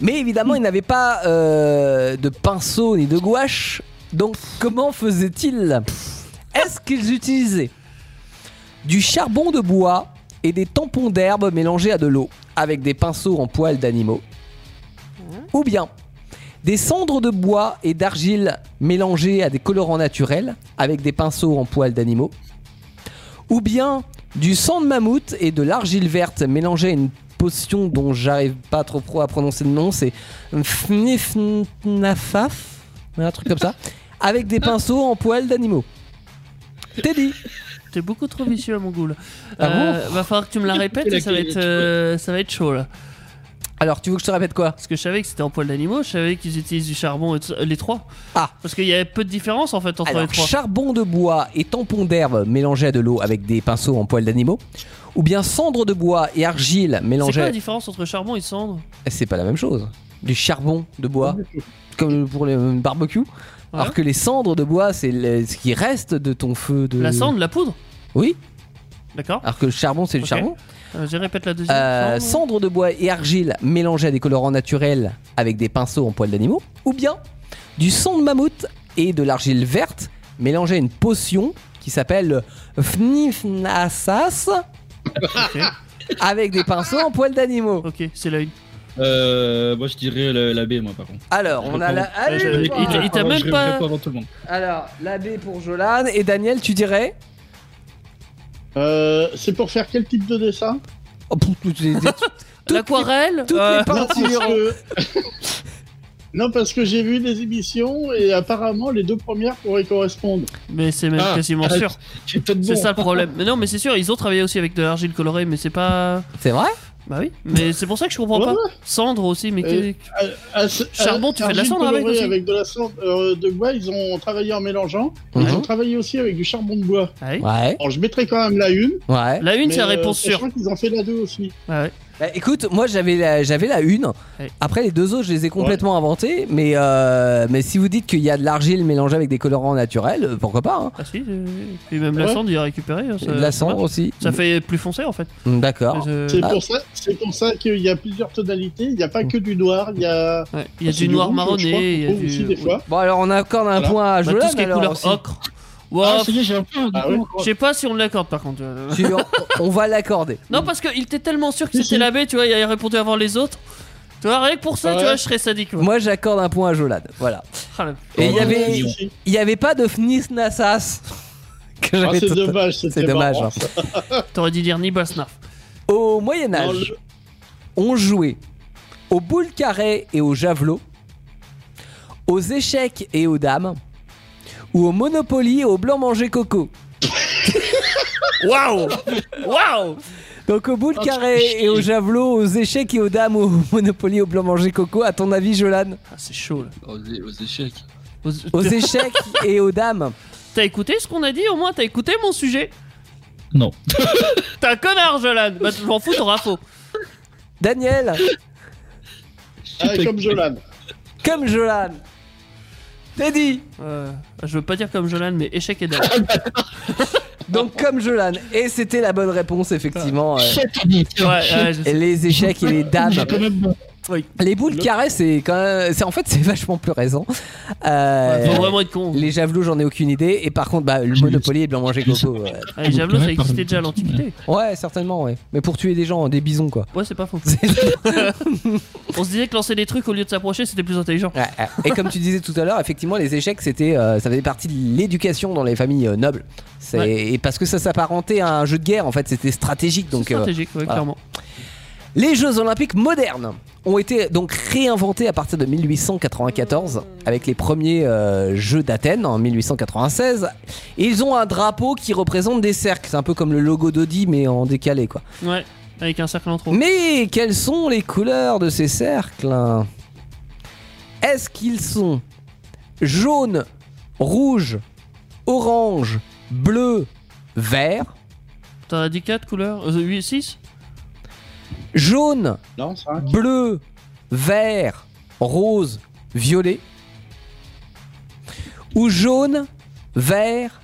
S2: Mais évidemment, ils n'avaient pas euh, de pinceau ni de gouache. Donc, comment faisaient-ils Est-ce qu'ils utilisaient du charbon de bois et des tampons d'herbe mélangés à de l'eau, avec des pinceaux en poils d'animaux Ou bien des cendres de bois et d'argile mélangées à des colorants naturels avec des pinceaux en poils d'animaux. Ou bien du sang de mammouth et de l'argile verte mélangée à une potion dont j'arrive pas trop pro à prononcer le nom, c'est Fnifnafaf, un truc comme ça, avec des pinceaux en poils d'animaux. Teddy,
S3: T'es beaucoup trop vicieux à mon goût là.
S2: Ah
S3: va falloir que tu me la répètes et ça va être, euh, ça va être chaud là.
S2: alors tu veux que je te répète quoi
S3: Parce que je savais que c'était en poil d'animaux, je savais qu'ils utilisent du charbon et tout ça- Euh, les trois.
S2: Ah.
S3: Parce qu'il y avait peu de différence en fait entre
S2: Alors,
S3: les trois.
S2: charbon de bois et tampon d'herbe mélangés à de l'eau avec des pinceaux en poils d'animaux. Ou bien cendre de bois et argile
S3: C'est
S2: mélangés
S3: quoi
S2: à-
S3: la différence entre charbon et cendre
S2: Eh, C'est pas la même chose. Du charbon de bois, comme pour les euh, barbecues. Alors que les cendres de bois, c'est le- ce qui reste de ton feu
S5: Euh.
S2: de.
S3: La cendre, la poudre
S2: Oui.
S3: D'accord
S2: Alors que le charbon, c'est du
S3: Ok.
S2: charbon.
S3: Euh, Je répète la deuxième.
S2: Euh,
S3: Cendre.
S2: cendres de bois et argile mélangées à des colorants naturels avec des pinceaux en poils d'animaux. Ou bien du sang de mammouth et de l'argile verte mélangée à une potion qui s'appelle Fnifnasas
S3: Ok,
S2: avec des pinceaux en poils d'animaux.
S3: ok, c'est la une.
S4: Euh, moi, je dirais la, la B, moi, par contre.
S2: Alors, on a la. Allez,
S3: je-
S2: le
S3: il-
S2: point.
S3: il- il t'a
S4: Avant,
S3: même
S4: je rêverais
S3: pas-
S4: avant tout le monde.
S2: Alors, l'abbé pour Jolan et Daniel, tu dirais
S5: Euh, c'est pour faire quel type de dessin
S2: Oh, pouf, toutes les, toutes
S3: L'aquarelle
S2: les
S3: euh,
S2: parties
S5: parce
S2: iront.
S5: que... Non, parce que j'ai vu des émissions et apparemment les deux premières pourraient correspondre.
S3: Mais c'est même
S4: Ah,
S3: quasiment
S4: ah,
S3: sûr.
S4: J'ai peut-être
S3: C'est
S4: bon.
S3: ça le problème. Mais non, mais c'est sûr, ils ont travaillé aussi avec de l'argile colorée, mais c'est pas.
S2: C'est vrai
S3: Bah oui, mais c'est pour ça que je comprends
S5: Ouais,
S3: pas. Cendre aussi, mais.
S5: Euh,
S3: que-
S5: À- à ce-
S3: Charbon,
S5: à-
S3: tu fais de la
S5: argile
S3: cendre avec
S5: colorée
S3: aussi
S5: de la cendre euh, de bois, ils ont travaillé en mélangeant.
S3: Mhm.
S5: Ils ont travaillé aussi avec du charbon de bois.
S3: Ah oui.
S2: Ouais,
S5: Alors je mettrai quand même la une.
S2: ouais.
S3: La une, c'est la
S5: mais, euh,
S3: réponse sûre.
S5: sachant qu'ils ont fait la deux aussi.
S3: Ah ouais.
S2: Bah, écoute, moi j'avais la, j'avais la une.
S3: Ouais.
S2: Après les deux autres, je les ai complètement inventés. Mais, euh, mais si vous dites qu'il y a de l'argile mélangée avec des colorants naturels, euh, pourquoi pas hein.
S3: Ah si, euh, et même la
S5: Ouais.
S3: cendre, il a récupéré. hein,
S2: Et
S3: Ça,
S2: De la
S3: ça
S2: cendre
S3: marche.
S2: aussi.
S3: Ça fait plus foncé en fait.
S2: Mm, D'accord.
S3: Euh,
S5: C'est
S2: Ah.
S5: pour ça, c'est pour ça qu'il y a plusieurs tonalités. Il n'y a pas que du noir. Il y a, Ah,
S3: ouais, Il y a
S5: c'est
S3: du noir
S5: rouge, je crois qu'on
S3: marronné, il y a
S5: trouve aussi
S3: du.
S5: des fois.
S2: Bon, alors on accorde un
S5: Voilà.
S2: point à
S3: Bah,
S2: Jolan.
S3: tout ce qui est
S2: alors,
S3: couleur
S2: aussi.
S3: ocre.
S4: Ah,
S3: Ouah,
S4: ça y est, j'ai un point.
S5: Ah ouais.
S3: je sais pas si on l'accorde par contre. euh.
S2: Tu- on- on va l'accorder.
S3: Non, parce qu'il était tellement sûr que
S5: Si,
S3: c'était
S5: si.
S3: la baie, tu vois, il a répondu avant les autres. Tu vois, rien que pour ça,
S5: Ah
S3: tu
S5: ouais.
S3: vois, je serais sadique. moi.
S2: Moi j'accorde un point à Jolan. Voilà.
S3: Ah, la-
S2: Et il y
S5: Ah,
S2: avait,
S5: si, si.
S2: il y avait pas de Fnis Nassas. que
S5: Ah,
S2: j'avais
S5: c'est
S2: tout-
S5: dommage.
S2: C'est
S5: c'était
S2: dommage.
S5: marrant.
S2: hein.
S3: T'aurais dû dire Nibal Snarf.
S2: Au Moyen
S5: Dans
S2: Âge, on jouait aux boules carrées et aux javelots, aux échecs et aux dames, ou au Monopoly et au blanc manger coco.
S3: Waouh Waouh Oh,
S2: Donc aux boules carrées et aux javelots, aux échecs et aux dames, au Monopoly, au blanc manger coco. À ton avis, Jolan
S3: Ah, C'est chaud là.
S4: Aux, aux échecs.
S3: Aux-
S2: Aux échecs et aux dames.
S3: T'as écouté ce qu'on a dit au moins T'as écouté mon sujet
S4: Non.
S3: T'es un connard, Jolan Bah, je m'en fous, t'auras faux.
S2: Daniel,
S5: Ah, comme Jolan.
S2: comme Jolan. Teddy,
S3: bah, Euh, je veux pas dire comme Jolan, mais échec et dame.
S2: Donc comme Jolan. Et c'était la bonne réponse, effectivement. euh,
S3: Ouais, ouais, je sais.
S2: les échecs et les dames.
S4: quand même bon.
S2: Les boules
S4: Le-
S2: carrées, c'est quand même. c'est- En fait, c'est vachement plus récent. Euh,
S3: Faut vraiment être con.
S2: les javelots, j'en ai aucune idée. Et par contre, bah, le
S4: J'ai
S2: Monopoly et Blanc Manger
S4: J'ai
S2: Coco. euh,
S3: Ah, les javelots, ça existait déjà à l'Antiquité.
S2: Ouais, certainement, ouais. Mais pour tuer des gens, des bisons, quoi.
S3: Ouais, c'est pas faux.
S2: C'est-
S3: On se disait que lancer des trucs au lieu de s'approcher, c'était plus intelligent.
S2: Ouais, ouais. Et comme tu disais tout à l'heure, effectivement, les échecs, c'était, euh, ça faisait partie de l'éducation dans les familles euh, nobles. C'est,
S3: Ouais.
S2: Et parce que ça s'apparentait à un jeu de guerre, en fait, c'était stratégique.
S3: C'est
S2: Donc, euh,
S3: stratégique, ouais,
S2: voilà.
S3: clairement.
S2: les Jeux Olympiques modernes ont été donc réinventés à partir de 1894 avec les premiers euh, Jeux d'Athènes en 1896. Et ils ont un drapeau qui représente des cercles. C'est un peu comme le logo d'Audi, mais en décalé, quoi.
S3: Ouais, avec un cercle en trop.
S2: Mais quelles sont les couleurs de ces cercles Est-ce qu'ils sont jaune, rouge, orange, bleu, vert
S3: T'en as dit 4 couleurs euh, 8, 6
S2: Jaune,
S5: Non, ça.
S2: bleu, vert, rose, violet Ou jaune, vert,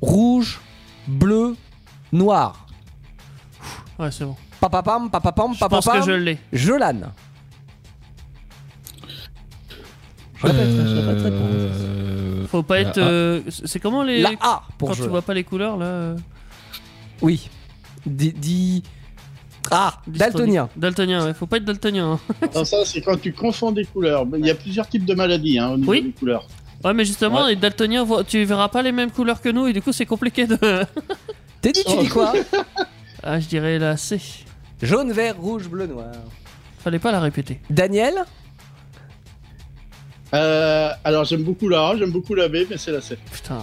S2: rouge, bleu, noir
S3: Ouais, c'est bon.
S2: Papapam, papapam,
S3: Je pense que je
S2: papapam,
S3: l'ai.
S2: Jolane. Je répète, je répète, répète.
S4: Euh,
S3: Faut pas
S4: La
S3: être.
S4: A.
S3: euh, c'est comment les.
S2: La A ah. pour
S3: Quand tu
S2: jaune.
S3: vois pas les couleurs là. euh,
S2: Oui. Di. di- Ah, daltonien.
S3: Daltonien, ouais. Faut pas être daltonien. hein.
S5: Non, ça, c'est quand tu confonds des couleurs. Mais Il y a plusieurs types de maladies hein, au niveau
S3: Oui.
S5: des couleurs.
S3: Ouais, mais justement, les daltoniens, vo- tu verras pas les mêmes couleurs que nous et du coup, c'est compliqué de.
S2: T'es dit,
S3: Oh.
S2: tu dis quoi
S3: ah, je dirais la C.
S2: Jaune, vert, rouge, bleu, noir.
S3: Fallait pas la répéter.
S2: Daniel
S5: Euh, alors, j'aime beaucoup la A, j'aime beaucoup la B, mais c'est la C.
S3: Putain.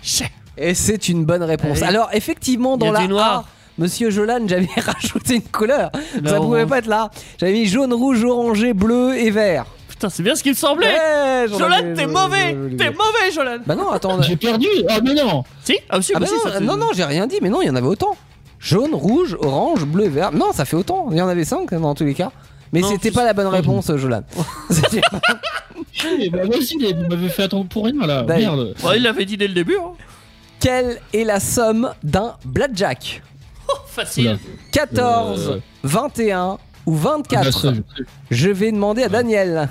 S3: Chais.
S2: Et c'est une bonne réponse.
S3: Allez.
S2: Alors, effectivement,
S3: Il y
S2: dans
S3: a
S2: la
S3: du noir.
S2: A, Monsieur Jolan, j'avais rajouté une couleur.
S3: La
S2: Ça pouvait
S3: Bah, orange.
S2: pas être là. J'avais mis jaune, rouge, orangé, bleu et vert.
S3: Putain, c'est bien ce qu'il me semblait.
S2: Ouais, j'en
S3: Jolan,
S2: avais-
S3: t'es
S2: j'en
S3: mauvais.
S2: avais- j'en avais-
S3: T'es mauvais, Jolan.
S2: Bah non, attends.
S4: J'ai perdu Ah mais non
S3: Si Ah, si,
S2: Ah
S3: bah
S2: bah
S3: si, ça
S2: non,
S3: fait-
S2: non, non, j'ai rien dit, mais non, il y en avait autant. Jaune, rouge, orange, bleu, vert. Non, ça fait autant. Il y en avait 5 dans tous les cas. Mais
S3: Non,
S2: c'était
S3: je-
S2: pas la bonne réponse, Jolan. C'était-
S4: Eh, bah, Moi aussi, vous m'avez fait attendre pour rien là
S2: Dave.
S4: Merde
S3: Ouais, Bah, il l'avait dit dès le début. hein.
S2: Quelle est la somme d'un blackjack
S3: Facile.
S4: Oula.
S2: 14,
S4: Euh.
S2: 21 ou
S4: Ah,
S2: 24
S4: ça, je-
S2: Je vais demander à Daniel.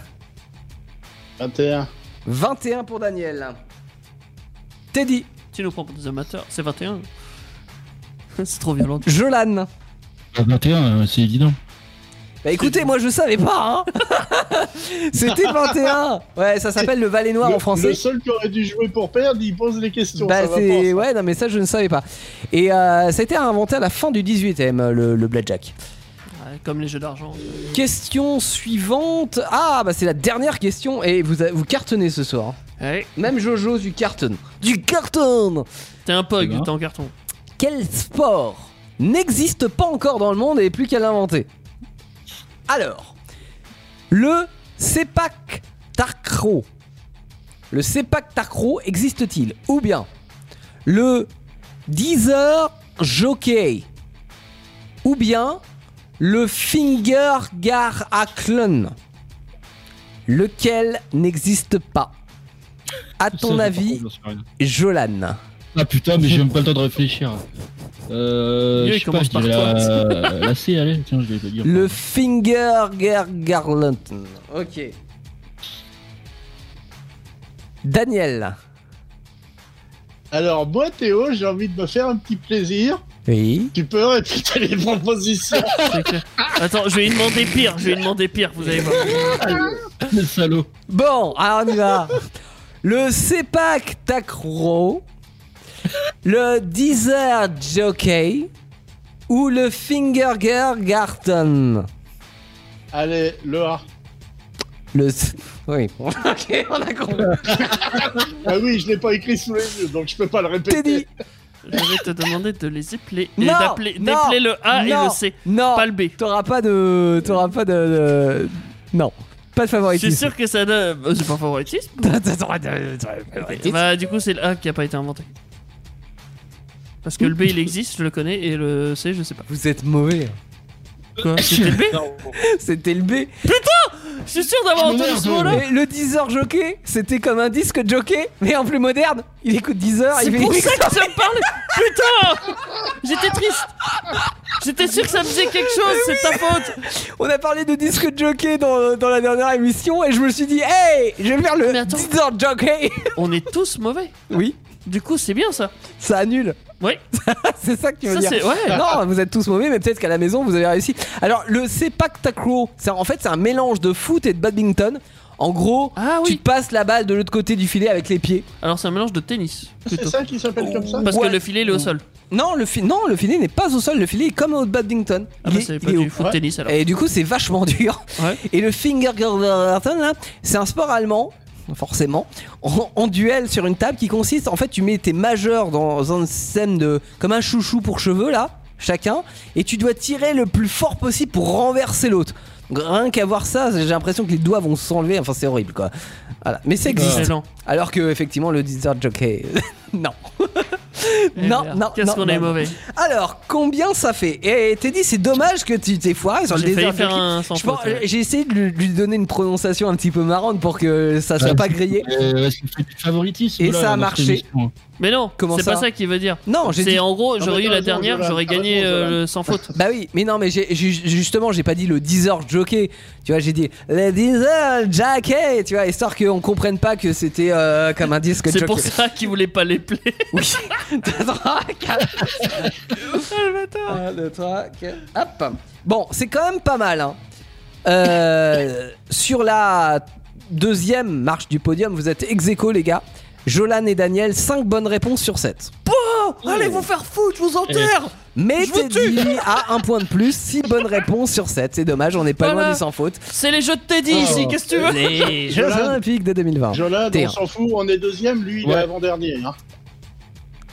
S5: 21.
S2: 21 pour Daniel. Teddy,
S3: Tu nous prends pour des amateurs. C'est 21. c'est trop violent.
S2: Jolan.
S4: Ah, 21, euh, c'est évident.
S2: Bah écoutez, moi je savais pas. hein. C'était 21. Ouais, ça s'appelle le Valet Noir
S5: le,
S2: en français.
S5: le seul qui aurait dû jouer pour perdre, il pose les questions.
S2: Bah,
S5: ça va pas,
S2: c'est...
S5: ça.
S2: Ouais, non, mais ça, je ne savais pas. Et euh, ça a été inventé à la fin du 18ème, euh, le, le blackjack.
S3: Ouais, comme les jeux d'argent.
S2: Question suivante. Ah, bah, c'est la dernière question. Et vous, vous cartonnez ce soir.
S3: Ouais.
S2: Même Jojo, du carton. Du carton
S3: T'es un pog,
S4: Eh ben.
S3: t'es en carton.
S2: Quel sport n'existe pas encore dans le monde et est plus qu'à l'inventer Alors, le sepak takraw. Le sepak takraw existe-t-il Ou bien le Deezer jockey Ou bien le finger gar Aklon Lequel n'existe pas À
S4: Ça,
S2: ton
S4: je-
S2: avis,
S4: j'en sais rien.
S2: Jolan
S4: Ah putain, mais j'ai même pas le temps de réfléchir. Euh.
S3: Mieux,
S4: Je
S3: il
S4: sais pas,
S3: commence
S4: je dirais
S3: par
S4: la... la C, allez, tiens, je vais te dire.
S2: Le Finger Garland. Ok. Daniel.
S5: Alors, moi, Théo, j'ai envie de me faire un petit plaisir.
S2: Oui.
S5: Tu peux répéter les propositions
S3: C'est clair. Attends, je vais lui demander pire. Je vais lui demander pire. Vous allez voir.
S4: Le Ah, salaud
S2: Bon, alors on y va. Le Sepak Takro. Le Deezer Jockey. Ou le Finger Garten.
S5: Allez, le A.
S2: Le. s- Oui. ok, on a compris.
S5: Ah oui, je l'ai pas écrit sous les yeux, donc je peux pas le répéter.
S2: Teddy.
S3: Je vais te demander de les épeler. Et
S2: Non,
S3: d'appeler
S2: non,
S3: d'épeler le A
S2: non,
S3: et le C,
S2: Non.
S3: pas le B.
S2: T'auras pas de. T'auras pas de. de- Non. Pas de
S3: Je suis
S2: favoritisme.
S3: sûr que ça donne. Bah, C'est pas favoritisme. Bah, du coup, c'est le A qui a pas été inventé. Parce que le B il existe, je le connais, et le C je sais pas.
S2: Vous êtes mauvais.
S3: Quoi C'était le B
S2: C'était le B.
S3: Je suis sûr d'avoir
S4: Je me
S3: entendu
S4: merde,
S3: ce mot-là
S2: Et le Deezer jockey, c'était comme un disque jockey, mais en plus moderne. Il écoute Deezer,
S3: C'est
S2: il fait
S3: pour ça que ça me parlait Putain J'étais triste J'étais sûr que ça me faisait quelque chose, c'est ta faute
S2: On a parlé de disque jockey dans, dans la dernière émission et je me suis dit, hey, je vais faire le
S3: Mais attends.
S2: disque jockey.
S3: On est tous mauvais.
S2: Oui,
S3: Du coup, c'est bien ça.
S2: ça annule.
S3: Oui,
S2: c'est ça que tu veux
S3: ça
S2: dire.
S3: c'est. Ouais.
S2: Non, vous êtes tous mauvais, mais peut-être qu'à la maison vous avez réussi. Alors le Sepak Takraw, c'est en fait c'est un mélange de foot et de badminton. En gros,
S3: Ah
S2: tu
S3: oui.
S2: passes la balle de l'autre côté du filet avec les pieds.
S3: Alors c'est un mélange de tennis.
S5: C'est
S3: Plutôt.
S5: ça qui s'appelle comme ça
S3: Parce
S2: Ouais.
S3: que le filet il est au sol.
S2: Non, le, fi- non, le filet n'est pas au sol, le filet est comme au badminton.
S3: Ah
S2: Il
S3: bah
S2: est-
S3: c'est
S2: il
S3: pas
S2: est
S3: du
S2: au-
S3: foot
S5: Ouais.
S3: tennis alors.
S2: Et du coup, c'est vachement dur.
S3: Ouais.
S2: Et le Fingergarten, là, c'est un sport allemand, forcément, en, en duel sur une table qui consiste, en fait, tu mets tes majeurs dans une scène de. comme un chouchou pour cheveux, là, chacun, et tu dois tirer le plus fort possible pour renverser l'autre. Donc, Rien qu'à voir ça, j'ai l'impression que les doigts vont s'enlever, enfin, c'est horrible, quoi. Voilà. Mais ça existe.
S3: Excellent.
S2: Alors que, effectivement, le Desert Jockey. non.
S3: Eh
S2: non,
S3: merde.
S2: non,
S3: Qu'est-ce
S2: non,
S3: qu'on est
S2: non.
S3: mauvais.
S2: Alors, combien ça fait Et Teddy, c'est dommage que tu t'es foiré sur le
S3: J'ai failli
S2: Desert
S3: faire
S2: Jockey.
S3: un sans
S2: Je pense-
S3: faute, ouais.
S2: J'ai essayé de lui, lui donner une prononciation un petit peu marrante pour que ça soit
S4: Ouais.
S2: pas grillé.
S4: Euh, ouais, c'est du favoritisme.
S2: Et
S4: là,
S2: ça a
S4: dans cette
S2: marché.
S4: émission.
S3: Mais non,
S2: Comment
S3: c'est pas
S2: ça
S3: ça qu'il veut dire.
S2: Non, j'ai
S3: C'est
S2: dit.
S3: en gros,
S5: Non,
S3: j'aurais
S5: mais
S3: eu
S5: t'as
S3: la
S5: raison,
S3: dernière,
S5: Jolan,
S3: j'aurais
S5: t'as
S3: gagné
S5: raison,
S3: euh,
S5: Jolan.
S3: le sans faute.
S2: Bah oui, mais non, mais j'ai j'ai- justement, j'ai pas dit le Deezer jockey. Tu vois, j'ai dit le Deezer jockey. Tu vois, histoire qu'on comprenne pas que c'était euh, comme un disque
S3: C'est
S2: jockey.
S3: pour ça qu'il voulait pas les plaies.
S2: Oui. 1, 2, 3, 4. Hop. Bon, c'est quand même pas mal. hein. Euh, sur la deuxième marche du podium, vous êtes ex aequo, les gars. Jolan et Daniel, 5 bonnes réponses sur 7.
S3: Allez vous faire foutre, je vous enterre.
S2: Mais
S3: Eh. Je vous
S2: Teddy a un point de plus, 6 bonnes réponses sur 7. C'est dommage, on n'est pas
S3: Voilà.
S2: loin du sans faute.
S3: C'est les jeux de Teddy
S5: Oh.
S3: ici, qu'est-ce que tu veux
S2: Les Jeux
S5: Jolan.
S2: Olympiques de 2020.
S5: Jolade,
S2: T'es un.
S5: on s'en fout, on est deuxième, lui il
S4: Ouais.
S5: est avant-dernier. hein.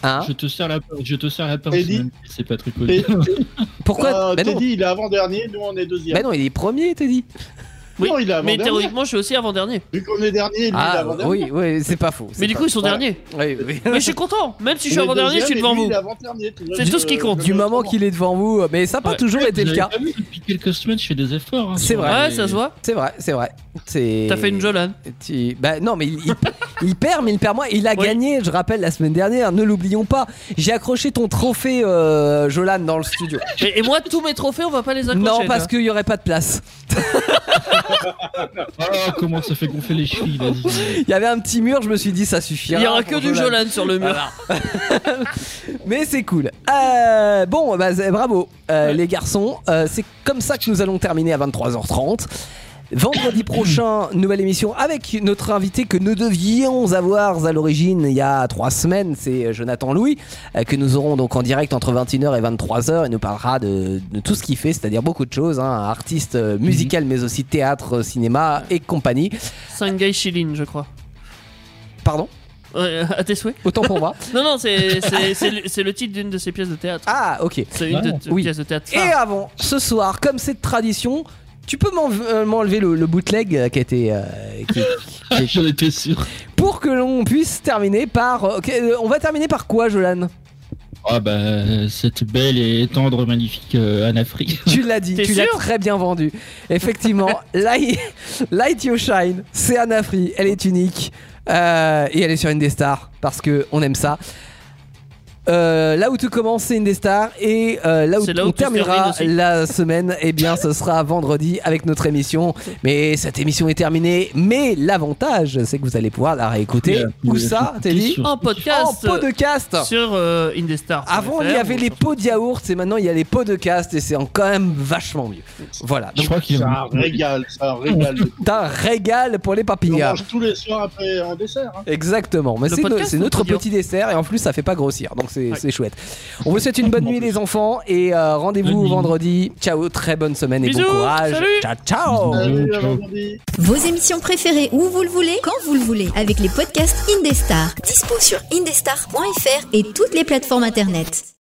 S2: Hein
S4: Je te sers la je te sers la pince.
S5: Eddie.
S4: même si C'est pas très
S5: Et-
S4: connu.
S2: Pourquoi
S5: euh,
S2: Bah non.
S5: Teddy il est avant-dernier, nous on est deuxième.
S2: Bah non, il est premier, Teddy.
S3: Oui,
S5: non, il est
S3: Mais
S5: avant-dernier.
S3: théoriquement, je suis aussi avant-dernier.
S5: Vu qu'on est dernier, lui il est
S2: Ah
S5: avant-dernier.
S2: oui, oui, c'est pas faux.
S3: Mais
S2: c'est
S3: du
S2: pas
S3: coup, ils sont
S5: Voilà.
S3: derniers.
S2: faux. Oui, oui.
S3: Mais je suis content. Même si je suis
S5: Il est
S3: avant-dernier, je suis
S5: deuxième,
S3: devant
S5: et lui,
S3: vous.
S5: il est avant-dernier, tu vois.
S3: C'est
S5: Je-
S3: tout ce qui compte.
S5: je-
S2: du moment qu'il est devant vous. euh, Mais ça n'a pas
S3: Ouais.
S2: toujours été le
S4: Vous
S2: cas.
S4: avez pas vu, Depuis quelques semaines, je fais des efforts. hein,
S2: C'est
S4: sur
S2: vrai.
S3: Ouais,
S4: les-
S3: ça se voit.
S2: C'est vrai, c'est vrai. C'est-
S3: T'as fait une Jolan.
S2: Tu- Bah non, mais il, il- il perd, mais il perd moins. Il a
S3: Oui.
S2: gagné, je rappelle, la semaine dernière. Ne l'oublions pas. J'ai accroché ton trophée, euh, Jolan, dans le studio.
S3: Et, et moi, tous mes trophées, on va pas les accrocher.
S2: non, parce
S3: là.
S2: qu'il n'y aurait pas de place.
S4: Ah, comment ça fait gonfler les chevilles, vas-y.
S2: Il y avait un petit mur, je me suis dit, ça
S3: Il
S2: suffira.
S3: y aura
S2: pour
S3: que du
S2: Jolan.
S3: Jolan sur le mur.
S2: Mais c'est cool. Euh, bon, bah, c'est- bravo euh, les garçons. Euh, c'est comme ça que nous allons terminer à 23h30. Vendredi prochain, nouvelle émission avec notre invité que nous devions avoir à l'origine il y a trois semaines, c'est Jonathan Louis, euh, que nous aurons donc en direct entre 21h et 23h. Il nous parlera de, de tout ce qu'il fait, c'est-à-dire beaucoup de choses, hein, artiste euh, musical, mais aussi théâtre, cinéma et compagnie.
S3: Sangai Shilin, je crois.
S2: Pardon,
S3: Ouais, à tes souhaits
S2: autant pour moi.
S3: Non, non, c'est c'est- c'est le c'est le titre d'une de ses pièces de théâtre.
S2: Ah, ok.
S3: C'est une de
S4: Ah,
S3: tes
S2: oui.
S3: pièces de théâtre.
S2: Et avant, ce soir, comme c'est de tradition, tu peux m'en- euh, m'enlever le, le bootleg euh, qui a été. euh, qui-
S4: J'en étais sûr.
S2: pour que l'on puisse terminer par. euh, ok, euh, on va terminer par quoi, Jolan
S4: Ah bah, cette belle et tendre, magnifique euh, Anna Free.
S2: Tu l'as dit,
S3: T'es
S2: tu l'as
S3: sûr
S2: très bien vendu. Effectivement, Light, Light You Shine, c'est Anna Free, elle est unique. euh, et elle est sur Indestar, parce que on aime ça. Euh, là où tout commence, c'est Indestar. Et euh, là où,
S3: C'est là où
S2: on
S3: tout se termine
S2: terminera
S3: aussi.
S2: la semaine, eh bien, ce sera vendredi avec notre émission. Mais cette émission est terminée. Mais l'avantage, c'est que vous allez pouvoir la réécouter. Où ça, t'es dit
S3: En
S2: En
S3: podcast.
S2: podcast
S3: Sur euh, Indestar.
S2: Avant, il y avait les pots de yaourt et maintenant, il y a les pots de cast et c'est en- quand même vachement mieux. Voilà.
S4: Je
S2: Donc,
S4: crois qu'il
S5: C'est
S4: y
S5: un
S4: a
S5: régal, c'est un régal.
S2: t'as un régal pour les
S5: On
S2: papillards.
S5: mange tous les soirs après en dessert. hein.
S2: Exactement, mais
S3: Le
S2: c'est no-
S3: podcast,
S2: c'est
S3: on
S2: notre
S3: peut dire.
S2: petit dessert et en plus ça fait pas grossir, donc c'est
S3: Ouais.
S2: c'est chouette. On vous souhaite une bonne nuit les enfants et euh, rendez-vous
S4: Bonne nuit.
S2: vendredi. Ciao, très bonne semaine et
S3: Bisous,
S2: bon courage.
S3: salut.
S2: Ciao, ciao.
S4: Oh,
S5: Salut, à
S4: ciao.
S5: vendredi.
S1: Vos émissions préférées où vous le voulez, quand vous le voulez, avec les podcasts Indestar. Dispo sur indestar.fr et toutes les plateformes internet.